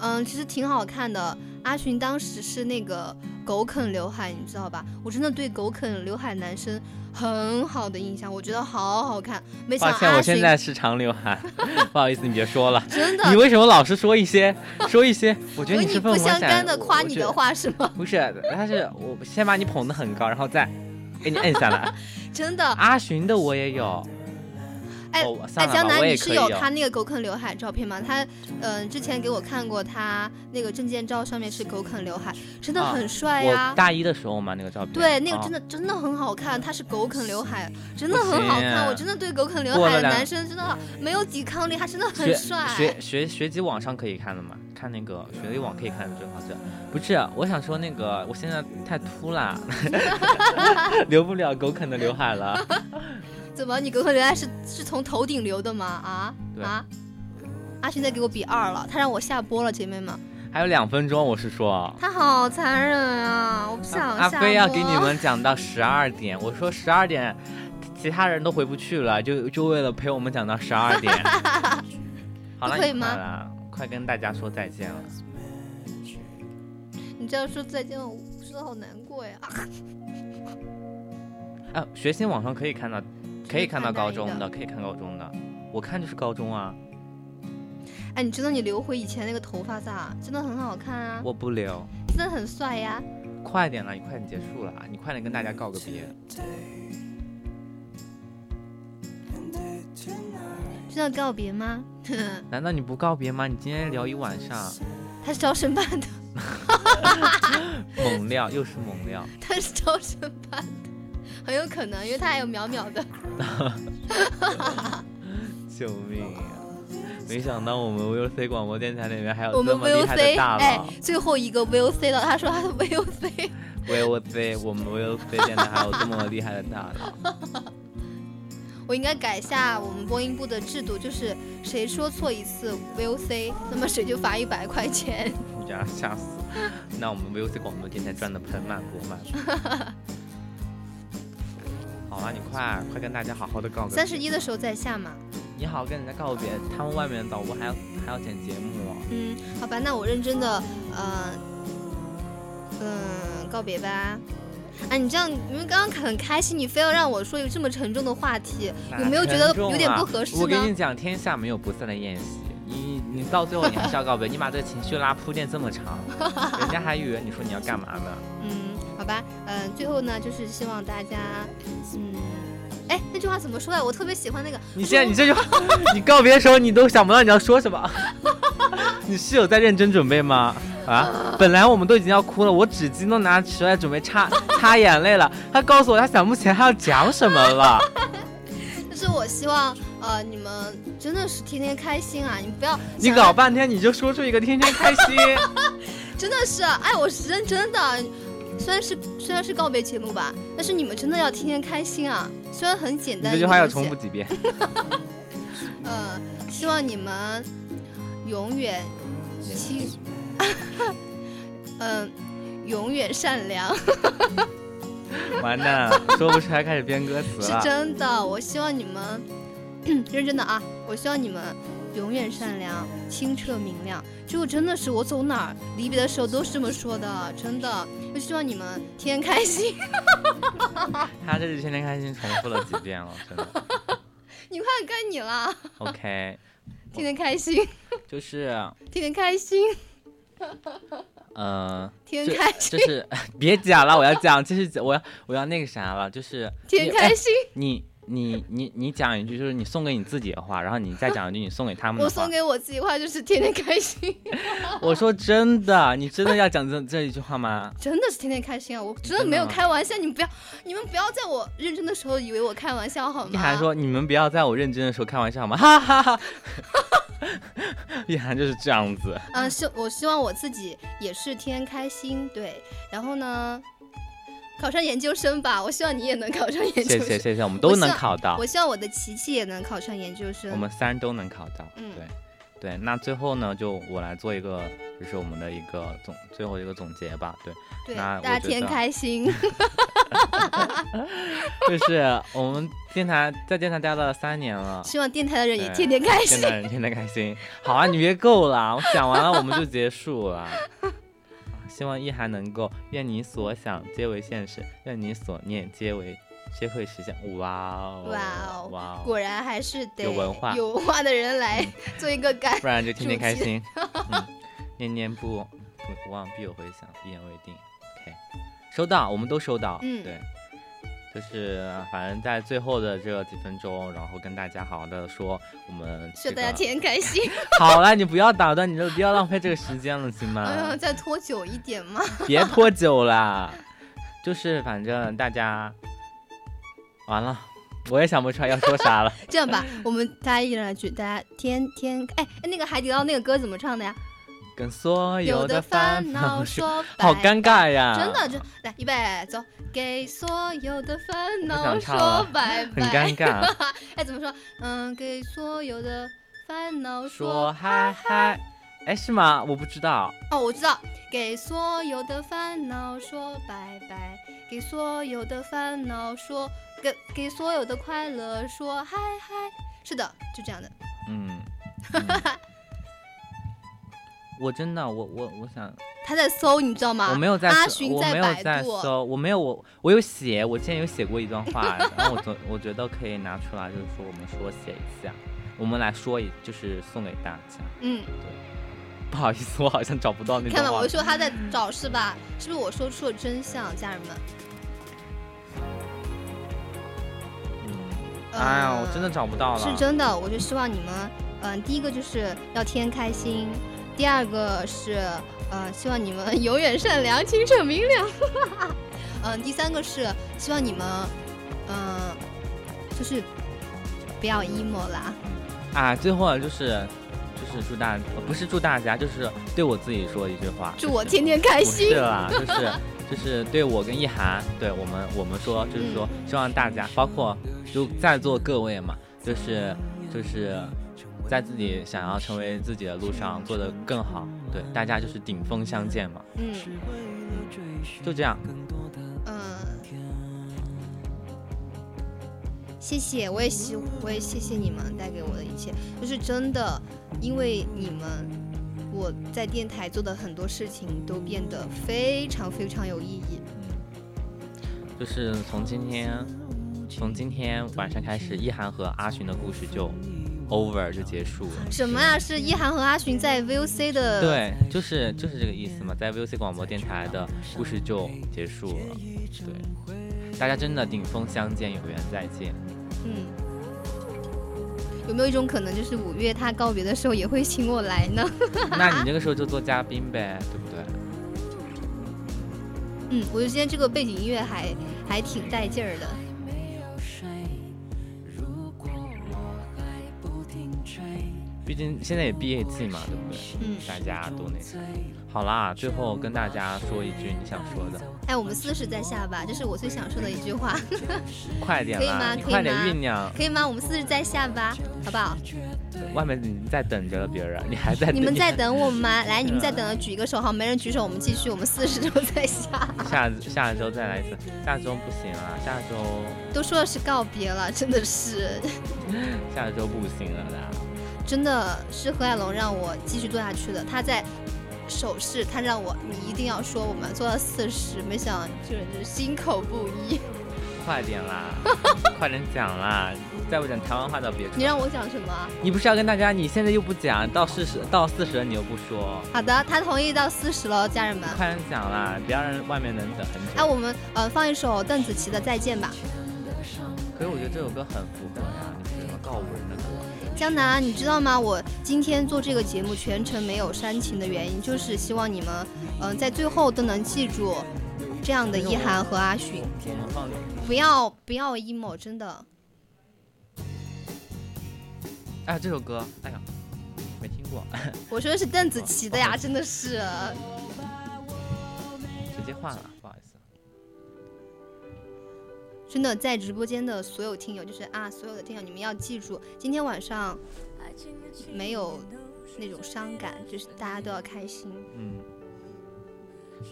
[SPEAKER 3] 嗯，其实挺好看的。阿群当时是那个狗啃刘海，你知道吧？我真的对狗啃刘海男生很好的印象，我觉得好好看。没想
[SPEAKER 2] 抱
[SPEAKER 3] 到
[SPEAKER 2] 歉，
[SPEAKER 3] 阿
[SPEAKER 2] 我现
[SPEAKER 3] 群
[SPEAKER 2] 在是长刘海， 不好意思，你别说了。
[SPEAKER 3] 真
[SPEAKER 2] 你
[SPEAKER 3] 的
[SPEAKER 2] 为什么老是说一些说一些？我觉
[SPEAKER 3] 和
[SPEAKER 2] 得
[SPEAKER 3] 你
[SPEAKER 2] 是
[SPEAKER 3] 不
[SPEAKER 2] 凤
[SPEAKER 3] 相
[SPEAKER 2] 凰
[SPEAKER 3] 干
[SPEAKER 2] 展
[SPEAKER 3] 的夸你的，
[SPEAKER 2] 我
[SPEAKER 3] 话是吗
[SPEAKER 2] 我？不是，他是我先把你捧得很高，然后再给你摁下来。
[SPEAKER 3] 真的，
[SPEAKER 2] 阿寻的我也有，
[SPEAKER 3] 哎
[SPEAKER 2] 哦、算
[SPEAKER 3] 哎，
[SPEAKER 2] 了
[SPEAKER 3] 江
[SPEAKER 2] 吧，
[SPEAKER 3] 南，
[SPEAKER 2] 我
[SPEAKER 3] 你
[SPEAKER 2] 也
[SPEAKER 3] 是
[SPEAKER 2] 可以啊
[SPEAKER 3] 有他那个狗啃刘海照片吗？他，嗯、之前给我看过他那个证件照，上面是狗啃刘海，真的
[SPEAKER 2] 啊
[SPEAKER 3] 很帅哎呀、
[SPEAKER 2] 我大一的时候嘛，那个照片，
[SPEAKER 3] 对，那个
[SPEAKER 2] 啊
[SPEAKER 3] 真的、真的很好看，他是狗啃刘海，真的
[SPEAKER 2] 不
[SPEAKER 3] 很好看。
[SPEAKER 2] 行
[SPEAKER 3] 我真的对狗啃刘
[SPEAKER 2] 过
[SPEAKER 3] 海
[SPEAKER 2] 了
[SPEAKER 3] 的
[SPEAKER 2] 两
[SPEAKER 3] 男生真的没有抵抗力，他真的很
[SPEAKER 2] 学
[SPEAKER 3] 帅。
[SPEAKER 2] 学学学籍网上可以看的嘛，看那个学历网可以看的这个好像不是，啊我想说那个我现在太秃了， 留不了狗啃的刘海了。
[SPEAKER 3] 怎么，你狗啃刘海是是从头顶留的吗？啊
[SPEAKER 2] 对
[SPEAKER 3] 啊！阿勋在给我比二了，他让我下播了，姐妹们，
[SPEAKER 2] 还有两分钟，我是说。
[SPEAKER 3] 他好残忍啊！我不想
[SPEAKER 2] 阿
[SPEAKER 3] 下播。
[SPEAKER 2] 阿飞要给你们讲到十二点，我说十二点，其他人都回不去了，就就为了陪我们讲到十二 点。好了，
[SPEAKER 3] 不可
[SPEAKER 2] 你
[SPEAKER 3] 以吗
[SPEAKER 2] 快了？快跟大家说再见了。
[SPEAKER 3] 你这样说再见，我真的好难过呀。啊
[SPEAKER 2] 啊，学新网上可以看到，可以看到高中
[SPEAKER 3] 大
[SPEAKER 2] 的，可以看高中的。我看就是高中啊，
[SPEAKER 3] 嗯哎，你知道你留回以前那个头发咋？真的很好看啊，
[SPEAKER 2] 我不留。
[SPEAKER 3] 真的很帅呀。
[SPEAKER 2] 快点了，你快点结束了，啊你快点跟大家告个别。
[SPEAKER 3] 知道告别吗？
[SPEAKER 2] 难道你不告别吗？你今天聊一晚上，
[SPEAKER 3] 他是招生办的，
[SPEAKER 2] 猛料又是猛 料。
[SPEAKER 3] 他是招生办的，很有可能，因为他还有淼淼的。
[SPEAKER 2] 啊救命啊！没想到我们 VOC 广播电台里面还有
[SPEAKER 3] 我们
[SPEAKER 2] 这么厉害的
[SPEAKER 3] VOC
[SPEAKER 2] 大
[SPEAKER 3] 哎
[SPEAKER 2] 佬。，
[SPEAKER 3] 最后一个 VOC 了，他说他的 VOC，
[SPEAKER 2] VOC，我们 VOC 电台还有这么厉害的大佬。
[SPEAKER 3] 我应该改一下我们播音部的制度，就是谁说错一次 VOC，那么谁就罚一百块钱。
[SPEAKER 2] 你这样吓 死！那我们 VOC 广播电台赚的盆满钵满。 好啊了，你快快跟大家好好的告个别
[SPEAKER 3] 三。十一的时候再下嘛。
[SPEAKER 2] 你好好跟人家告别，他们外面的导播还要还要剪节目、哦。
[SPEAKER 3] 嗯，好吧，那我认真的，呃，嗯、告别吧。哎，你这样，因为刚刚很开心，你非要让我说一个这么沉重的话题，有没有觉得有点不合适
[SPEAKER 2] 啊我跟你
[SPEAKER 3] 呢？
[SPEAKER 2] 讲，天下没有不散的宴席。你你到最后你还是要告别，你把这个情绪拉铺垫这么 长，人家还以为你说你要干嘛呢？
[SPEAKER 3] 嗯，好吧，嗯、最后呢，就是希望大家，嗯，哎，那句话怎么说来？我特别喜欢那个，
[SPEAKER 2] 你现在你这句话， 你告别的时候你都想不到你要说什么， 你是有在认真准备吗？啊，本来我们都已经要哭了，我纸巾都拿出来准备擦擦眼泪了。他告诉我他想不起来他要讲什么了。
[SPEAKER 3] 就是我希望，呃，你们真的是天天开心啊，你不要
[SPEAKER 2] 你
[SPEAKER 3] 想着
[SPEAKER 2] 搞半天你就说出一个天天开心，
[SPEAKER 3] 真的是，哎，我是认真的。虽然是虽然是告别节目吧，但是你们真的要天天开心啊！虽然很简
[SPEAKER 2] 你
[SPEAKER 3] 单，
[SPEAKER 2] 这句话要重复。几遍。
[SPEAKER 3] 呃，希望你们永远清，嗯、永远善良，
[SPEAKER 2] 完蛋，说不出来开始编歌词
[SPEAKER 3] 是
[SPEAKER 2] 了。
[SPEAKER 3] 真的。我希望你们认真的啊！我希望你们永远善良、清澈明亮。这个真的是我走哪儿离别的时候都是这么说的，真的。就希望你们天天开心。
[SPEAKER 2] 他这是天天开心重复了几遍了，真的。
[SPEAKER 3] 你快该你了，
[SPEAKER 2] OK，
[SPEAKER 3] 天天开心。
[SPEAKER 2] 就是，
[SPEAKER 3] 天天开心，
[SPEAKER 2] 嗯、
[SPEAKER 3] 天天开心
[SPEAKER 2] 就，是 别讲了，我要讲，就是我要我要那个啥了， 就是
[SPEAKER 3] 天天开心。
[SPEAKER 2] 你你你你讲一句，就是你送给你自己的话，然后你再讲一句你送给他们
[SPEAKER 3] 我
[SPEAKER 2] 的话
[SPEAKER 3] 送。给我自己的话就是天天开心，
[SPEAKER 2] 我说真的，你真的要讲这 这一句话吗？
[SPEAKER 3] 真的是天天开心啊！我真
[SPEAKER 2] 真
[SPEAKER 3] 的
[SPEAKER 2] 的
[SPEAKER 3] 没有
[SPEAKER 2] 吗
[SPEAKER 3] 开玩笑，你们不要，你们不要在我认真的时候以为我开玩笑好吗？
[SPEAKER 2] 叶涵说：“你们不要在我认真的时候开玩笑好吗？”哈哈哈。叶涵就是这样 子，
[SPEAKER 3] 嗯，希我希望我自己也是天天开心，对。然后呢，考上研究生吧，我希望你也能考上研究
[SPEAKER 2] 谢
[SPEAKER 3] 生。
[SPEAKER 2] 谢谢谢，我们都
[SPEAKER 3] 我希
[SPEAKER 2] 能
[SPEAKER 3] 望
[SPEAKER 2] 考到
[SPEAKER 3] 我，希望我的琪琪也能考上研究
[SPEAKER 2] 我
[SPEAKER 3] 生。
[SPEAKER 2] 们三人都能考到，
[SPEAKER 3] 嗯
[SPEAKER 2] 对。对，那最后呢，就我来做一个，就是我们的一个总最后一个总结吧。对，
[SPEAKER 3] 对，
[SPEAKER 2] 那我
[SPEAKER 3] 大家
[SPEAKER 2] 觉
[SPEAKER 3] 天
[SPEAKER 2] 得
[SPEAKER 3] 开 心，
[SPEAKER 2] 就是我们电台在电台待了三年了，
[SPEAKER 3] 希望电台的人也
[SPEAKER 2] 对
[SPEAKER 3] 天天开
[SPEAKER 2] 现
[SPEAKER 3] 心。
[SPEAKER 2] 在人天天开心。好啊，你别够了，我讲完了我们就结束了。希望一涵能够，愿你所想皆为现实，愿你所念皆为皆会实现。哇哦，
[SPEAKER 3] 哇哦
[SPEAKER 2] 哇哦，
[SPEAKER 3] 果然还是得
[SPEAKER 2] 有文化嗯
[SPEAKER 3] 有文化的人来 做一个感
[SPEAKER 2] 不然就天天
[SPEAKER 3] 主
[SPEAKER 2] 开
[SPEAKER 3] 题
[SPEAKER 2] 心。嗯，念念不不不忘，必有回响，一言为定。OK，收到，我们都收到。
[SPEAKER 3] 嗯
[SPEAKER 2] 对，就是反正在最后的这几分钟，然后跟大家好好的说我们、
[SPEAKER 3] 希
[SPEAKER 2] 这
[SPEAKER 3] 望
[SPEAKER 2] 个。
[SPEAKER 3] 大家天天开心。
[SPEAKER 2] 好了，你不要打断，你就不要浪费这个时间了，行
[SPEAKER 3] 哎呀，
[SPEAKER 2] 吗？
[SPEAKER 3] 再拖久一点嘛。
[SPEAKER 2] 别拖久了，就是反正大家完了，我也想不出来要说啥 了。
[SPEAKER 3] 这样吧，
[SPEAKER 2] 嗯
[SPEAKER 3] 我们大家一人来一句，大家天天哎，那个海底捞那个歌怎么唱的呀？
[SPEAKER 2] 跟所哎有
[SPEAKER 3] 有
[SPEAKER 2] 的
[SPEAKER 3] 的
[SPEAKER 2] 烦
[SPEAKER 3] 烦
[SPEAKER 2] 恼
[SPEAKER 3] 恼
[SPEAKER 2] 说，
[SPEAKER 3] 说
[SPEAKER 2] 好
[SPEAKER 3] 拜
[SPEAKER 2] 尴尬啊呀！
[SPEAKER 3] 真的，就来预备走，给所有的烦
[SPEAKER 2] 不
[SPEAKER 3] 恼
[SPEAKER 2] 想唱
[SPEAKER 3] 说
[SPEAKER 2] 了
[SPEAKER 3] 拜
[SPEAKER 2] 很
[SPEAKER 3] 拜。
[SPEAKER 2] 尴尬。
[SPEAKER 3] 哎，怎么说？嗯，给所有的烦恼
[SPEAKER 2] 说
[SPEAKER 3] 说
[SPEAKER 2] 嗨嗨，哎，是吗？我不知道。
[SPEAKER 3] 哦，我知道，给所有的烦恼说拜拜，给所有的烦恼说给给所有的快乐说嗨嗨。是的，就这样的。
[SPEAKER 2] 嗯，嗯 我真的，我我我想，
[SPEAKER 3] 他在搜，你知道吗？
[SPEAKER 2] 我没有在
[SPEAKER 3] 啊阿
[SPEAKER 2] 搜
[SPEAKER 3] 寻
[SPEAKER 2] 我没有在
[SPEAKER 3] 百度。
[SPEAKER 2] 搜，我没有我我有写，我之前有写过一段话，然后我总我觉得可以拿出来，就是说我们说写一下，我们来说一，就是送给大家。
[SPEAKER 3] 嗯，
[SPEAKER 2] 不好意思，我好像找不到那
[SPEAKER 3] 看
[SPEAKER 2] 段
[SPEAKER 3] 吧，
[SPEAKER 2] 话
[SPEAKER 3] 我
[SPEAKER 2] 了
[SPEAKER 3] 就。说他在找是吧？是不是我说出了真相，家人们？
[SPEAKER 2] 嗯哎呀，
[SPEAKER 3] 呃
[SPEAKER 2] 我真的找不到了。
[SPEAKER 3] 是真的，我就希望你们，嗯、第一个就是要天天开心，第二个是，呃，希望你们 永远善良、清澈明亮， 嗯、第三个是希望你们，嗯、就是不要 emo 啦，
[SPEAKER 2] 啊，最后啊就是就是祝大、呃不是祝大家，就是对我自己说一句话，
[SPEAKER 3] 祝我天天开
[SPEAKER 2] 不是
[SPEAKER 3] 心。
[SPEAKER 2] 啦，就是就是对我跟一涵，对我们我们说就是说，
[SPEAKER 3] 嗯
[SPEAKER 2] 希望大家包括就在座各位嘛，就是就是在自己想要成为自己的路上做得更好，对大家就是顶峰相见嘛，
[SPEAKER 3] 嗯
[SPEAKER 2] 就这样，
[SPEAKER 3] 嗯、谢谢，我也希，我也谢谢你们带给我的一切，就是真的，因为你们，我在电台做的很多事情都变得非常非常有意义。
[SPEAKER 2] 就是从今天从今天晚上开始，一涵和阿寻的故事就 over 就结束了。
[SPEAKER 3] 什么啊？是一涵和阿寻在 VOC 的
[SPEAKER 2] 对，就是就是这个意思嘛，在 VOC 广播电台的故事就结束了。对，大家真的顶峰相见，有缘再 见。
[SPEAKER 3] 嗯， 有没有一种可能，就是五月他告别的时候也会请我来呢？
[SPEAKER 2] 那你这个时候就做嘉宾呗，对不对？
[SPEAKER 3] 嗯，我觉得今天这个背景音乐还还挺带劲儿的。
[SPEAKER 2] 毕竟现在也毕业季嘛，对不对？
[SPEAKER 3] 嗯
[SPEAKER 2] 大家都那啥。好啦，最后跟大家说一句你想说的，
[SPEAKER 3] 哎，我们私事再下吧，这是我最想说的一句话，
[SPEAKER 2] 快点
[SPEAKER 3] 可以
[SPEAKER 2] 啦，
[SPEAKER 3] 吗
[SPEAKER 2] 你
[SPEAKER 3] 可以
[SPEAKER 2] 快点
[SPEAKER 3] 吗
[SPEAKER 2] 酝酿。
[SPEAKER 3] 可以吗？我们私事再下吧，好不好？
[SPEAKER 2] 外面你在等着了别人，你还在等。
[SPEAKER 3] 你们在等我们吗？来，你们在等的举一个手，好，没人举手，我们继续，我们四十周再下。
[SPEAKER 2] 下下周再来一次，下周不行啊，下周
[SPEAKER 3] 都说了是告别了，真的是，
[SPEAKER 2] 下周不行了啦。
[SPEAKER 3] 真的是何海龙让我继续做下去的。他在手势，他让我你一定要说我们要做到四十，没想到就是心口不一。
[SPEAKER 2] 快点 啦，快点讲啦！再不讲台湾话的别出。
[SPEAKER 3] 你让我讲什么啊？
[SPEAKER 2] 你不是要跟大家，你现在又不讲，到四十到四十了你又不说，
[SPEAKER 3] 好的，他同意到四十了，家人们。
[SPEAKER 2] 快点讲啦！不要让外面人等很
[SPEAKER 3] 哎，
[SPEAKER 2] 久。
[SPEAKER 3] 我们呃放一首邓紫棋的《再见吧
[SPEAKER 2] 可是我觉得这首歌很符合呀，你是什么告五人的歌？
[SPEAKER 3] 江南》，你知道吗？我今天做这个节目全程没有煽情的原因，就是希望你们嗯、呃在最后都能记住这样的一涵和阿寻，
[SPEAKER 2] 我们放
[SPEAKER 3] 不要不要 emo，真的。啊
[SPEAKER 2] 哎这首歌，哎呀，没听过，
[SPEAKER 3] 我说的是邓紫棋的呀，真的是。
[SPEAKER 2] 直接换了，不好意思。
[SPEAKER 3] 真的，在直播间的所呃有听友，就是啊，所有的听友，你们要记住，今天晚上没有那种伤感，就是大家都要开心。
[SPEAKER 2] 嗯，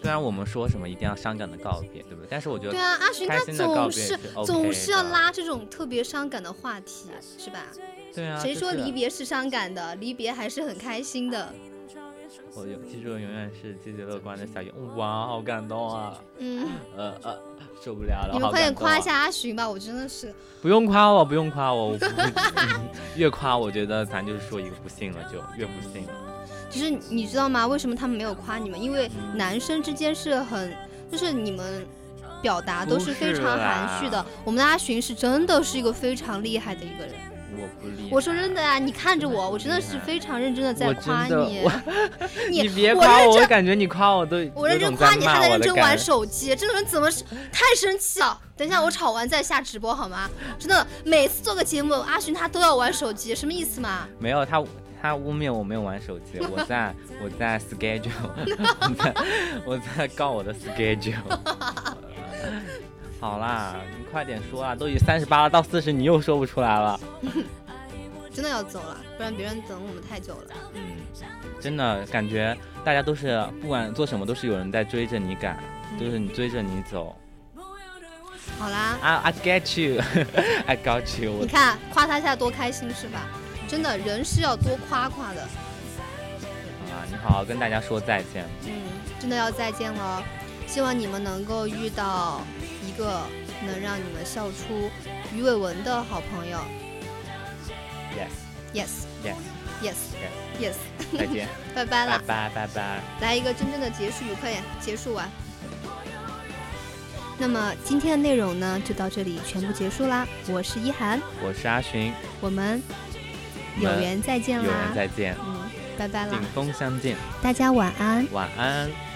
[SPEAKER 2] 虽然我们说什么一定要伤感的告别，对不对？但是我觉得
[SPEAKER 3] 对啊，阿寻
[SPEAKER 2] 开
[SPEAKER 3] 他
[SPEAKER 2] 心的告
[SPEAKER 3] 总
[SPEAKER 2] 别
[SPEAKER 3] 是
[SPEAKER 2] 是 OK
[SPEAKER 3] 总是要
[SPEAKER 2] 的
[SPEAKER 3] 拉这种特别伤感的话题，是吧？
[SPEAKER 2] 对啊，
[SPEAKER 3] 谁
[SPEAKER 2] 就
[SPEAKER 3] 说
[SPEAKER 2] 是
[SPEAKER 3] 离？别是伤感的？离别还是很开心的。
[SPEAKER 2] 我有记住，永远是积极乐观的小圆。哇，好感动啊！
[SPEAKER 3] 嗯，
[SPEAKER 2] 呃呃，受不了了，
[SPEAKER 3] 你们
[SPEAKER 2] 好
[SPEAKER 3] 快点
[SPEAKER 2] 感动
[SPEAKER 3] 夸一
[SPEAKER 2] 啊
[SPEAKER 3] 下！阿寻吧，我真的是
[SPEAKER 2] 不用夸我，不用夸我，我不 越夸我觉得咱就是说一个不幸了，就越不幸了。
[SPEAKER 3] 就是你知道吗？为什么他们没有夸你们？因为男生之间是很，就是你们表达都是非常含蓄的
[SPEAKER 2] 不。啊
[SPEAKER 3] 我们的阿寻是真的是一个非常厉害的一个人。
[SPEAKER 2] 我不厉害，
[SPEAKER 3] 我说真的啊，你看着我，我真的是非常认真的在
[SPEAKER 2] 我真
[SPEAKER 3] 夸
[SPEAKER 2] 的
[SPEAKER 3] 你
[SPEAKER 2] 我。
[SPEAKER 3] 你
[SPEAKER 2] 别
[SPEAKER 3] 我
[SPEAKER 2] 夸
[SPEAKER 3] 认
[SPEAKER 2] 我，
[SPEAKER 3] 真
[SPEAKER 2] 我感觉你夸我都，
[SPEAKER 3] 我
[SPEAKER 2] 有
[SPEAKER 3] 认真
[SPEAKER 2] 种
[SPEAKER 3] 夸你，
[SPEAKER 2] 骂
[SPEAKER 3] 还在
[SPEAKER 2] 我
[SPEAKER 3] 认
[SPEAKER 2] 的
[SPEAKER 3] 真
[SPEAKER 2] 感
[SPEAKER 3] 玩手机，这个人怎么是太生气了？等一下我吵完再下直播好吗？真的，每次做个节目，阿寻他都要玩手机，什么意思嘛？
[SPEAKER 2] 没有他，他污蔑我没有玩手机，我在我在 schedule，我在我在告我的 schedule。好啦，你快点说啊！都已三十八了，到四十你又说不出来了。
[SPEAKER 3] 真的要走了，不然别人等我们太久了。
[SPEAKER 2] 嗯，真的感觉大家都是不管做什么都是有人在追着你赶，就是你追着你走。
[SPEAKER 3] 好啦，
[SPEAKER 2] 啊、i get you，I got you
[SPEAKER 3] 你
[SPEAKER 2] 我。
[SPEAKER 3] 看夸他一下多开心是吧？真的，人是要多夸夸的。
[SPEAKER 2] 啊，你好好跟大家说再见。
[SPEAKER 3] 嗯，真的要再见了，哦希望你们能够遇到一个能让你们笑出鱼尾纹的好朋友。
[SPEAKER 2] Yes，Yes，
[SPEAKER 3] Yes, yes, yes，
[SPEAKER 2] 再见，
[SPEAKER 3] 拜拜
[SPEAKER 2] 拜
[SPEAKER 3] 啦！
[SPEAKER 2] 拜，拜拜。
[SPEAKER 3] 来一个真正的结束语，快点结束完。那么今天的内容呢，就到这里全部结束啦。我是一涵，
[SPEAKER 2] 我是阿寻，
[SPEAKER 3] 我们
[SPEAKER 2] 我
[SPEAKER 3] 有
[SPEAKER 2] 们
[SPEAKER 3] 缘再见
[SPEAKER 2] 有
[SPEAKER 3] 啦
[SPEAKER 2] 缘，再见，
[SPEAKER 3] 嗯，拜拜啦
[SPEAKER 2] 顶，峰相见，
[SPEAKER 3] 大家晚安。
[SPEAKER 2] 晚安。